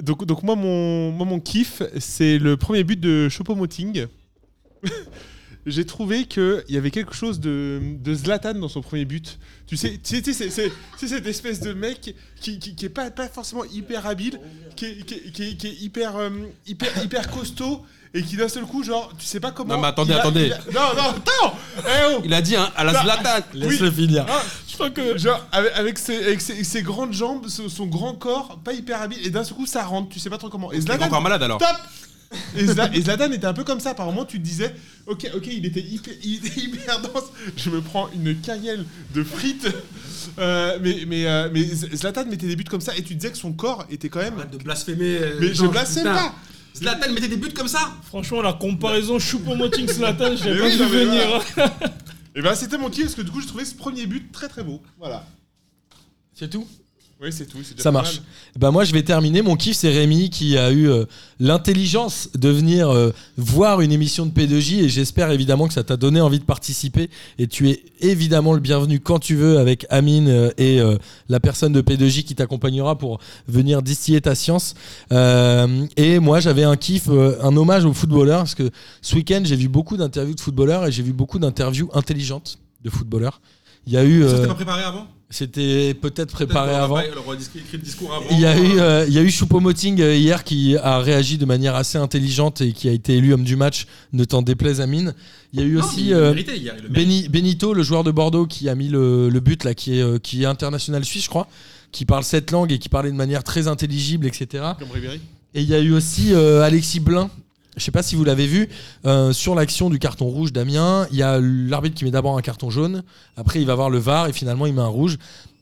F: donc, donc, moi, mon, moi, mon kiff, c'est le premier but de Choupo-Moting. J'ai trouvé qu'il y avait quelque chose de, de Zlatan dans son premier but. Tu sais, tu sais, tu sais, c'est, c'est- c'est cette espèce de mec qui, qui, qui est pas, pas forcément hyper habile, qui est, qui est- qui est- qui est hyper, euh, hyper, hyper costaud et qui d'un seul coup, genre, tu sais pas comment.
J: Non, mais attendez,
F: il va-
J: attendez.
F: il va- non, non, attends Eh oh
J: Il a dit hein, à
A: Ah.
J: la
F: Bah,
J: Zlatan.
D: Laisse-le finir.
F: Ah, je crois que. Genre, avec, avec ses, avec ses- ses grandes jambes, son, son grand corps, pas hyper habile, et d'un seul coup, ça rentre, tu sais pas trop comment. Et
J: Il est
F: Zlatan,
J: encore malade alors.
F: top Et, Zla- et Zlatan était un peu comme ça. Apparemment, tu te disais, ok, ok, il était hyper, il était hyper dense. Je me prends une carrière de frites. Euh, mais, mais, euh, mais Z- Zlatan mettait des buts comme ça et tu disais que son corps était quand même.
A: Arrête de blasphémer. euh,
F: Mais je
A: Jean,
F: blasphème
A: putain.
F: pas.
A: Zlatan mettait des buts comme ça
B: Franchement, la comparaison Choupo-Moting-Slatan, je l'ai
F: Mais
B: pas
F: oui,
B: vu
F: non, mais
B: venir. hein.
F: voilà. Et ben c'était mon kiff parce que du coup, je trouvais ce premier but très très beau. Voilà.
D: C'est tout
F: Oui, c'est tout. c'est déjà
D: Ça
F: pas
D: marche.
F: mal.
D: Bah moi je vais terminer. Mon kiff c'est Rémi qui a eu euh, l'intelligence de venir euh, voir une émission de P2J et j'espère évidemment que ça t'a donné envie de participer et tu es évidemment le bienvenu quand tu veux avec Amine euh, et euh, la personne de P2J qui t'accompagnera pour venir distiller ta science. Euh, et moi j'avais un kiff, euh, un hommage aux footballeurs parce que ce week-end j'ai vu beaucoup d'interviews de footballeurs et j'ai vu beaucoup d'interviews intelligentes de footballeurs. Il y a eu,
A: Ça,
D: euh,
A: c'était pas préparé avant
D: c'était peut-être préparé
A: Peut-être qu'on
D: avant.
A: aurait pas- on aurait discu- écrit le discours avant.
D: Il y a eu, euh, il y a eu Choupo-Moting euh, hier qui a réagi de manière assez intelligente et qui a été élu homme du match, ne t'en déplaise à mine. Il y a eu
A: Non, mais
D: aussi
A: il le
D: euh,
A: méritait hier, il le méritait.
D: Beni- Benito, le joueur de Bordeaux qui a mis le, le but là, qui est, euh, qui est international suisse, je crois, qui parle cette langue et qui parlait de manière très intelligible, etc.
F: Comme Ribéry.
D: Et il y a eu aussi euh, Alexis Blin. Je sais pas si vous l'avez vu euh, sur l'action du carton rouge d'Amiens. Il y a l'arbitre qui met d'abord un carton jaune. Après, il va voir le VAR et finalement, il met un rouge.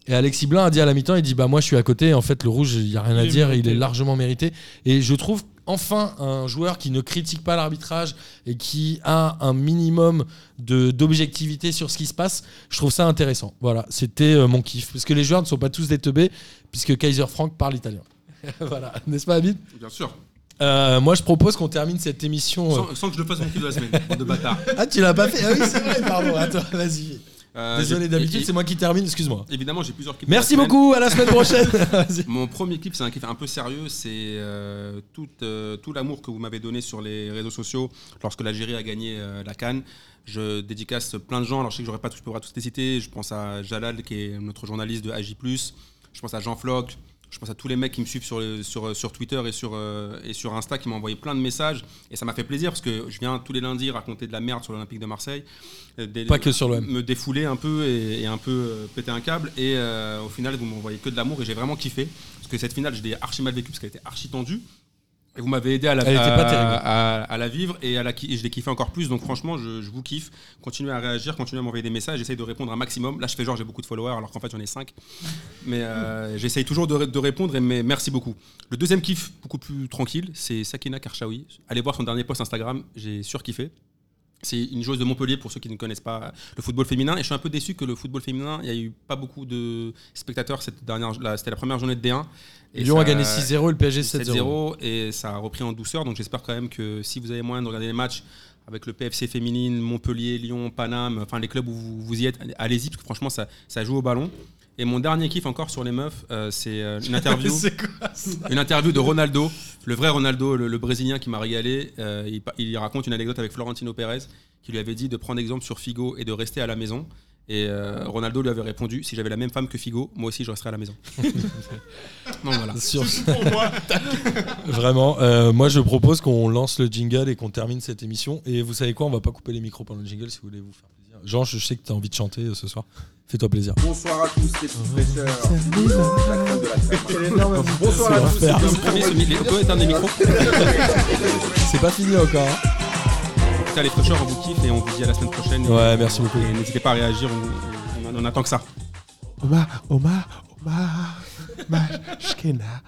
D: Et Alexis Blin a dit à la mi-temps, il dit bah moi je suis à côté. En fait, le rouge, il y a rien à
B: Il est
D: dire.
B: mérité.
D: Il est largement mérité. Et je trouve enfin un joueur qui ne critique pas l'arbitrage et qui a un minimum de d'objectivité sur ce qui se passe. Je trouve ça intéressant. Voilà, c'était euh, mon kiff parce que les joueurs ne sont pas tous des teubés puisque Kaiser Frank parle italien. voilà, n'est-ce pas Habib
A: Bien sûr.
D: euh, moi, je propose qu'on termine cette émission. euh.
A: Sans, sans que je le fasse mon kiff de la semaine, bande de bâtard.
D: Ah, tu l'as pas fait Ah oui, c'est vrai, pardon. Attends, vas-y.
A: Euh,
D: Désolé,
A: j'ai-
D: d'habitude,
A: et-
D: c'est moi qui termine, excuse-moi.
A: Évidemment, j'ai plusieurs clips.
D: Ah, Merci
A: de la semaine.
D: beaucoup, à la semaine prochaine. Vas-y.
A: Mon premier clip, c'est un clip un peu sérieux. C'est euh, tout, euh, tout l'amour que vous m'avez donné sur les réseaux sociaux lorsque l'Algérie a gagné euh, la Cannes. Je dédicace plein de gens. Alors, je sais que j'aurais pas tout, je pourrais tous les citer. Je pense à Jalal, qui est notre journaliste de AJ. Je pense à Jean Floc. Je pense à tous les mecs qui me suivent sur, le- sur, sur Twitter et sur, euh, et sur Insta qui m'ont envoyé plein de messages. Et ça m'a fait plaisir parce que je viens tous les lundis raconter de la merde sur l'Olympique de Marseille. Euh, des-
D: Pas que sur l'OM.
A: me défouler un peu et, et un peu euh, péter un câble. Et euh, au final, vous m'envoyez que de l'amour et j'ai vraiment kiffé. Parce que cette finale, je l'ai archi mal vécue parce qu'elle était archi tendue. Et vous m'avez aidé à la,
D: Elle était pas
A: à-
D: terrible.
A: à- à la vivre et, à la, ki- et je l'ai kiffé encore plus. Donc franchement, je, je vous kiffe. Continuez à réagir, continuez à m'envoyer des messages. J'essaye de répondre un maximum. Là, je fais genre j'ai beaucoup de followers alors qu'en fait j'en ai 5. Mais euh, j'essaye toujours de, ré- de répondre et mais merci beaucoup. Le deuxième kiff, beaucoup plus tranquille, c'est Sakina Karchaoui. Allez voir son dernier post Instagram, j'ai surkiffé. C'est une joueuse de Montpellier pour ceux qui ne connaissent pas le football féminin. Et je suis un peu déçu que le football féminin, il n'y a eu pas beaucoup de spectateurs cette dernière. la- C'était la première journée de D1. Et
D: Lyon a
A: ça-
D: gagné 6-0, le PSG 7-0.
A: 7-0 et ça a repris en douceur. Donc j'espère quand même que si vous avez moyen de regarder les matchs avec le PFC féminine, Montpellier, Lyon, Paname, enfin les clubs où vous, vous y êtes, allez-y parce que franchement ça, ça joue au ballon. Et mon dernier kiff encore sur les meufs, euh, c'est euh, une interview, une interview de Ronaldo, le vrai Ronaldo, le, le brésilien qui m'a régalé. Euh, il, pa- il raconte une anecdote avec Florentino Pérez qui lui avait dit de prendre exemple sur Figo et de rester à la maison. Et euh, Ronaldo lui avait répondu si j'avais la même femme que Figo, moi aussi je resterais à la maison. Donc voilà.
D: Sur... Vraiment, euh, moi je propose qu'on lance le jingle et qu'on termine cette émission. Et vous savez quoi, on va pas couper les micros pendant le jingle si vous voulez vous faire plaisir. Jean, je sais que tu as envie de chanter euh, ce soir. Fais-toi plaisir.
I: Bonsoir à tous les petites fraîcheurs. La crème de la crème. Bonsoir à tous les
D: l'enfer.
I: petits
A: Premier, celui- les- on peut éteindre les micros
D: C'est pas fini encore. hein.
A: Ça, les fraîcheurs, on vous kiffe et on vous dit à la semaine prochaine. Et-
D: Ouais, merci beaucoup.
A: Et n'hésitez pas à réagir, on, on- on attend que ça.
F: Omar, Omar, Omar, Omar, Shkena,